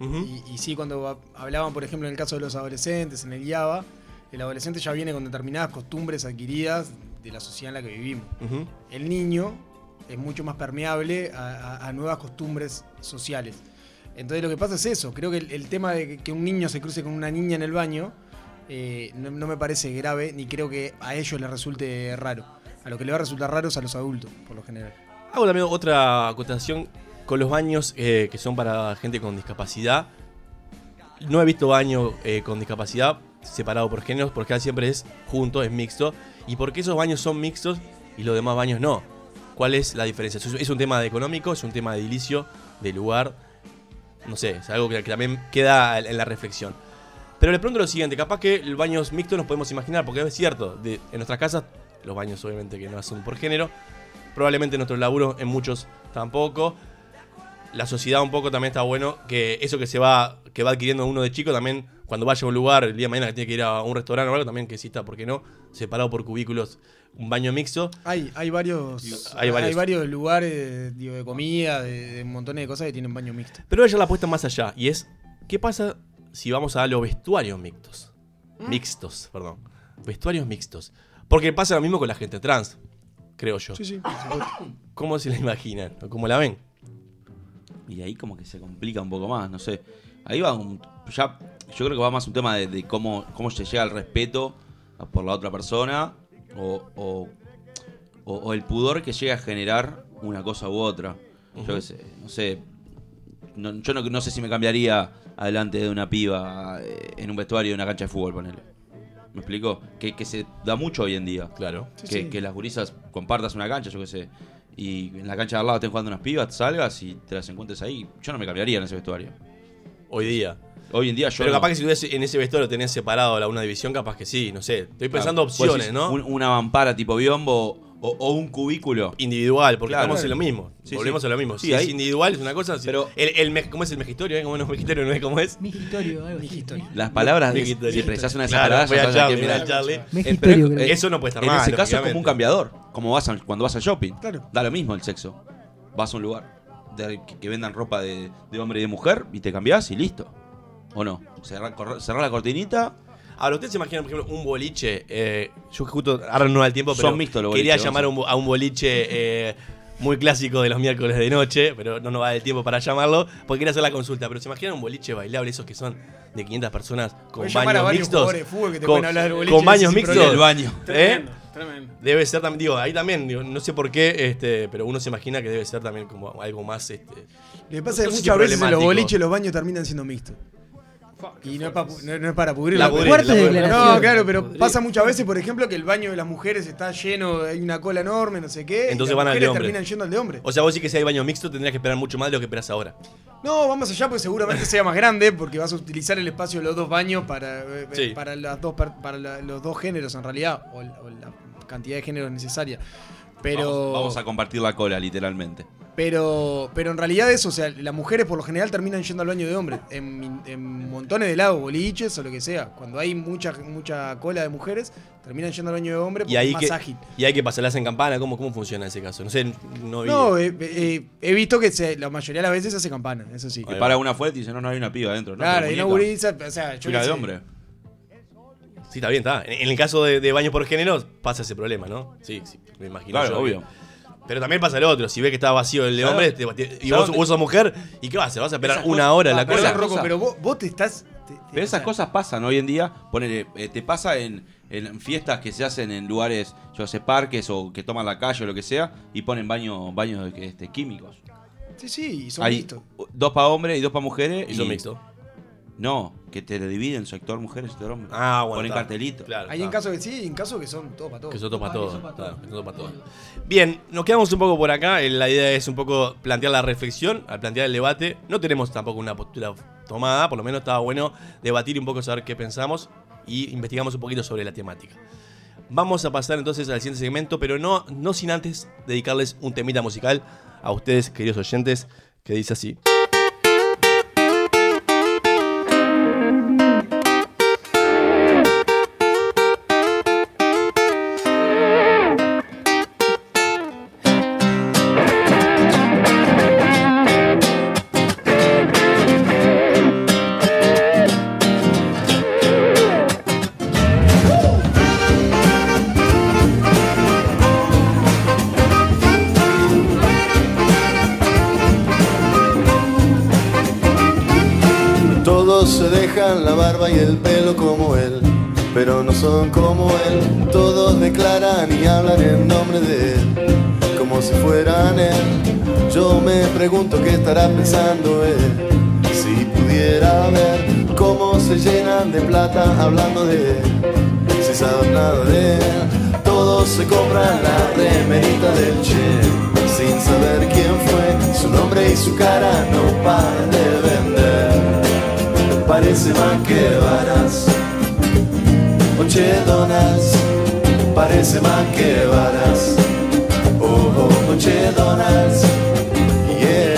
Speaker 5: y, y sí, cuando va- hablaban, por ejemplo, en el caso de los adolescentes, en el IABA, el adolescente ya viene con determinadas costumbres adquiridas de la sociedad en la que vivimos.
Speaker 3: Ujú.
Speaker 5: El niño es mucho más permeable a, a- a nuevas costumbres sociales. Entonces lo que pasa es eso. Creo que el, el tema de que, que un niño se cruce con una niña en el baño eh, no, no me parece grave, ni creo que a ellos les resulte raro. A lo que le va a resultar raro es a los adultos, por lo general.
Speaker 3: Hago también otra acotación con los baños eh, que son para gente con discapacidad. No he visto baño eh, con discapacidad separado por géneros, porque siempre es junto, es mixto. ¿Y por qué esos baños son mixtos y los demás baños no? ¿Cuál es la diferencia? ¿Es- ¿Es un tema de económico? ¿Es un tema de edilicio? ¿De lugar? No sé, es algo que, que también queda en la reflexión. Pero le pregunto lo siguiente, capaz que los baños mixtos nos podemos imaginar, porque es cierto, de- en nuestras casas, los baños obviamente que no son por género, probablemente nuestro laburo en muchos tampoco. La sociedad un poco también está bueno que eso que se va que va adquiriendo uno de chico también cuando vaya a un lugar el día de mañana que tiene que ir a un restaurante o algo también que exista, ¿por qué no? Separado por cubículos, un baño mixto.
Speaker 5: Hay, hay varios,
Speaker 3: Hay
Speaker 5: hay
Speaker 3: varios.
Speaker 5: varios. lugares eh, digo, de comida, de, de montones de cosas que tienen baño mixto.
Speaker 3: Pero ella la apuesta más allá y es ¿qué pasa si vamos a los vestuarios mixtos?
Speaker 5: ¿Mm?
Speaker 3: Mixtos, perdón. Vestuarios mixtos. Porque pasa lo mismo con la gente trans, creo yo.
Speaker 5: Sí, sí, por supuesto.
Speaker 3: ¿Cómo se la imaginan? ¿O ¿Cómo la ven?
Speaker 2: Y ahí como que se complica un poco más, no sé. Ahí va un, ya, yo creo que va más un tema de, de cómo, cómo se llega al respeto por la otra persona o, o- o- o el pudor que llega a generar una cosa u otra. Yo qué sé, no sé. No, yo no, no sé si me cambiaría adelante de una piba eh, en un vestuario de una cancha de fútbol, ponele. ¿Me explico? Que, que se da mucho hoy en día.
Speaker 3: Claro.
Speaker 2: Que,
Speaker 3: Sí, sí.
Speaker 2: que las gurisas compartas una cancha, yo qué sé. Y en la cancha de al lado estén jugando unas pibas, salgas y te las encuentres ahí. Yo no me cambiaría en ese vestuario.
Speaker 3: Hoy día.
Speaker 2: Hoy en día yo.
Speaker 3: Pero
Speaker 2: no.
Speaker 3: capaz que si tuviese en ese vestuario tenés separado la una división, capaz que sí, no sé. Estoy pensando
Speaker 2: Claro, vos
Speaker 3: opciones,
Speaker 2: decís,
Speaker 3: ¿no?
Speaker 2: un- una vampara tipo biombo o, o un cubículo.
Speaker 3: Individual, porque estamos en lo mismo. Volvemos a lo mismo. si es
Speaker 2: ahí-
Speaker 3: individual, es una cosa. si- el, el me- ¿Cómo es el mejitorio? eh? ¿Cómo no es mejitorio? ¿No es cómo es?
Speaker 6: Mejitorio, algo así.
Speaker 2: Las palabras, de-
Speaker 3: Mejitorio.
Speaker 2: si precisas una
Speaker 3: Claro,
Speaker 2: separada,
Speaker 3: voy a
Speaker 2: ya sabes a
Speaker 3: Charlie,
Speaker 2: quién
Speaker 3: voy a Charlie.
Speaker 2: mirar.
Speaker 3: Mejitorio,
Speaker 2: pero- eh,
Speaker 3: creo. Eso no puede estar
Speaker 2: En
Speaker 3: mal,
Speaker 2: ese caso es como un
Speaker 3: lógicamente.
Speaker 2: cambiador, como vas al- cuando vas al shopping.
Speaker 5: Claro.
Speaker 2: Da lo mismo el sexo. Vas a un lugar de- que, que vendan ropa de, de hombre y de mujer y te cambiás y listo. ¿O no? Cerrar la cortinita.
Speaker 3: Ahora, ¿ustedes se imaginan, por ejemplo, un boliche? eh, yo justo, ahora no da el tiempo, pero
Speaker 2: Son mixtos los
Speaker 3: quería
Speaker 2: boliches,
Speaker 3: llamar a un, bo- a un boliche eh, muy clásico de los miércoles de noche, pero no nos va a dar el tiempo para llamarlo, porque quería hacer la consulta. Pero ¿se imaginan un boliche bailable, esos que son de 500 personas con
Speaker 5: Puedes llamar a
Speaker 3: baños
Speaker 5: varios
Speaker 3: mixtos?
Speaker 5: jugadores de fútbol que te
Speaker 3: Con,
Speaker 5: pueden hablar del boliche
Speaker 3: con baños
Speaker 5: sin
Speaker 3: mixtos.
Speaker 5: problema.
Speaker 3: El baño. ¿eh?
Speaker 5: Tremendo, tremendo.
Speaker 3: Debe ser también, digo, ahí también, digo, no sé por qué, este, pero uno se imagina que debe ser también como algo más... Este,
Speaker 5: Lo que pasa es
Speaker 3: no
Speaker 5: que muchas
Speaker 3: sé si
Speaker 5: veces en los
Speaker 3: problemático.
Speaker 5: boliches los baños terminan siendo mixtos. Y no es, pa- no- no es para pudrir
Speaker 3: La
Speaker 5: la
Speaker 3: pudrir, Fuerte la pudrir. declaración.
Speaker 5: No, claro, pero
Speaker 3: Pudrir.
Speaker 5: pasa muchas veces, por ejemplo, que el baño de las mujeres está lleno, hay una cola enorme, no sé qué. y
Speaker 3: Entonces
Speaker 5: las
Speaker 3: van al de
Speaker 5: mujeres
Speaker 3: hombre.
Speaker 5: terminan yendo al de hombre.
Speaker 3: O sea, vos sí que si hay baño mixto tendrías que esperar mucho más de lo que esperás ahora.
Speaker 5: No, vamos allá porque seguramente sea más grande porque vas a utilizar el espacio de los dos baños para, eh,
Speaker 3: Sí.
Speaker 5: para, las dos, per- para la- los dos géneros en realidad, o, la- o la cantidad de géneros necesaria. Pero,
Speaker 2: Vamos, vamos a compartir la cola, literalmente.
Speaker 5: Pero, pero en realidad eso, o sea, las mujeres por lo general terminan yendo al baño de hombres, en, en montones de lados, boliches o lo que sea. Cuando hay mucha, mucha cola de mujeres, terminan yendo al baño de hombres porque
Speaker 3: Y ahí,
Speaker 5: es más
Speaker 3: que,
Speaker 5: ágil.
Speaker 3: y ahí que pasa, le hacen campana, ¿cómo, cómo funciona ese caso? No sé, no vi.
Speaker 5: No, eh, eh, he visto que se- la mayoría de las veces se hace campana, eso sí.
Speaker 2: Que para una fuerte y dice, no, no hay una piba adentro. ¿no?
Speaker 5: eh, Claro,
Speaker 2: Pero
Speaker 5: y una
Speaker 2: muñeca.
Speaker 5: gurisa, o sea, yo
Speaker 2: Fila
Speaker 5: qué
Speaker 2: de
Speaker 5: sé.
Speaker 2: hombre.
Speaker 3: Sí, está bien, está. En, en el caso de, de baños por género, pasa ese problema, ¿no? Sí, sí, me imagino.
Speaker 2: Claro,
Speaker 3: yo que-
Speaker 2: obvio.
Speaker 3: Pero también pasa el otro, si ves que está vacío el de
Speaker 2: Claro.
Speaker 3: hombre, te- te- y
Speaker 2: ¿Sabes
Speaker 3: vos,
Speaker 2: dónde-
Speaker 3: vos sos mujer, ¿y qué vas a hacer? ¿Vas a esperar
Speaker 2: Esas
Speaker 3: una
Speaker 2: cosas-
Speaker 3: hora en la
Speaker 2: Ah, perdón,
Speaker 3: cola?
Speaker 2: Rocco,
Speaker 5: Pero vos, vos te estás... te- te-
Speaker 2: Pero esas cosas pasan hoy en día. Ponele, eh, te pasa en, en fiestas que se hacen en lugares, yo sé, parques o que toman la calle o lo que sea, y ponen baños baños este, químicos.
Speaker 5: Sí, sí, y son
Speaker 2: Hay
Speaker 5: listos.
Speaker 2: dos para hombres y dos para mujeres.
Speaker 3: Y son mixtos.
Speaker 2: No, que te dividen sector mujeres y sector hombres.
Speaker 3: Ah, bueno,
Speaker 2: Ponen
Speaker 3: está.
Speaker 2: cartelito.
Speaker 3: Claro,
Speaker 5: Hay en caso que sí y en caso que son todos para todos.
Speaker 3: Que son todos para
Speaker 5: Ah, que
Speaker 3: todos.
Speaker 5: son para
Speaker 3: claro, que son todos para todos. Bien, nos quedamos un poco por acá. Eh, La idea es un poco plantear la reflexión, al plantear el debate. No tenemos tampoco una postura tomada, por lo menos estaba bueno debatir un poco, saber qué pensamos y investigamos un poquito sobre la temática. Vamos a pasar entonces al siguiente segmento, pero no, no sin antes dedicarles un temita musical a ustedes, queridos oyentes, que dice así.
Speaker 16: Todos se dejan la barba y el pelo como él, pero no son como él. Todos declaran y hablan en nombre de él, como si fueran él. Yo me pregunto qué estará pensando él, si pudiera ver cómo se llenan de plata hablando de él, si saben nada de él. Todos se compran la remerita del Che, sin saber quién fue, su nombre y su cara no paran de vender parece más que varas. Oche donas, parece más que varas. Oh, oh, oche donas, yeah.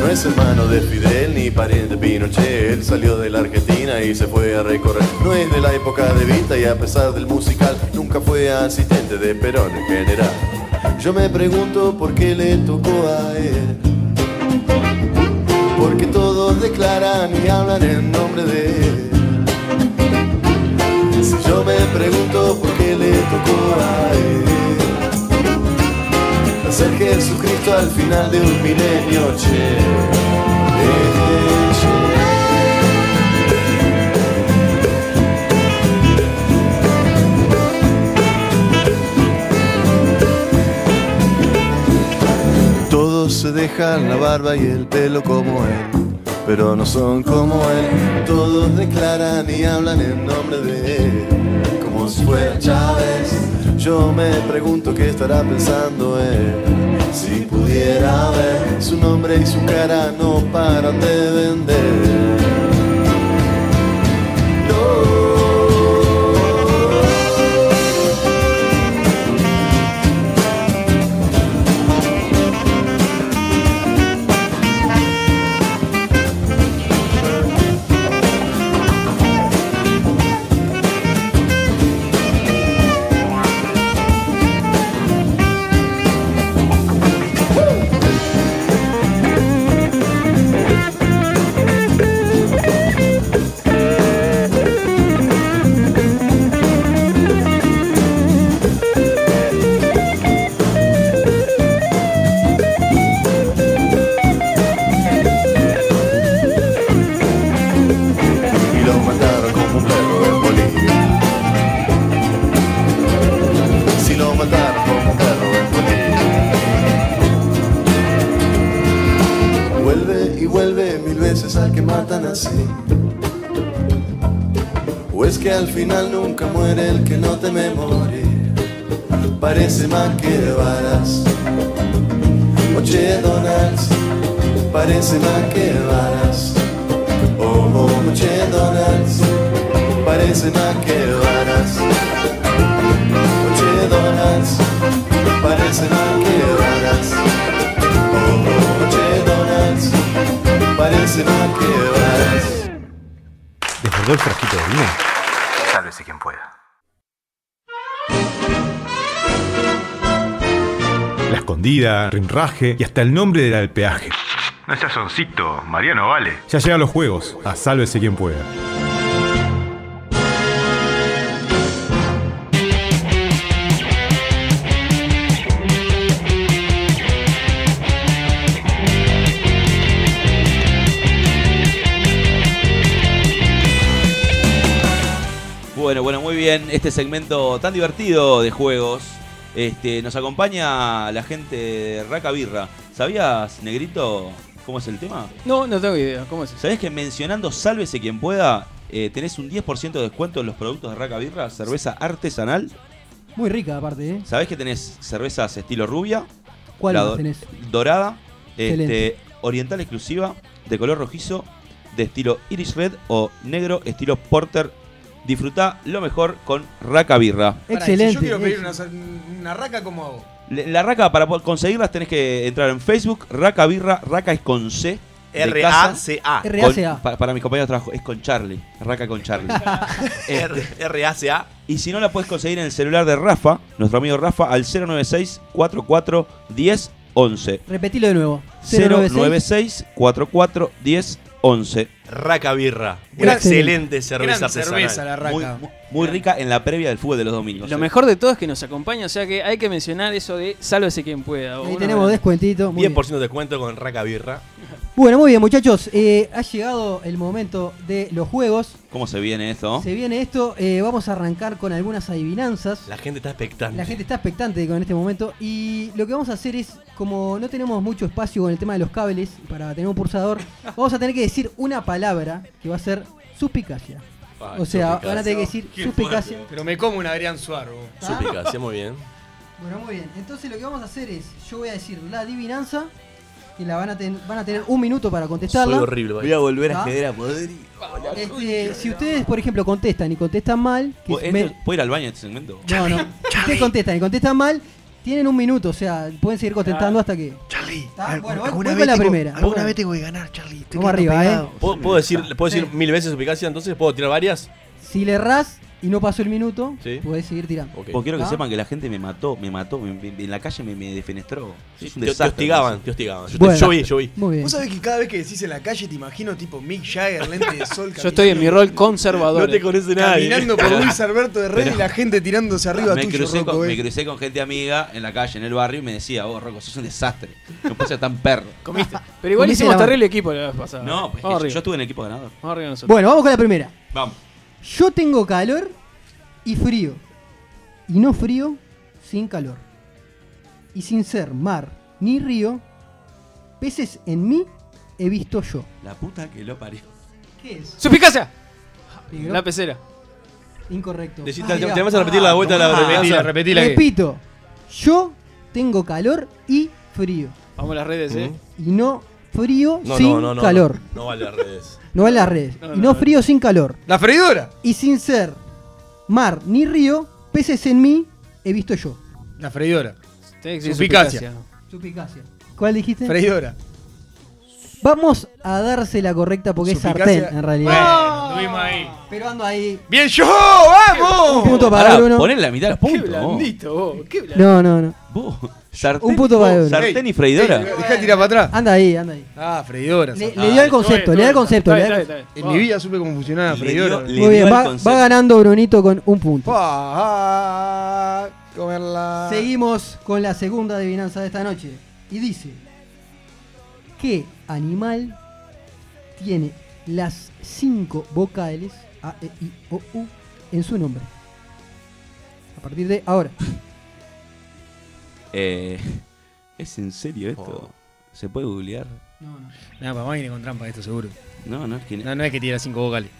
Speaker 16: No es hermano de Fidel ni pariente de Pinochet, él salió de la Argentina y se fue a recorrer. No es de la época de Vita y a pesar del musical, nunca fue asistente de Perón en general. Yo me pregunto por qué le tocó a él. Porque todos declaran y hablan en nombre de él. Si yo me pregunto por qué le tocó a él ser Jesucristo al final de un milenio, che. Eh, che. Todos se dejan la barba y el pelo como él, pero no son como él. Todos declaran y hablan en nombre de él, como si fuera Chávez. Yo me pregunto qué estará pensando él. Si pudiera ver su nombre y su cara no paran de vender. y lo mataron como un perro en Bolivia. Si lo mataron como un perro en Bolivia. Vuelve y vuelve mil veces al que matan así. O es que al final nunca muere el que no teme morir. Parece más que varas. Oche Donalds, parece más que varas. Oh, oh, Che parecen a quebradas. Oye, donas, parecen a quebradas. Oh, oye, donas, parecen a quebradas.
Speaker 1: Desbordó el frasquito de vino.
Speaker 10: Sálvese quien pueda.
Speaker 1: La escondida, rinraje y hasta el nombre del alpeaje.
Speaker 10: No seas soncito, Mariano vale.
Speaker 1: Ya llegan los juegos, a sálvese quien pueda.
Speaker 2: Bueno, bueno, muy bien. Este segmento tan divertido de juegos. Este, nos acompaña la gente de Raca Birra. ¿Sabías, Negrito, cómo es el tema?
Speaker 4: No, no tengo idea. ¿Cómo es?
Speaker 2: ¿Sabés que mencionando Sálvese quien pueda, eh, tenés un 10% de descuento en los productos de Raca Birra? Cerveza artesanal.
Speaker 6: Muy rica aparte, ¿eh?
Speaker 2: ¿Sabés que tenés cervezas estilo rubia?
Speaker 6: ¿Cuál
Speaker 2: La
Speaker 6: más
Speaker 2: do-
Speaker 6: tenés?
Speaker 2: Dorada, este,
Speaker 6: Excelente.
Speaker 2: oriental exclusiva, de color rojizo, de estilo Irish Red o negro estilo Porter. Disfruta lo mejor con Raca Birra.
Speaker 5: Pará, y Si yo quiero pedir una, sal- una raca, ¿cómo hago?
Speaker 2: Le- La raca, para po- conseguirlas tenés que entrar en Facebook, raca birra, raca es con C. de
Speaker 3: R-A-C-A.
Speaker 2: casa.
Speaker 3: R-A-C-A.
Speaker 2: Con- pa- para mis compañeros de trabajo, es con Charlie, raca con Charlie. Este,
Speaker 3: R-A-C-A.
Speaker 2: y si no la puedes conseguir en el celular de Rafa, nuestro amigo Rafa, al 096 44 10 11.
Speaker 6: Repetilo de nuevo.
Speaker 2: 096 44 10 11.
Speaker 3: Raca Birra. Una
Speaker 2: Gran-
Speaker 3: excelente cerveza
Speaker 2: gran
Speaker 3: artesanal.
Speaker 2: cerveza la Raca. Muy- Muy rica en la previa del fútbol de los domingos. eh.
Speaker 4: Lo mejor de todo es que nos acompaña, o sea que hay que mencionar eso de sálvese quien pueda. o
Speaker 6: Ahí
Speaker 4: uno
Speaker 6: tenemos
Speaker 4: de-
Speaker 6: descuentito. Muy bien.
Speaker 3: 10% de descuento con Raca Birra.
Speaker 6: Bueno, muy bien, muchachos. Eh, ha llegado el momento de los juegos.
Speaker 2: ¿Cómo se viene esto?
Speaker 6: Se viene esto. eh, vamos a arrancar con algunas adivinanzas.
Speaker 3: La gente está expectante.
Speaker 6: La gente está expectante con este momento y lo que vamos a hacer es, como no tenemos mucho espacio con el tema de los cables para tener un pulsador, vamos a tener que decir una palabra que va a ser suspicacia. o sea, van a tener que decir
Speaker 5: Qué
Speaker 6: suspicacia.
Speaker 5: fuerte. Pero me como un Adrián Suárez.
Speaker 3: Suspicacia, muy bien.
Speaker 6: Bueno, muy bien. Entonces lo que vamos a hacer es, yo voy a decir la adivinanza y la van a, ten- van a tener un minuto para contestarla.
Speaker 3: Soy horrible, Voy a volver a
Speaker 6: ¿Ah?
Speaker 3: acceder a poder. y-
Speaker 6: Este, si ustedes, por ejemplo, contestan y contestan mal, que
Speaker 2: ¿Puedo,
Speaker 6: me-
Speaker 2: esto- ¿puedo ir al baño en este segmento?
Speaker 6: no, no, si ustedes contestan y contestan mal, tienen un minuto, o sea, pueden seguir contestando hasta que. Ah, bueno, voy- voy con la primera.
Speaker 9: Alguna
Speaker 6: Bueno.
Speaker 9: vez te voy a ganar, Charlie. estoy
Speaker 6: Vamos
Speaker 9: quedando
Speaker 6: arriba,
Speaker 9: pegado.
Speaker 6: eh.
Speaker 3: ¿Puedo, puedo decir, ¿puedo decir mil veces suspicacia entonces? ¿Puedo tirar varias?
Speaker 6: Si le errás y no pasó el minuto,
Speaker 3: Sí.
Speaker 6: podés seguir tirando.
Speaker 2: Porque quiero que
Speaker 6: ¿Ah?
Speaker 2: sepan que la gente me mató, me mató, me- me- en la calle me, me defenestró.
Speaker 3: Sí,
Speaker 2: Es
Speaker 3: te-
Speaker 2: un
Speaker 3: te
Speaker 2: desastre,
Speaker 3: hostigaban,
Speaker 2: eso.
Speaker 3: te hostigaban. Yo te- Bueno. yo vi, yo vi.
Speaker 6: Muy bien.
Speaker 5: Vos sabés que cada vez que decís en la calle te imagino tipo Mick Jagger, lente de sol.
Speaker 4: Yo estoy en mi rol conservador.
Speaker 3: No te conoce nadie.
Speaker 5: Caminando por Luis Alberto de Red y
Speaker 2: Pero-
Speaker 5: la gente tirándose arriba
Speaker 2: me,
Speaker 5: tuyo,
Speaker 2: crucé
Speaker 5: Rocco,
Speaker 2: con,
Speaker 5: eh.
Speaker 2: me crucé con gente amiga en la calle, en el barrio, y me decía, oh, Rocco, sos un desastre. No puedes ser tan perro.
Speaker 4: Comiste. Pero igual hicimos terrible equipo la vez pasada.
Speaker 2: No, pues,
Speaker 4: Vamos
Speaker 2: yo
Speaker 4: arriba.
Speaker 2: estuve en el equipo ganador.
Speaker 4: Vamos arriba nosotros.
Speaker 6: Bueno, vamos con la primera.
Speaker 2: Vamos.
Speaker 6: Yo tengo calor y frío. Y no frío sin calor. Y sin ser mar ni río, peces en mí he visto yo.
Speaker 2: La puta que lo parió.
Speaker 6: ¿Qué es?
Speaker 4: ¡Suspicacia! La pecera.
Speaker 6: Incorrecto. Ah,
Speaker 3: Decita- te- te vas a repetir la vuelta de la
Speaker 4: repetila,
Speaker 3: repetila.
Speaker 4: repetila.
Speaker 6: Repito, yo tengo calor y frío.
Speaker 4: Vamos a las redes, eh.
Speaker 6: Y no frío
Speaker 3: No,
Speaker 6: sin
Speaker 3: no, no, no.
Speaker 6: calor.
Speaker 3: No, no vale las redes.
Speaker 6: No va en las redes.
Speaker 3: No,
Speaker 6: y
Speaker 3: no,
Speaker 6: no,
Speaker 3: no.
Speaker 6: frío sin calor.
Speaker 5: ¡La freidora!
Speaker 6: Y sin ser mar ni río, peces en mí he visto yo.
Speaker 5: La freidora.
Speaker 4: Tenés que decir
Speaker 5: Suspicacia.
Speaker 6: Suspicacia. ¿Cuál dijiste?
Speaker 5: Freidora.
Speaker 6: Vamos a darse la correcta porque es sartén en realidad.
Speaker 5: Estuvimos ahí.
Speaker 6: Pero ando ahí.
Speaker 5: ¡Bien yo! ¡Vamos!
Speaker 6: Un punto para
Speaker 2: Pará,
Speaker 6: Bruno.
Speaker 2: Ponen la mitad de los puntos. vos.
Speaker 4: vos, qué
Speaker 6: No, no, no.
Speaker 2: Vos, sartén,
Speaker 6: Un punto para
Speaker 2: vos,
Speaker 6: Bruno.
Speaker 2: sartén y freidora.
Speaker 5: Dejá de tirar para atrás.
Speaker 6: Anda ahí, anda ahí.
Speaker 5: Ah, freidora.
Speaker 6: Le, le dio el concepto, le da el concepto. le da el concepto.
Speaker 5: En mi vida supe cómo funcionaba la freidora.
Speaker 6: Muy bien, va, va ganando Brunito con un punto.
Speaker 5: Pa, ah, comerla.
Speaker 6: Seguimos con la segunda adivinanza de esta noche. Y dice, ¿qué animal tiene las cinco vocales A, E, I, O, U en su nombre? A partir de ahora.
Speaker 2: Eh, ¿Es en serio
Speaker 3: Oh.
Speaker 2: esto? ¿Se puede googlear?
Speaker 5: Nada, papá viene con trampa esto seguro.
Speaker 2: No, no es que...
Speaker 5: No, no es que tiene las cinco vocales.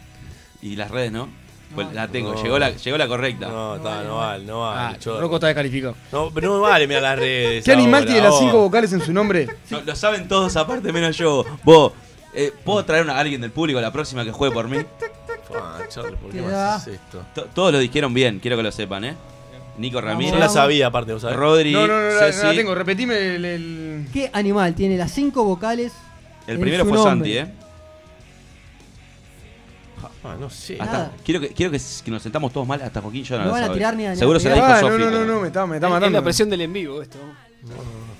Speaker 2: Y las redes, ¿no? Pues la tengo,
Speaker 3: No.
Speaker 2: llegó, la, llegó la correcta.
Speaker 3: No, está, no vale, no vale. chorro.
Speaker 5: Rocco está descalificado.
Speaker 3: No, pero no vale, mira las redes.
Speaker 5: ¿Qué animal tiene
Speaker 2: Oh.
Speaker 5: las cinco
Speaker 3: cinco
Speaker 5: vocales en su nombre?
Speaker 2: No, lo saben todos, aparte menos yo. Vos, eh, ¿puedo traer a alguien del público la próxima que juegue por mí?
Speaker 3: Ah, Charlie, ¿por qué
Speaker 6: Te
Speaker 3: me
Speaker 6: da-
Speaker 3: haces esto?
Speaker 2: To- Todos lo dijeron bien, quiero que lo sepan, ¿eh? Nico Ramírez.
Speaker 3: No la sabía, aparte, ¿vos sabés?
Speaker 2: Rodri.
Speaker 5: No, no, no, la,
Speaker 2: Ceci.
Speaker 5: no la tengo. Repetime el. el-
Speaker 6: ¿Qué animal tiene las cinco vocales?
Speaker 2: El
Speaker 6: en
Speaker 2: primero
Speaker 6: su
Speaker 2: fue
Speaker 6: nombre?
Speaker 2: Santi, ¿eh?
Speaker 3: Ah, no sé.
Speaker 2: Hasta- quiero que, quiero que, s- que nos sentamos todos mal hasta Joaquín yo no
Speaker 6: No
Speaker 2: lo
Speaker 6: van a
Speaker 2: sabe.
Speaker 6: tirar ni a- ni a
Speaker 2: Seguro se la dijo
Speaker 6: pegar. Ah,
Speaker 5: no,
Speaker 2: Sofi,
Speaker 5: no, no,
Speaker 2: pero-
Speaker 5: no, me está, me está
Speaker 4: Es-
Speaker 5: matando.
Speaker 4: Es la presión del en vivo esto.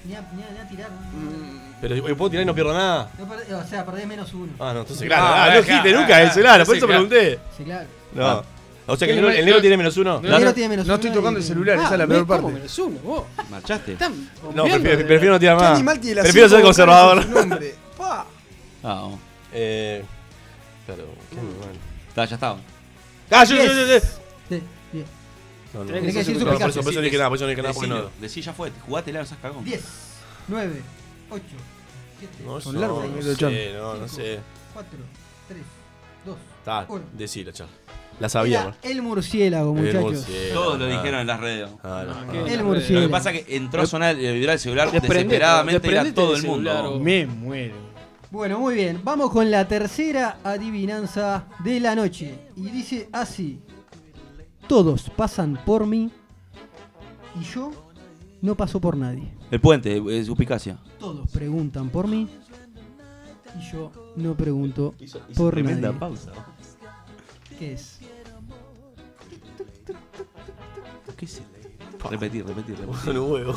Speaker 6: Ni a, ni a- ni a tirar.
Speaker 5: Mm.
Speaker 3: Pero yo puedo tirar y no pierdo nada.
Speaker 6: No perdés- o sea, perdés menos uno.
Speaker 3: Ah, no, entonces, claro.
Speaker 6: Ah,
Speaker 3: Ah,
Speaker 6: claro,
Speaker 3: no dijiste
Speaker 6: claro,
Speaker 3: nunca
Speaker 6: claro,
Speaker 3: ese, claro. Por
Speaker 6: sí,
Speaker 3: eso
Speaker 6: claro.
Speaker 3: pregunté.
Speaker 6: Sí, claro.
Speaker 3: No.
Speaker 6: Ah.
Speaker 3: O sea que el negro, el negro tiene menos uno.
Speaker 5: El negro tiene menos No estoy uno tocando y- el celular, esa es la peor parte.
Speaker 4: Ah, menos uno, vos.
Speaker 2: ¿Marchaste?
Speaker 4: Están
Speaker 3: No,
Speaker 4: bombeando
Speaker 3: prefiero,
Speaker 4: de-
Speaker 3: prefiero no tirar
Speaker 4: ¿Qué
Speaker 3: más.
Speaker 4: animal tiene las
Speaker 3: prefiero
Speaker 4: cinco
Speaker 3: ser
Speaker 4: vocales
Speaker 3: conservador.
Speaker 4: en su nombre? Pa.
Speaker 2: Ah,
Speaker 3: eh, claro, qué animal.
Speaker 2: Está, ya está.
Speaker 3: Ah, yo, yo, yo, yo.
Speaker 6: Sí, bien.
Speaker 3: No, no,
Speaker 6: Tenés que
Speaker 3: no,
Speaker 6: decir
Speaker 3: no,
Speaker 6: su
Speaker 3: por eso-
Speaker 6: pecado.
Speaker 3: por eso no dije nada, por eso no dije nada, porque
Speaker 2: Decilo,
Speaker 3: no.
Speaker 2: Decí, ya fue, jugátela, no seas cagón.
Speaker 6: 10, 9, 8, 7,
Speaker 3: No, Son no, largos, no negro, sé, Chan. no, no sé.
Speaker 6: 4, 3, 2,
Speaker 3: Está,
Speaker 6: 1.
Speaker 3: decilo, chaval. La sabía, pues.
Speaker 6: Era el murciélago,
Speaker 3: El
Speaker 6: muchachos.
Speaker 3: murciélago.
Speaker 2: Todos lo
Speaker 3: Ah.
Speaker 2: dijeron en las redes.
Speaker 3: Ah, no.
Speaker 6: El
Speaker 2: Lo que
Speaker 6: murciélago.
Speaker 2: pasa es que entró a sonar el vibrar el celular
Speaker 4: Desprendete,
Speaker 2: desesperadamente y era
Speaker 4: desprendete
Speaker 2: todo
Speaker 4: del
Speaker 2: el mundo.
Speaker 4: celular, o-
Speaker 5: Me muero.
Speaker 6: Bueno, muy bien. Vamos con la tercera adivinanza de la noche. Y dice así. Todos pasan por mí y yo no paso por nadie.
Speaker 2: El puente, eh, suspicacia.
Speaker 6: Todos preguntan por mí y yo no pregunto
Speaker 2: hizo
Speaker 6: por
Speaker 2: tremenda
Speaker 6: nadie.
Speaker 2: pausa.
Speaker 6: ¿Qué es?
Speaker 2: ¿Qué es Repetí, repetí, repetí.
Speaker 3: Con un huevo.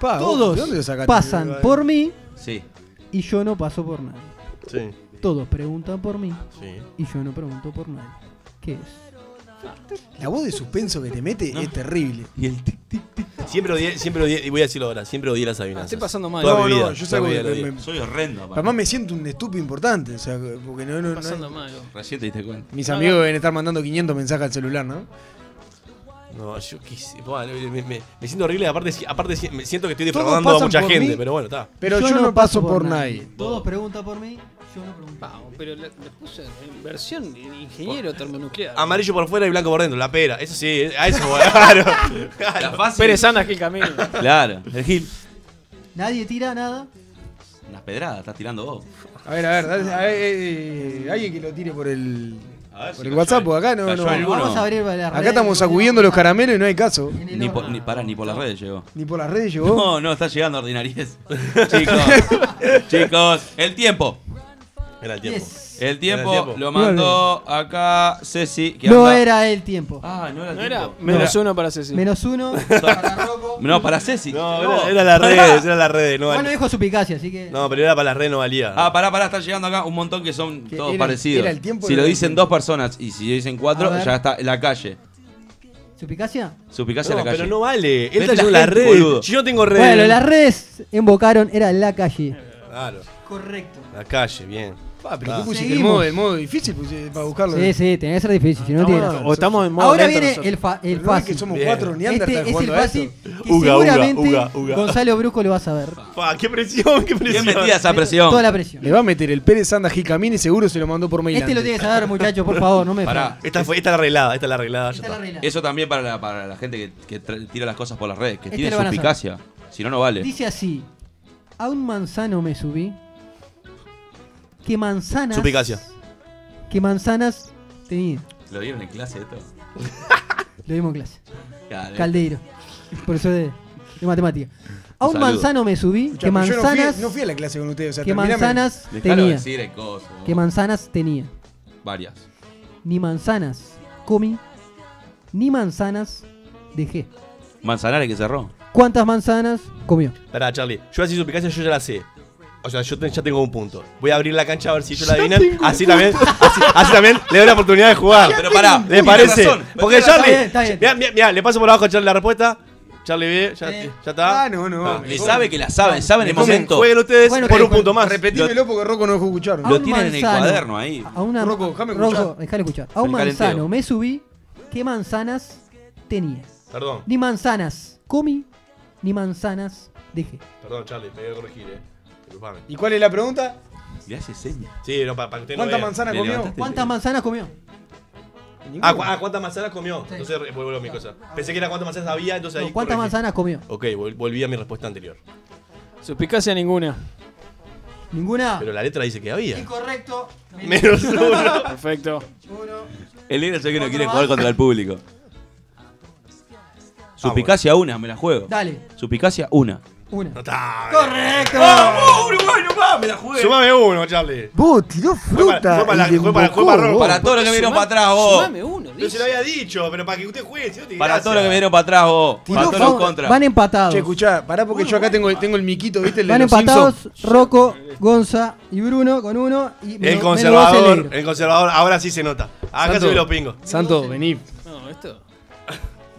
Speaker 5: Pa, vos,
Speaker 6: Todos
Speaker 5: ¿de dónde lo sacaste?
Speaker 6: pasan por mí
Speaker 2: Sí.
Speaker 6: y yo no paso por nadie.
Speaker 3: Sí.
Speaker 6: Todos preguntan por mí
Speaker 3: Sí.
Speaker 6: y yo no pregunto por nadie. ¿Qué es?
Speaker 5: La voz de suspenso que te mete es terrible.
Speaker 2: Y el tic,
Speaker 3: Siempre odié, siempre odié, y voy a decirlo ahora, siempre odié las adivinanzas.
Speaker 4: estoy pasando mal.
Speaker 3: Toda
Speaker 5: No,
Speaker 3: mi
Speaker 5: no,
Speaker 3: vida,
Speaker 5: yo
Speaker 3: toda
Speaker 5: salgo
Speaker 3: mi vida
Speaker 5: de-
Speaker 3: lo odié.
Speaker 5: me-
Speaker 2: Soy horrendo, papá.
Speaker 5: Además me siento un estúpido importante, o sea, porque no... no- no-
Speaker 4: Pasando mal. vos.
Speaker 2: Recién te diste cuenta.
Speaker 5: Mis
Speaker 4: No,
Speaker 5: amigos
Speaker 4: no.
Speaker 5: deben estar mandando 500 mensajes al celular, ¿no?
Speaker 3: No, yo quise. buah, me, me- me- me siento horrible, aparte, si- aparte si- me siento que estoy
Speaker 5: Todos
Speaker 3: defraudando a
Speaker 5: pasan
Speaker 3: mucha
Speaker 5: por
Speaker 3: gente,
Speaker 5: mí.
Speaker 3: pero bueno, está.
Speaker 5: Pero yo, no paso por nadie.
Speaker 6: Todos preguntan por mí, yo no pregunto.
Speaker 4: Ah, Pero le, le puse en versión de ingeniero termonuclear.
Speaker 3: Amarillo por fuera y blanco por dentro, la pera, eso sí, eh, a eso voy, claro.
Speaker 2: La fácil.
Speaker 4: Pérez Ana, Gil Camino.
Speaker 2: Claro, el Gil.
Speaker 6: Nadie tira nada.
Speaker 2: Unas pedradas, estás tirando vos.
Speaker 5: A ver, a ver, dale, a ver, eh, eh, alguien que lo tire por el,
Speaker 2: A ver
Speaker 5: por
Speaker 2: si
Speaker 5: el
Speaker 2: cayó
Speaker 5: WhatsApp,
Speaker 2: ahí.
Speaker 5: porque acá no...
Speaker 2: Cayó
Speaker 5: no-
Speaker 2: alguno. Vamos a abrir
Speaker 6: la
Speaker 5: acá
Speaker 6: red,
Speaker 5: estamos sacudiendo los caramelos y no hay caso.
Speaker 2: Ni por, ni, pará, ni por las redes llegó.
Speaker 5: Ni por las redes llegó.
Speaker 2: No, no, está llegando ordinariez. Chicos, chicos, el tiempo.
Speaker 3: Era el tiempo.
Speaker 2: El tiempo,
Speaker 3: Era el tiempo.
Speaker 2: lo mandó acá Ceci. Que
Speaker 6: No
Speaker 2: anda-
Speaker 6: era el tiempo.
Speaker 2: Ah, no era el
Speaker 4: No era
Speaker 2: tiempo.
Speaker 4: menos uno para Ceci.
Speaker 6: Menos uno.
Speaker 2: No, para Ceci. No,
Speaker 3: Era, era las redes, era las redes, no
Speaker 6: Bueno,
Speaker 3: valía.
Speaker 6: dijo su picacia, así que.
Speaker 3: No, pero era para las redes, no valía.
Speaker 2: Ah, pará, pará, está llegando acá un montón que son todos
Speaker 5: era-
Speaker 2: parecidos.
Speaker 5: era el tiempo
Speaker 2: si
Speaker 5: de-
Speaker 2: lo dicen dos personas y si lo dicen cuatro,
Speaker 6: A ver.
Speaker 2: ya está en la calle.
Speaker 6: ¿Su picacia?
Speaker 2: Su picacia
Speaker 3: No,
Speaker 2: en la calle.
Speaker 3: pero no vale.
Speaker 2: Vete
Speaker 3: Él está
Speaker 2: la
Speaker 3: en las
Speaker 2: gente,
Speaker 3: redes.
Speaker 2: boludo.
Speaker 3: Yo no tengo redes.
Speaker 6: Bueno, las redes invocaron, era la calle.
Speaker 3: Claro,
Speaker 6: Correcto.
Speaker 3: la calle, bien.
Speaker 5: Pa, pero
Speaker 3: Ah.
Speaker 5: tú pusiste el
Speaker 6: Seguimos.
Speaker 5: modo, el modo difícil pusiste para buscarlo.
Speaker 6: Sí, sí, tenés que ser difícil, si no tiene.
Speaker 4: Estamos- o estamos en modo
Speaker 6: Ahora
Speaker 4: lento
Speaker 6: viene
Speaker 4: nosotros.
Speaker 6: el, fa- el
Speaker 5: Pero no es
Speaker 6: fácil.
Speaker 5: que somos
Speaker 3: Bien.
Speaker 5: cuatro
Speaker 6: Este
Speaker 5: neandertales
Speaker 6: es el
Speaker 5: jugando a esto.
Speaker 6: fácil que
Speaker 3: Uga, uga,
Speaker 6: seguramente
Speaker 3: uga, uga.
Speaker 6: Gonzalo Brusco lo va a saber.
Speaker 3: Pa, qué presión, qué
Speaker 2: Bien
Speaker 3: presión.
Speaker 2: metida esa presión.
Speaker 6: Toda la presión.
Speaker 5: Le va a meter el Pérez Anda Jicamín y seguro se lo mandó por mail.
Speaker 6: Este lo
Speaker 5: antes.
Speaker 6: tiene que saber, muchachos, por favor, no me
Speaker 2: Pará.
Speaker 3: Esta fue, esta la arreglada, esta la arreglada. ya
Speaker 6: Esta la
Speaker 3: está.
Speaker 6: regla.
Speaker 2: Eso también para la, para la gente que, que tra- tira las cosas por las redes, que
Speaker 6: Este
Speaker 2: tiene
Speaker 6: lo van a
Speaker 2: suspicacia. Si no, no vale.
Speaker 6: Dice así: A un manzano me subí. Que manzanas.
Speaker 3: Suspicacia.
Speaker 6: Que manzanas tenía.
Speaker 2: ¿Lo vieron en clase esto?
Speaker 6: Lo vimos en clase.
Speaker 2: Claro.
Speaker 6: Caldeiro. Profesor de, de matemática. A un
Speaker 2: Saludo.
Speaker 6: manzano me subí.
Speaker 5: Escuchá,
Speaker 6: que
Speaker 5: pero yo no fui-
Speaker 6: manzanas.
Speaker 5: No fui, a la clase con ustedes, o sea,
Speaker 6: que
Speaker 5: terminame.
Speaker 6: manzanas
Speaker 2: Dejalo
Speaker 6: tenía.
Speaker 2: decir el coso. vos.
Speaker 6: Que manzanas tenía.
Speaker 2: Varias.
Speaker 6: Ni manzanas comí. Ni manzanas dejé.
Speaker 2: Manzanares que cerró.
Speaker 6: ¿Cuántas manzanas comió?
Speaker 3: Pará, Charlie. Yo así suspicacia, yo ya la sé. O sea, yo te- ya tengo un punto. Voy a abrir la cancha a ver si yo la adivinan. Así también, así, así también le doy la oportunidad de jugar.
Speaker 2: Pero pará,
Speaker 3: ¿Le
Speaker 2: tiene
Speaker 3: parece?
Speaker 2: razón, pero
Speaker 3: Porque
Speaker 2: tiene razón.
Speaker 3: Charlie.
Speaker 6: Está bien, está bien.
Speaker 3: Mirá, mirá, mirá, le paso por abajo a Charlie la respuesta. Charlie ve, ya,
Speaker 6: Eh.
Speaker 3: ya está.
Speaker 5: Ah, no, no.
Speaker 3: Ah,
Speaker 5: me
Speaker 2: Le
Speaker 5: comen.
Speaker 2: sabe que la sabe, sabe en el
Speaker 3: Comen,
Speaker 2: momento.
Speaker 3: Jueguen ustedes
Speaker 6: Bueno,
Speaker 3: por
Speaker 6: que-
Speaker 3: un punto más.
Speaker 5: Repetímelo porque Rocco no dejó escuchar.
Speaker 6: A
Speaker 2: Lo
Speaker 6: un
Speaker 2: tienen en el
Speaker 6: manzano.
Speaker 2: cuaderno ahí.
Speaker 6: A una,
Speaker 5: Rocco, dejame escuchar.
Speaker 6: dejale escuchar. A un
Speaker 2: El calenteo.
Speaker 6: manzano me subí. ¿Qué manzanas tenía?
Speaker 3: Perdón,
Speaker 6: Ni manzanas comí. Ni manzanas dejé.
Speaker 3: perdón, Charlie, me voy a corregir, eh. Disculpame.
Speaker 5: ¿Y cuál es la pregunta?
Speaker 2: Le hace señas.
Speaker 3: Sí, no, para que usted no
Speaker 5: ¿Cuántas
Speaker 3: vea.
Speaker 5: manzanas
Speaker 2: Le
Speaker 5: comió?
Speaker 2: levantaste.
Speaker 6: ¿Cuántas manzanas comió?
Speaker 5: Ninguna.
Speaker 3: Ah, cu- ah, ¿cuántas manzanas comió? Entonces re- vuelvo a mi cosa. Pensé que era cuántas manzanas había, entonces ahí.
Speaker 6: No, ¿Cuántas
Speaker 3: corregí.
Speaker 6: manzanas comió?
Speaker 3: Ok, vol- volví a mi respuesta anterior.
Speaker 4: Suspicacia ninguna.
Speaker 6: Ninguna.
Speaker 3: Pero la letra dice que había.
Speaker 6: Incorrecto.
Speaker 3: Menos uno.
Speaker 4: Perfecto.
Speaker 6: Uno.
Speaker 2: El negro sé que no quiere jugar contra el público. Suspicacia una, me la juego.
Speaker 6: Dale.
Speaker 2: Suspicacia una.
Speaker 6: Una.
Speaker 9: ¡Correcto!
Speaker 6: ¡Vamos,
Speaker 9: Uruguay, no más! ¡Me la jugué!
Speaker 3: Sumame uno, Charlie.
Speaker 9: Vos, tiró
Speaker 3: fruta Fue para,
Speaker 9: y
Speaker 3: fue para, fue para,
Speaker 9: desembocó, vos.
Speaker 2: Para todo lo que vieron para atrás, vos.
Speaker 3: Sumame uno, Pero se lo había dicho, pero para que usted juegue, si no te
Speaker 2: Para
Speaker 3: gracia.
Speaker 2: todo lo que me dieron para atrás, vos. Para todos los contra.
Speaker 6: Van empatados.
Speaker 5: Che, escuchá, pará porque yo acá tengo, el- tengo el miquito, ¿viste? El de
Speaker 6: Van
Speaker 5: los
Speaker 6: empatados
Speaker 5: Simpsons.
Speaker 6: Rocco, Gonza y Bruno con uno. Y
Speaker 3: El
Speaker 6: menos- menos
Speaker 3: conservador,
Speaker 6: Negro.
Speaker 3: el conservador, ahora sí se nota. Acá
Speaker 5: Santo,
Speaker 3: se ve los pingos.
Speaker 5: Santo, vení.
Speaker 4: No, esto.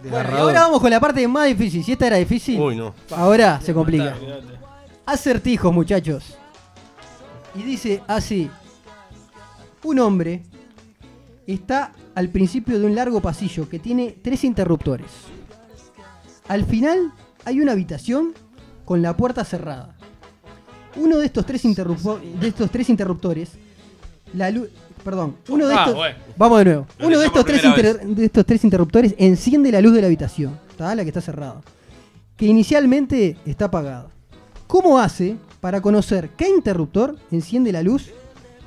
Speaker 6: Bueno, y ahora vamos con la parte más difícil. Si esta era difícil,
Speaker 3: Uy, no.
Speaker 6: ahora se complica. Acertijos, muchachos. Y dice así: Un hombre está al principio de un largo pasillo que tiene tres interruptores. Al final hay una habitación con la puerta cerrada. Uno de estos tres, interrupto- de estos tres interruptores, la luz. Perdón, uno de
Speaker 9: Ah,
Speaker 6: estos.
Speaker 9: bueno.
Speaker 6: Vamos de nuevo.
Speaker 9: Lo
Speaker 6: Uno de
Speaker 9: decía por
Speaker 6: estos, tres
Speaker 9: primera
Speaker 6: inter- de estos tres interruptores enciende la luz de la habitación, ¿tá? la que está cerrada, que inicialmente está apagada. ¿Cómo hace para conocer qué interruptor enciende la luz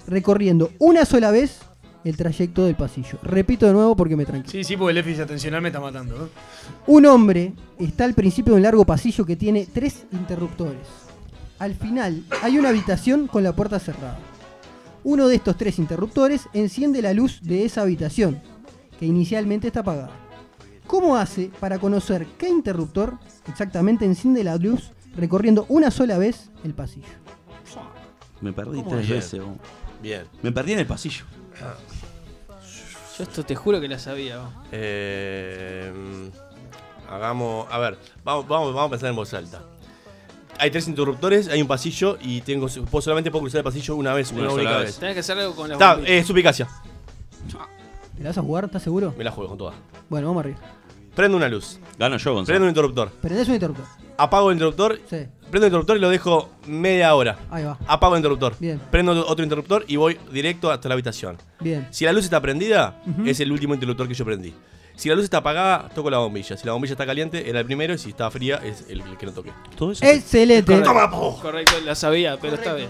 Speaker 6: recorriendo una sola vez el trayecto del pasillo? Repito de nuevo porque me tranquilo.
Speaker 5: Sí, sí, porque el déficit atencional me está matando. ¿eh?
Speaker 6: Un hombre está al principio de un largo pasillo que tiene tres interruptores. Al final hay una habitación con la puerta cerrada. Uno de estos tres interruptores enciende la luz de esa habitación, que inicialmente está apagada. ¿Cómo hace para conocer qué interruptor exactamente enciende la luz recorriendo una sola vez el pasillo?
Speaker 2: Me perdí
Speaker 4: ¿Cómo
Speaker 2: tres
Speaker 4: ayer?
Speaker 2: veces, vos.
Speaker 3: Bien.
Speaker 2: Me perdí en el pasillo.
Speaker 4: Yo esto te juro que la sabía. vos.
Speaker 3: Eh, mm, hagamos. A ver, vamos, vamos, vamos a pensar en voz alta. Hay tres interruptores, hay un pasillo y tengo, puedo- solamente puedo cruzar el pasillo una vez, una,
Speaker 4: Una sola
Speaker 3: única
Speaker 4: vez.
Speaker 3: vez.
Speaker 4: Tenés que hacer algo con la
Speaker 3: Está,
Speaker 4: bombita.
Speaker 3: eh, suplicacia.
Speaker 6: ¿Te la vas a jugar? ¿Estás seguro?
Speaker 3: Me la juego con toda.
Speaker 6: Bueno, vamos arriba.
Speaker 3: Prendo una luz.
Speaker 2: Gano yo, Gonzalo.
Speaker 3: Prendo un interruptor.
Speaker 6: Prendés un interruptor.
Speaker 3: Apago el interruptor.
Speaker 6: Sí.
Speaker 3: Prendo el interruptor y lo dejo media hora.
Speaker 6: Ahí va.
Speaker 3: Apago el interruptor.
Speaker 6: Bien.
Speaker 3: Prendo otro interruptor y voy directo hasta la habitación.
Speaker 6: Bien.
Speaker 3: Si la luz está prendida,
Speaker 6: Ujú.
Speaker 3: es el último interruptor que yo prendí. Si la luz está apagada, toco la bombilla. Si la bombilla está caliente, era el primero. Y si está fría, es el que no toqué.
Speaker 2: Todo
Speaker 6: Excelente.
Speaker 3: Toma,
Speaker 4: Correcto, la sabía, pero está bien.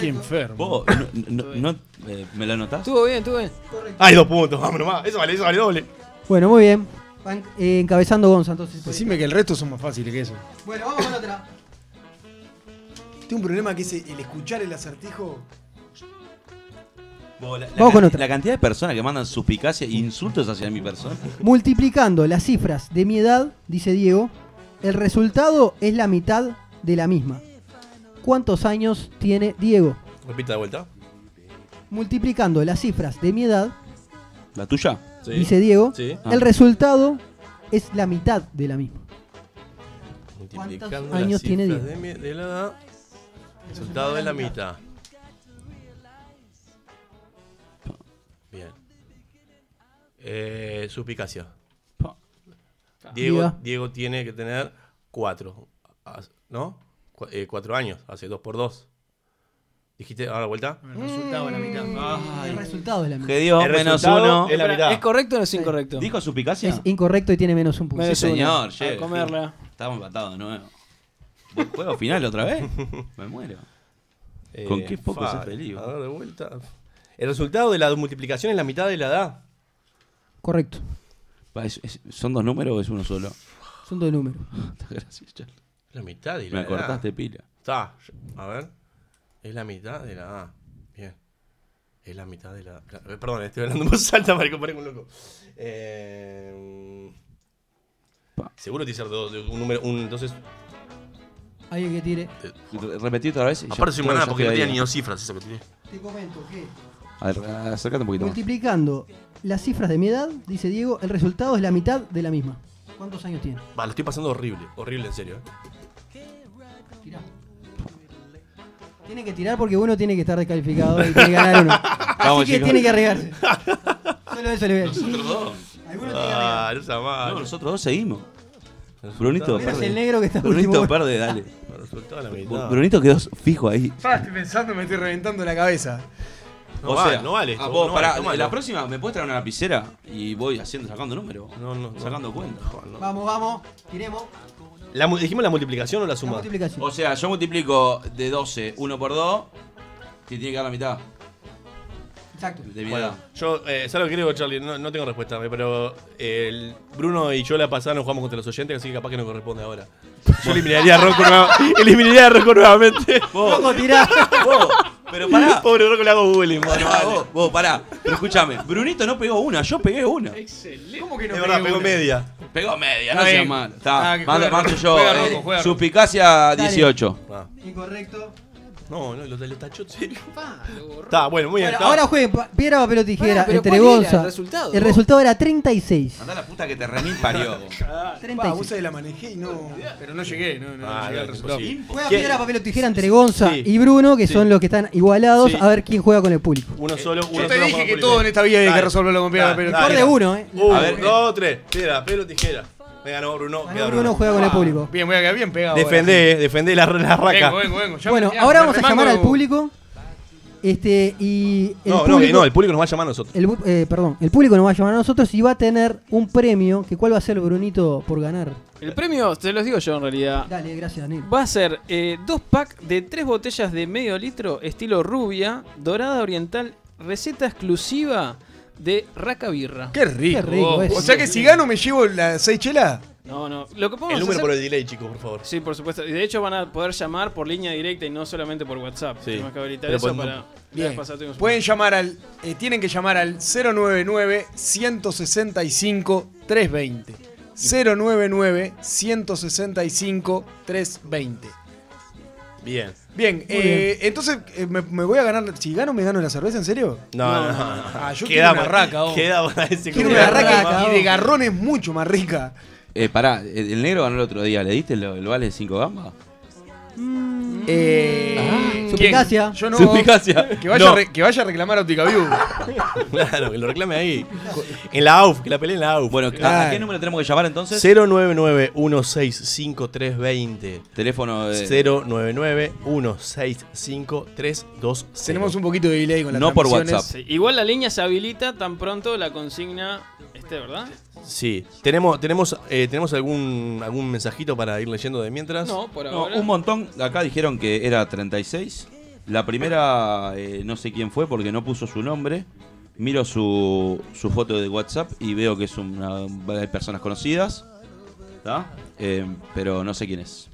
Speaker 5: Qué enfermo.
Speaker 2: Vos, no, no- no, eh, ¿me lo anotás?
Speaker 4: Estuvo bien, estuvo bien.
Speaker 3: Hay dos puntos, vamos nomás. Eso vale, eso vale doble.
Speaker 6: Bueno, muy bien. Van eh, encabezando Gonza entonces.
Speaker 5: Decime que el resto son más fáciles que eso.
Speaker 6: Bueno, vamos con otra.
Speaker 5: Tengo un problema que es el escuchar el acertijo.
Speaker 2: Vos, la, la
Speaker 6: Vamos con
Speaker 2: can-
Speaker 6: otra.
Speaker 2: La cantidad de personas que mandan suspicacia e insultos hacia mi persona.
Speaker 6: Multiplicando las cifras de mi edad, dice Diego, el resultado es la mitad de la misma. ¿Cuántos años tiene Diego?
Speaker 3: Repita de vuelta.
Speaker 6: Multiplicando las cifras de mi edad,
Speaker 2: ¿La tuya?
Speaker 6: dice Diego,
Speaker 2: Sí.
Speaker 4: Ah.
Speaker 6: el resultado es la mitad de la misma.
Speaker 3: Multiplicando
Speaker 6: años
Speaker 3: las
Speaker 6: tiene
Speaker 3: cifras
Speaker 6: Diego?
Speaker 3: De, mi- de la edad. El resultado es la mitad. Bien. Eh, suspicacia. Diego,
Speaker 6: Diga.
Speaker 3: Diego tiene que tener cuatro. as- ¿No? Cu- eh, cuatro años. Hace dos por dos. ¿Dijiste ahora vuelta?
Speaker 5: El resultado es la mitad.
Speaker 6: Mm, El resultado es la mitad.
Speaker 2: Que Dios
Speaker 3: El
Speaker 2: menos
Speaker 3: resultado
Speaker 2: uno.
Speaker 3: es la mitad.
Speaker 4: ¿Es correcto o no es incorrecto?
Speaker 2: ¿Dijo suspicacia?
Speaker 6: Es incorrecto y tiene menos un punto.
Speaker 2: Sí, señor.
Speaker 4: uno.
Speaker 2: che,
Speaker 4: A comerla.
Speaker 2: fin. Estamos empatados de nuevo. ¿Vos ¿Juego final otra vez? Me muero.
Speaker 3: Eh,
Speaker 2: ¿Con qué poco se
Speaker 3: fa,
Speaker 2: este lío?
Speaker 3: a dar de vuelta. El resultado de la multiplicación es la mitad de la edad.
Speaker 6: Correcto.
Speaker 2: Pa, es- es- ¿Son dos números o es uno solo?
Speaker 6: Son dos números.
Speaker 2: Gracias, Charlie.
Speaker 3: La mitad de la
Speaker 2: Me
Speaker 3: edad.
Speaker 2: cortaste pila.
Speaker 3: Está. yo- A ver. Es la mitad de la edad. Bien. Es la mitad de la claro, eh, Perdón, estoy hablando en voz alta para que parezca un loco. Eh, Seguro te hice dos, de un número. Un, entonces.
Speaker 6: Alguien que tire.
Speaker 2: Eh, Re- Repetí otra vez. y ya-
Speaker 3: Aparte soy
Speaker 2: creo que
Speaker 3: maná
Speaker 2: ya
Speaker 3: porque no
Speaker 2: quedaría.
Speaker 3: tenía ni dos cifras eso que tiene.
Speaker 6: Te comento que
Speaker 2: A ver, acércate un poquito más.
Speaker 6: multiplicando las cifras de mi edad, dice Diego, el resultado es la mitad de la misma. ¿Cuántos años tiene?
Speaker 3: Va, lo estoy pasando horrible. Horrible, en serio. eh.
Speaker 6: Tiene que tirar porque uno tiene que estar descalificado y tiene que ganar uno.
Speaker 2: Vamos,
Speaker 6: Así que
Speaker 2: chicos.
Speaker 6: tiene que arriesgarse. Solo eso le voy a decir. Alguno tiene que arriesgar.
Speaker 3: Ah, no sea malo.
Speaker 2: No, nosotros dos seguimos. Brunito,
Speaker 6: Menos
Speaker 2: perde.
Speaker 6: el negro que está
Speaker 2: Brunito,
Speaker 6: último.
Speaker 2: perde, dale.
Speaker 3: El resultado es la mitad.
Speaker 2: Brunito quedó fijo ahí.
Speaker 5: Ah, estoy pensando, me estoy reventando la cabeza.
Speaker 3: No vale, no vale esto,
Speaker 2: ah, vos,
Speaker 3: no
Speaker 2: pará,
Speaker 3: vale, tómalo.
Speaker 2: la próxima me puedes traer una lapicera y voy haciendo, sacando números.
Speaker 3: No, no, no.
Speaker 2: Sacando cuentas.
Speaker 6: Vamos, vamos. Tiremos.
Speaker 3: La mu- ¿Dijimos la multiplicación o la suma?
Speaker 6: Multiplicación.
Speaker 2: O sea, yo multiplico de 12, 1 por 2, te tiene que dar la mitad.
Speaker 6: Exacto.
Speaker 2: De
Speaker 3: Bueno,
Speaker 2: video.
Speaker 3: yo, eh, ¿sabes lo que creo, Charlie? No, no tengo respuesta, pero eh, el Bruno y yo la pasada nos jugamos contra los oyentes, así que capaz que no corresponde ahora. Yo eliminaría a Rocco, nueva- eliminaría a Rocco nuevamente.
Speaker 2: Rocco,
Speaker 6: tirá.
Speaker 2: Vos, pero pará.
Speaker 3: Pobre Rocco le hago bullying,
Speaker 2: Pará, vos, vos, pará. Pero escúchame, Brunito no pegó una, yo pegué una.
Speaker 5: ¿Cómo que no
Speaker 3: Es verdad,
Speaker 5: pegué
Speaker 3: pegó
Speaker 5: una?
Speaker 3: media.
Speaker 2: Pegó media,
Speaker 5: Está
Speaker 2: no sea
Speaker 5: bien.
Speaker 2: malo. Está,
Speaker 5: Ah, que
Speaker 2: mando,
Speaker 5: juega
Speaker 2: mando
Speaker 5: Rocco,
Speaker 2: yo.
Speaker 5: juega
Speaker 2: eh,
Speaker 5: Rocco, juega Rocco.
Speaker 2: Suspicacia
Speaker 6: Dale. Ah.
Speaker 2: 18.
Speaker 6: Incorrecto.
Speaker 3: No, no, lo, lo tachó en serio. Está, bueno, muy bien.
Speaker 6: Bueno,
Speaker 3: está.
Speaker 6: ahora jueguen pa- piedra, papel o tijera
Speaker 3: Pará, pero
Speaker 6: entre
Speaker 3: ¿cuál era el
Speaker 6: Gonza.
Speaker 3: resultado, Ah.
Speaker 6: El
Speaker 3: vos?
Speaker 6: resultado era 36.
Speaker 2: Andá la puta que te remil parió. vos.
Speaker 5: Pa, Ah, vos sabés, la manejé y no. Pero no llegué, no, no,
Speaker 2: Ah,
Speaker 5: llegué al
Speaker 2: no,
Speaker 5: resultado.
Speaker 2: imposible.
Speaker 6: Juega piedra, papel o tijera entre Gonza y Bruno, que
Speaker 5: Sí.
Speaker 6: son los que están igualados.
Speaker 5: Sí.
Speaker 6: A ver quién juega con el público.
Speaker 3: Uno solo, uno
Speaker 5: Yo te
Speaker 3: solo.
Speaker 5: dije
Speaker 3: Juan
Speaker 5: que
Speaker 3: Poli.
Speaker 5: todo en esta vida hay que
Speaker 3: Dale,
Speaker 5: resolverlo con piedra,
Speaker 3: dale,
Speaker 5: papel
Speaker 3: Uh,
Speaker 5: o
Speaker 3: dale.
Speaker 5: tijera.
Speaker 6: Por de uno, eh.
Speaker 3: Uno,
Speaker 5: A ver.
Speaker 3: dos, tres. Piedra, pelo, tijera. Me ganó Bruno. queda
Speaker 6: Bruno, juega
Speaker 3: Ah,
Speaker 6: con el público.
Speaker 5: Bien, voy a quedar bien pegado.
Speaker 3: Defendé, eh, defendé la, la raca.
Speaker 5: Vengo, vengo, vengo. Ya
Speaker 6: bueno,
Speaker 5: me-
Speaker 6: ahora
Speaker 5: me
Speaker 6: vamos a
Speaker 5: remando
Speaker 6: llamar al
Speaker 5: como-
Speaker 6: público. Este, y. el
Speaker 3: No, no,
Speaker 6: público-
Speaker 3: no, el público nos va a llamar a nosotros.
Speaker 6: El, bu- eh, perdón, el público nos va a llamar a nosotros y va a tener un premio. Que ¿Cuál va a ser el Brunito por ganar?
Speaker 4: El premio, te los digo yo en realidad.
Speaker 6: Dale, gracias, Nil.
Speaker 4: Va a ser eh, dos packs de tres botellas de medio litro, estilo rubia, dorada oriental, receta exclusiva de Raca Birra.
Speaker 5: Qué rico. o sea que si gano me llevo las seis chelas.
Speaker 4: No, no. Lo que podemos
Speaker 3: El número
Speaker 4: hacer-
Speaker 3: por el delay, chicos, por favor.
Speaker 4: Sí, por supuesto. Y de hecho van a poder llamar por línea directa y no solamente por WhatsApp.
Speaker 3: Sí.
Speaker 4: Tenemos que habilitar
Speaker 3: Pero
Speaker 4: eso
Speaker 3: podemos-
Speaker 4: para...
Speaker 5: Bien.
Speaker 4: para pasar- tenemos-
Speaker 5: Pueden llamar al. eh, tienen que llamar al 099 165 320. 099 165 320.
Speaker 3: Bien.
Speaker 5: Bien, eh, entonces eh, me, me voy a ganar. Si gano, me gano la cerveza, ¿en serio?
Speaker 3: No, no, no.
Speaker 5: Ah, yo
Speaker 3: Queda
Speaker 5: quiero una
Speaker 3: para-
Speaker 5: raca, vos.
Speaker 3: queda para ese
Speaker 5: Quiero
Speaker 3: comentario.
Speaker 5: una raca
Speaker 3: Raca,
Speaker 5: y de
Speaker 3: vos.
Speaker 5: garrón es mucho más rica.
Speaker 2: Eh, pará, el el negro ganó el otro día. ¿Le diste lo- el, vale de 5 gambas?
Speaker 5: Eh,
Speaker 6: Ah,
Speaker 5: ¿quién?
Speaker 6: suspicacia.
Speaker 5: Yo no.
Speaker 3: Suspicacia.
Speaker 5: Que vaya,
Speaker 3: No.
Speaker 5: a re- que vaya a reclamar a Óptica View.
Speaker 3: Claro, que lo reclame ahí. En la AUF, que la peleen en la AUF.
Speaker 2: Bueno, ¿a, a qué número tenemos que llamar entonces?
Speaker 3: 099-165-320.
Speaker 2: Teléfono de-
Speaker 3: 099-165-320.
Speaker 5: Tenemos un poquito de delay con las transmisiones.
Speaker 4: Sí, Igual la línea se habilita tan pronto la consigna esté, ¿verdad?
Speaker 3: Sí. ¿Tenemos, tenemos, eh, ¿tenemos algún, algún mensajito para ir leyendo de mientras?
Speaker 4: No, por
Speaker 2: No,
Speaker 4: ahora.
Speaker 2: un montón. Acá dijeron que era 36. La primera, eh, no sé quién fue porque no puso su nombre. Miro su, su foto de WhatsApp y veo que es una de personas conocidas. ¿Está? Eh, pero no sé quién es.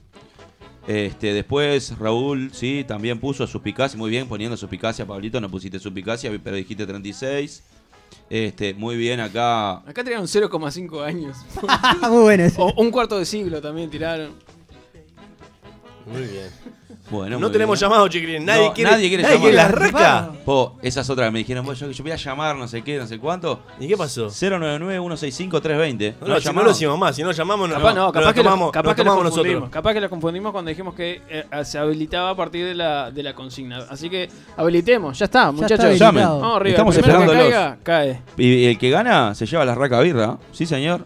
Speaker 2: Este, después Raúl, sí, también puso su picacia. Muy bien, poniendo su picacia, Pablito. No pusiste su picacia, pero dijiste 36. Este, muy bien, acá.
Speaker 4: Acá tiraron 0,5 años.
Speaker 6: Muy bueno ese.
Speaker 4: O un cuarto de siglo también tiraron.
Speaker 3: Muy bien.
Speaker 2: Bueno,
Speaker 3: No
Speaker 2: muy
Speaker 3: tenemos
Speaker 2: bien.
Speaker 3: llamado, chiquilín. Nadie
Speaker 2: No,
Speaker 3: quiere-
Speaker 2: nadie quiere
Speaker 3: nadie quiere
Speaker 2: llamar.
Speaker 3: la reca.
Speaker 2: Po, esas otras que me dijeron, vos, yo, yo voy a llamar, no sé qué, no sé cuánto.
Speaker 3: ¿Y qué pasó?
Speaker 2: 099-165-320.
Speaker 3: No, si no lo hicimos más. Si no llamamos, no,
Speaker 4: Capaz, no,
Speaker 3: no
Speaker 4: capaz,
Speaker 3: lo
Speaker 4: que,
Speaker 3: tomamos,
Speaker 4: lo, capaz
Speaker 3: lo
Speaker 4: que lo
Speaker 3: tomamos
Speaker 4: confundimos.
Speaker 3: nosotros.
Speaker 4: Capaz que lo confundimos cuando dijimos que eh, se habilitaba a partir de la, de la consigna. Así que habilitemos, ya está, muchachos.
Speaker 2: Llamen.
Speaker 4: Vamos arriba.
Speaker 2: Estamos
Speaker 4: el primero que
Speaker 2: esperándolos.
Speaker 4: caiga, cae.
Speaker 2: Y el que gana se lleva la raca birra. Sí, señor.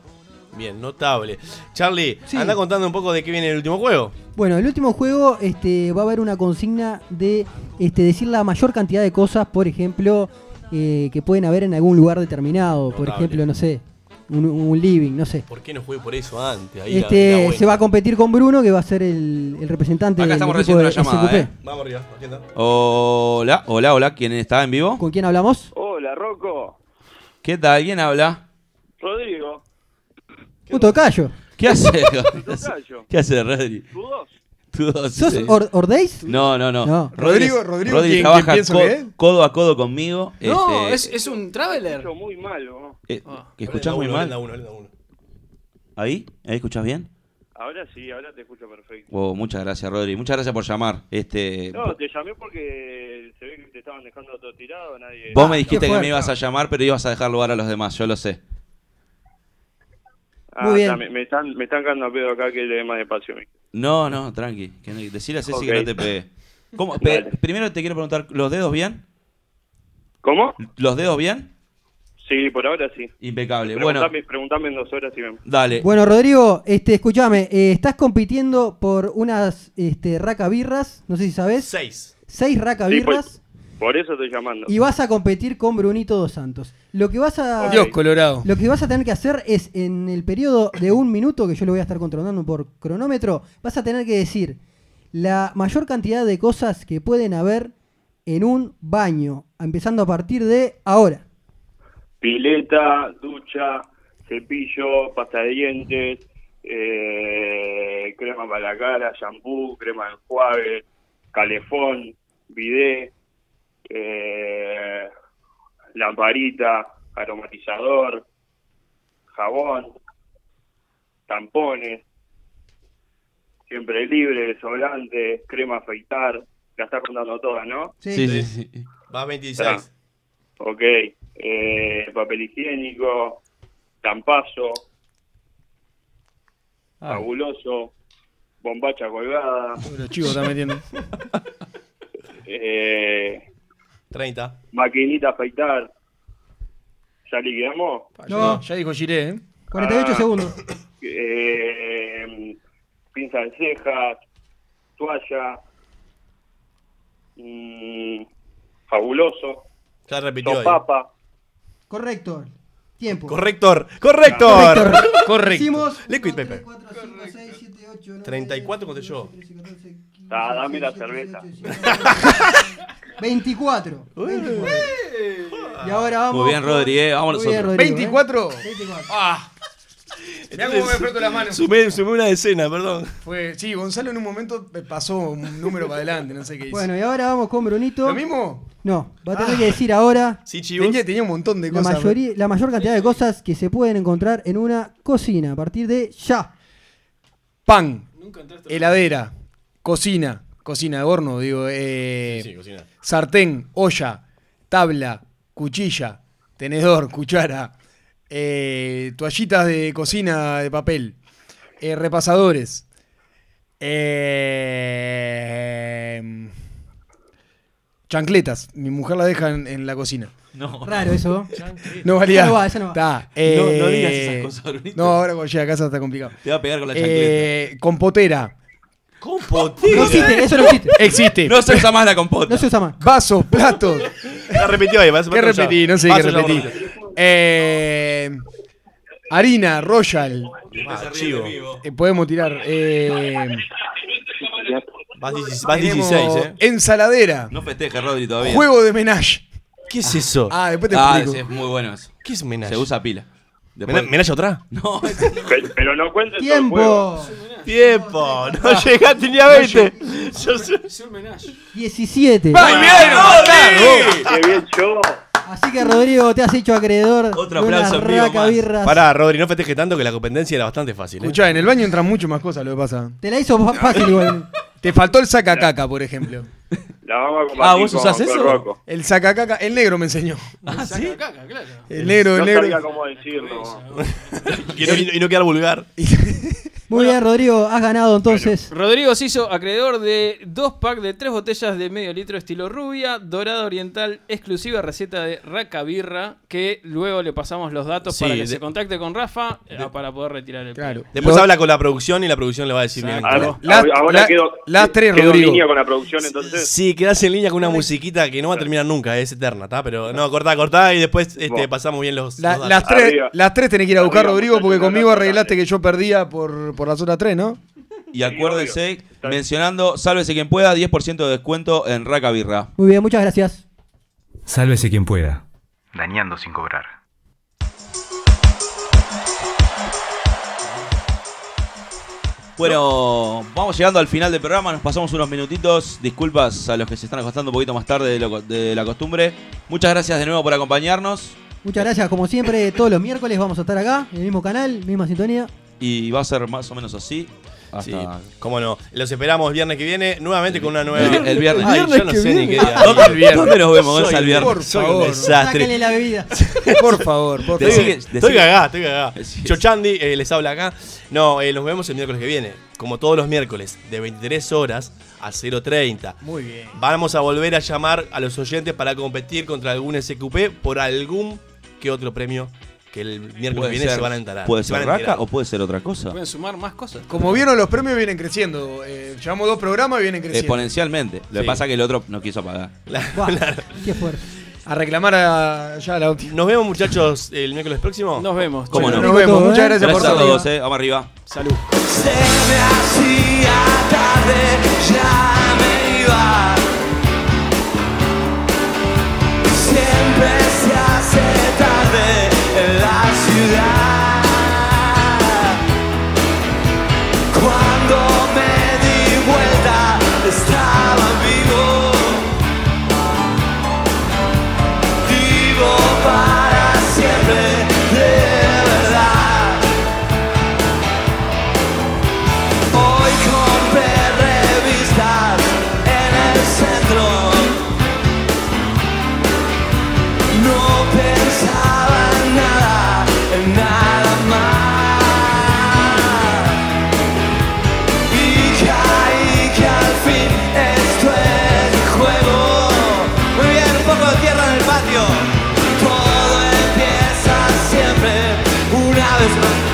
Speaker 3: Bien, notable. Charlie, anda contando un poco de qué viene el último juego.
Speaker 6: Bueno, el último juego este, va a haber una consigna de este, decir la mayor cantidad de cosas, por ejemplo, eh, que pueden haber en algún lugar determinado. Por
Speaker 3: Notable.
Speaker 6: ejemplo, no sé, un, un living, no sé.
Speaker 3: ¿Por qué no jugué por eso antes? Ahí la- la
Speaker 6: Este,
Speaker 3: buena.
Speaker 6: se va a competir con Bruno, que va a ser el, el representante
Speaker 2: Acá
Speaker 6: del
Speaker 2: estamos
Speaker 6: equipo
Speaker 2: recibiendo
Speaker 6: de
Speaker 2: la llamada,
Speaker 6: SQP.
Speaker 2: eh.
Speaker 3: Vamos arriba, atienda.
Speaker 2: Hola, hola, hola. ¿Quién está en vivo?
Speaker 6: ¿Con quién hablamos?
Speaker 17: Hola, Rocco.
Speaker 2: ¿Qué tal? ¿Quién habla?
Speaker 17: Rodrigo.
Speaker 6: Un tocayo.
Speaker 2: ¿Qué hace?
Speaker 17: Tocayo.
Speaker 2: ¿Qué hace, Rodri?
Speaker 17: ¿Tú dos?
Speaker 2: Tú dos,
Speaker 6: ¿Sos
Speaker 2: sí.
Speaker 6: Or- Ordeiz?
Speaker 2: No, no, no.
Speaker 6: No.
Speaker 5: Rodrigo- Rodrigo,
Speaker 2: Rodri
Speaker 5: ¿quién-
Speaker 2: trabaja
Speaker 5: quién pienso
Speaker 2: co-
Speaker 5: que es?
Speaker 2: codo a codo conmigo.
Speaker 4: No,
Speaker 2: este,
Speaker 4: es, es un traveler.
Speaker 17: Muy malo. Ah.
Speaker 2: eh, que escuchás
Speaker 3: Lenda
Speaker 2: muy
Speaker 3: uno, lenda
Speaker 2: mal.
Speaker 3: uno, lenda uno.
Speaker 2: ¿Ahí? ¿Ahí escuchás bien?
Speaker 17: Ahora sí, ahora te escucho perfecto.
Speaker 2: Wow, muchas gracias, Rodri. Muchas gracias por llamar. Este,
Speaker 17: No, te llamé porque se ve que te estaban dejando todo tirado, nadie...
Speaker 2: Vos me dijiste que me
Speaker 6: Ah, fuerte.
Speaker 2: ibas a llamar, pero ibas a dejar lugar a los demás, yo lo sé.
Speaker 17: Ah,
Speaker 6: Muy bien.
Speaker 17: está, me, me están, me están cagando a pedo acá que le dé más espacio a mí.
Speaker 2: No, no, tranqui. que no- Decirle a Ceci que
Speaker 17: Ok.
Speaker 2: no te pegue. ¿Cómo? Pe- Primero te quiero preguntar, ¿los dedos bien?
Speaker 17: ¿Cómo?
Speaker 2: ¿Los dedos bien?
Speaker 17: Sí, por ahora sí.
Speaker 2: Impecable. Bueno,
Speaker 17: Preguntame, preguntame en dos horas si me...
Speaker 5: Eh,
Speaker 2: dale.
Speaker 6: Bueno, Rodrigo, este, escúchame, eh, estás compitiendo por unas este, raca birras, no sé si sabes.
Speaker 3: Seis.
Speaker 6: Seis raca
Speaker 17: Sí, pues,
Speaker 6: birras.
Speaker 17: Por eso estoy llamando.
Speaker 6: y vas a competir con Brunito Dos Santos. Lo que vas a
Speaker 5: Dios colorado.
Speaker 6: lo que vas a tener que hacer es en el periodo de un minuto que yo lo voy a estar controlando por cronómetro, vas a tener que decir la mayor cantidad de cosas que pueden haber en un baño, empezando a partir de ahora.
Speaker 17: Pileta, ducha, cepillo, pasta de dientes, eh, crema para la cara, shampoo, crema de enjuague, calefón, bidé, eh, lamparita, aromatizador, jabón, tampones, siempre libre, desodorante, crema afeitar, la está contando todas, ¿no?
Speaker 3: Sí, sí, sí. Va 26.
Speaker 17: Ah, Ok, eh, papel higiénico, tampazo, Ah,
Speaker 3: Ah.
Speaker 17: fabuloso, bombacha colgada.
Speaker 5: Los chivos están metiendo.
Speaker 17: Eh,
Speaker 3: 30.
Speaker 17: Maquinita afeitar. ¿Ya liquidamos?
Speaker 5: No, ya dijo Giré, ¿eh?
Speaker 6: 48
Speaker 17: Ah.
Speaker 6: segundos.
Speaker 17: Eh, pinza de cejas, toalla. mm, fabuloso.
Speaker 3: Ya repitió. ahí.
Speaker 17: Sopapa.
Speaker 6: Correcto. Tiempo.
Speaker 3: Corrector, corrector.
Speaker 6: Corrector.
Speaker 3: Correcto.
Speaker 6: Hicimos
Speaker 3: Liquid Pepper. 34 conté yo.
Speaker 17: Ah, dame la cerveza.
Speaker 6: 24. 24. Y ahora vamos.
Speaker 2: Muy bien, Rodri, eh, vamos
Speaker 6: Muy bien,
Speaker 2: nosotros.
Speaker 6: Rodrigo, eh.
Speaker 5: 24.
Speaker 3: Ah.
Speaker 5: Mirá cómo me froto las manos.
Speaker 3: Sumé, sumé una decena, perdón.
Speaker 5: Fue, sí, Gonzalo en un momento me pasó un número para adelante, no sé qué hizo.
Speaker 6: Bueno, y ahora vamos con Brunito.
Speaker 5: ¿Lo mismo? Ah.
Speaker 6: No, va a
Speaker 3: Ah.
Speaker 6: tener que decir ahora
Speaker 3: Sí, chivos.
Speaker 5: tenía, tenía un montón de
Speaker 6: la,
Speaker 5: cosas.
Speaker 6: mayoría, la mayor cantidad de cosas que se pueden encontrar en una cocina a partir de ya.
Speaker 5: Pan, heladera, cocina, cocina de horno, digo, eh,
Speaker 3: Sí, cocina.
Speaker 5: sartén, olla, tabla, cuchilla, tenedor, cuchara, eh, toallitas de cocina de papel, eh, repasadores. eh, chancletas, mi mujer la deja en, en la cocina.
Speaker 2: No.
Speaker 6: Raro eso.
Speaker 5: No valía.
Speaker 6: Esa no va, esa no va.
Speaker 5: Está,
Speaker 2: No- no
Speaker 5: eh,
Speaker 2: digas esas cosas, Brunito.
Speaker 5: No, ahora cuando llega a casa está complicado.
Speaker 2: Te va a pegar con la
Speaker 5: Eh, compotera.
Speaker 2: Compotera.
Speaker 6: No existe, eso no existe.
Speaker 5: Existe.
Speaker 2: No se usa más la compota.
Speaker 6: No se usa más.
Speaker 5: Vasos, platos.
Speaker 3: La repitió ahí, vas a
Speaker 5: ¿Qué
Speaker 3: matar ya.
Speaker 5: repetí? No sé qué
Speaker 3: Vas a ya,
Speaker 5: repetí.
Speaker 3: borracho.
Speaker 5: Eh, harina, royal.
Speaker 3: Ah, chivo.
Speaker 5: Eh, podemos tirar. eh,
Speaker 3: Vas, 16, vas
Speaker 5: tenemos
Speaker 3: 16, eh.
Speaker 5: Ensaladera.
Speaker 2: No festeje, Rodri, todavía.
Speaker 5: Juego de menage.
Speaker 3: ¿Qué es eso?
Speaker 5: Ah, después te
Speaker 2: Ah, ese
Speaker 5: explico.
Speaker 2: es muy bueno eso.
Speaker 3: ¿Qué es homenaje?
Speaker 2: Se usa pila. Después-
Speaker 3: ¿Mena- ¿Menage otra?
Speaker 2: No, ese no.
Speaker 17: Pe- Pero no cuentes todo el juego.
Speaker 6: Tiempo.
Speaker 3: Tiempo, no llegaste ni a 20. Yo sé-
Speaker 6: 17.
Speaker 17: ¡Qué bien yo!
Speaker 6: Así que Rodrigo, te has hecho acreedor
Speaker 2: Otro
Speaker 6: de unas
Speaker 2: aplauso en vivo
Speaker 6: raca
Speaker 2: más.
Speaker 6: birras.
Speaker 3: Pará, Rodri, no festeje tanto que la competencia era bastante fácil. ¿eh?
Speaker 5: Escuchá, en el baño entran mucho más cosas lo que pasa.
Speaker 6: Te la hizo fa- fácil igual.
Speaker 5: Te faltó el sacacaca, por ejemplo.
Speaker 17: La vamos a compartir
Speaker 3: Ah, ¿vos
Speaker 17: con-
Speaker 3: usás
Speaker 17: con
Speaker 3: eso?
Speaker 17: Rocco.
Speaker 5: El sacacaca, el negro me enseñó.
Speaker 4: Ah, ¿sí? Caca, claro.
Speaker 5: Eh, El negro, el
Speaker 17: No sabía
Speaker 5: negro.
Speaker 17: cómo decirlo.
Speaker 3: Y no, y no quedar vulgar.
Speaker 6: Muy bien, Rodrigo, has ganado entonces.
Speaker 4: Rodrigo se hizo acreedor de dos packs de tres botellas de medio litro estilo rubia, dorada oriental, exclusiva receta de Raca Birra, que luego le pasamos los datos
Speaker 3: Sí,
Speaker 4: para que
Speaker 3: de-
Speaker 4: se contacte con Rafa eh, para poder retirar el
Speaker 5: Claro.
Speaker 3: Después
Speaker 5: Lo-
Speaker 3: habla con la producción y la producción le va a decir bien.
Speaker 17: Ahora-
Speaker 5: Claro. La-
Speaker 17: Ah, ahora
Speaker 5: la-
Speaker 17: quedo,
Speaker 5: las tres,
Speaker 17: quedo en
Speaker 5: Rodrigo.
Speaker 17: línea con la producción, entonces.
Speaker 3: Sí, quedás en línea con una musiquita que no va a terminar nunca, es eterna, ¿está? Pero no, cortá, cortá y después este,
Speaker 17: Bueno.
Speaker 3: pasamos bien los.
Speaker 5: La-
Speaker 3: los datos.
Speaker 5: las, tres,
Speaker 17: Arriba.
Speaker 5: las tres tenés que ir a buscar,
Speaker 17: Arriba,
Speaker 5: Rodrigo, porque
Speaker 17: muchachos,
Speaker 5: conmigo
Speaker 17: adelante.
Speaker 5: arreglaste que yo perdía por, por las otras tres, ¿no?
Speaker 2: Y acuérdense, mencionando, sálvese quien pueda, 10% de descuento en Raca Birra.
Speaker 6: Muy bien, muchas gracias.
Speaker 1: Sálvese quien pueda.
Speaker 10: Dañando sin cobrar.
Speaker 2: Bueno, vamos llegando al final del programa, nos pasamos unos minutitos. Disculpas a los que se están acostando un poquito más tarde de, lo co- de la costumbre. Muchas gracias de nuevo por acompañarnos.
Speaker 6: Muchas gracias, como siempre, todos los miércoles vamos a estar acá, en el mismo canal, misma sintonía.
Speaker 2: Y va a ser más o menos así. Hasta
Speaker 3: Sí, cómo no. Los esperamos viernes que viene, nuevamente con una nueva.
Speaker 2: el, el viernes.
Speaker 3: Ay, yo no sé ni qué día.
Speaker 2: ¿Dónde, dónde nos vemos?
Speaker 3: Soy
Speaker 2: Gonza, el viernes?
Speaker 5: Por
Speaker 3: Soy un
Speaker 5: favor.
Speaker 3: desastre.
Speaker 6: Sáquenle la bebida.
Speaker 5: Por favor, por
Speaker 2: Te
Speaker 5: favor.
Speaker 3: Estoy,
Speaker 2: sigue-
Speaker 3: estoy
Speaker 2: decime-
Speaker 3: cagá, estoy cagá.
Speaker 2: Así es.
Speaker 3: Chochandi eh, les habla acá. No, eh, nos vemos el miércoles que viene. Como todos los miércoles, de 23 horas a 0.30.
Speaker 5: Muy bien.
Speaker 3: Vamos a volver a llamar a los oyentes para competir contra algún SQP por algún que otro premio que el miércoles que
Speaker 2: Puede
Speaker 3: viene
Speaker 2: ser,
Speaker 3: se van a enterar.
Speaker 2: puede
Speaker 3: Se
Speaker 2: ser
Speaker 3: van a
Speaker 2: Raca
Speaker 3: enterar.
Speaker 2: o puede ser otra cosa.
Speaker 4: Pueden sumar más cosas.
Speaker 5: Como vieron, los premios vienen creciendo. Eh, llevamos dos programas y vienen
Speaker 3: Eh,
Speaker 5: creciendo.
Speaker 2: Exponencialmente. Lo
Speaker 3: Sí.
Speaker 2: que pasa es que el otro no quiso pagar.
Speaker 6: Buah, Qué esfuerzo.
Speaker 5: A reclamar a, ya a la última.
Speaker 3: Nos vemos, muchachos, el miércoles próximo.
Speaker 4: Nos vemos.
Speaker 2: ¿Cómo
Speaker 5: Nos
Speaker 2: no?
Speaker 5: vemos.
Speaker 6: Todo,
Speaker 5: Muchas
Speaker 6: ¿eh?
Speaker 5: gracias,
Speaker 2: Gracias a
Speaker 5: por todo.
Speaker 2: todos, eh. Vamos arriba.
Speaker 4: Salud.
Speaker 9: Se me hacía tarde, ya me iba. vez más. Oh, ah,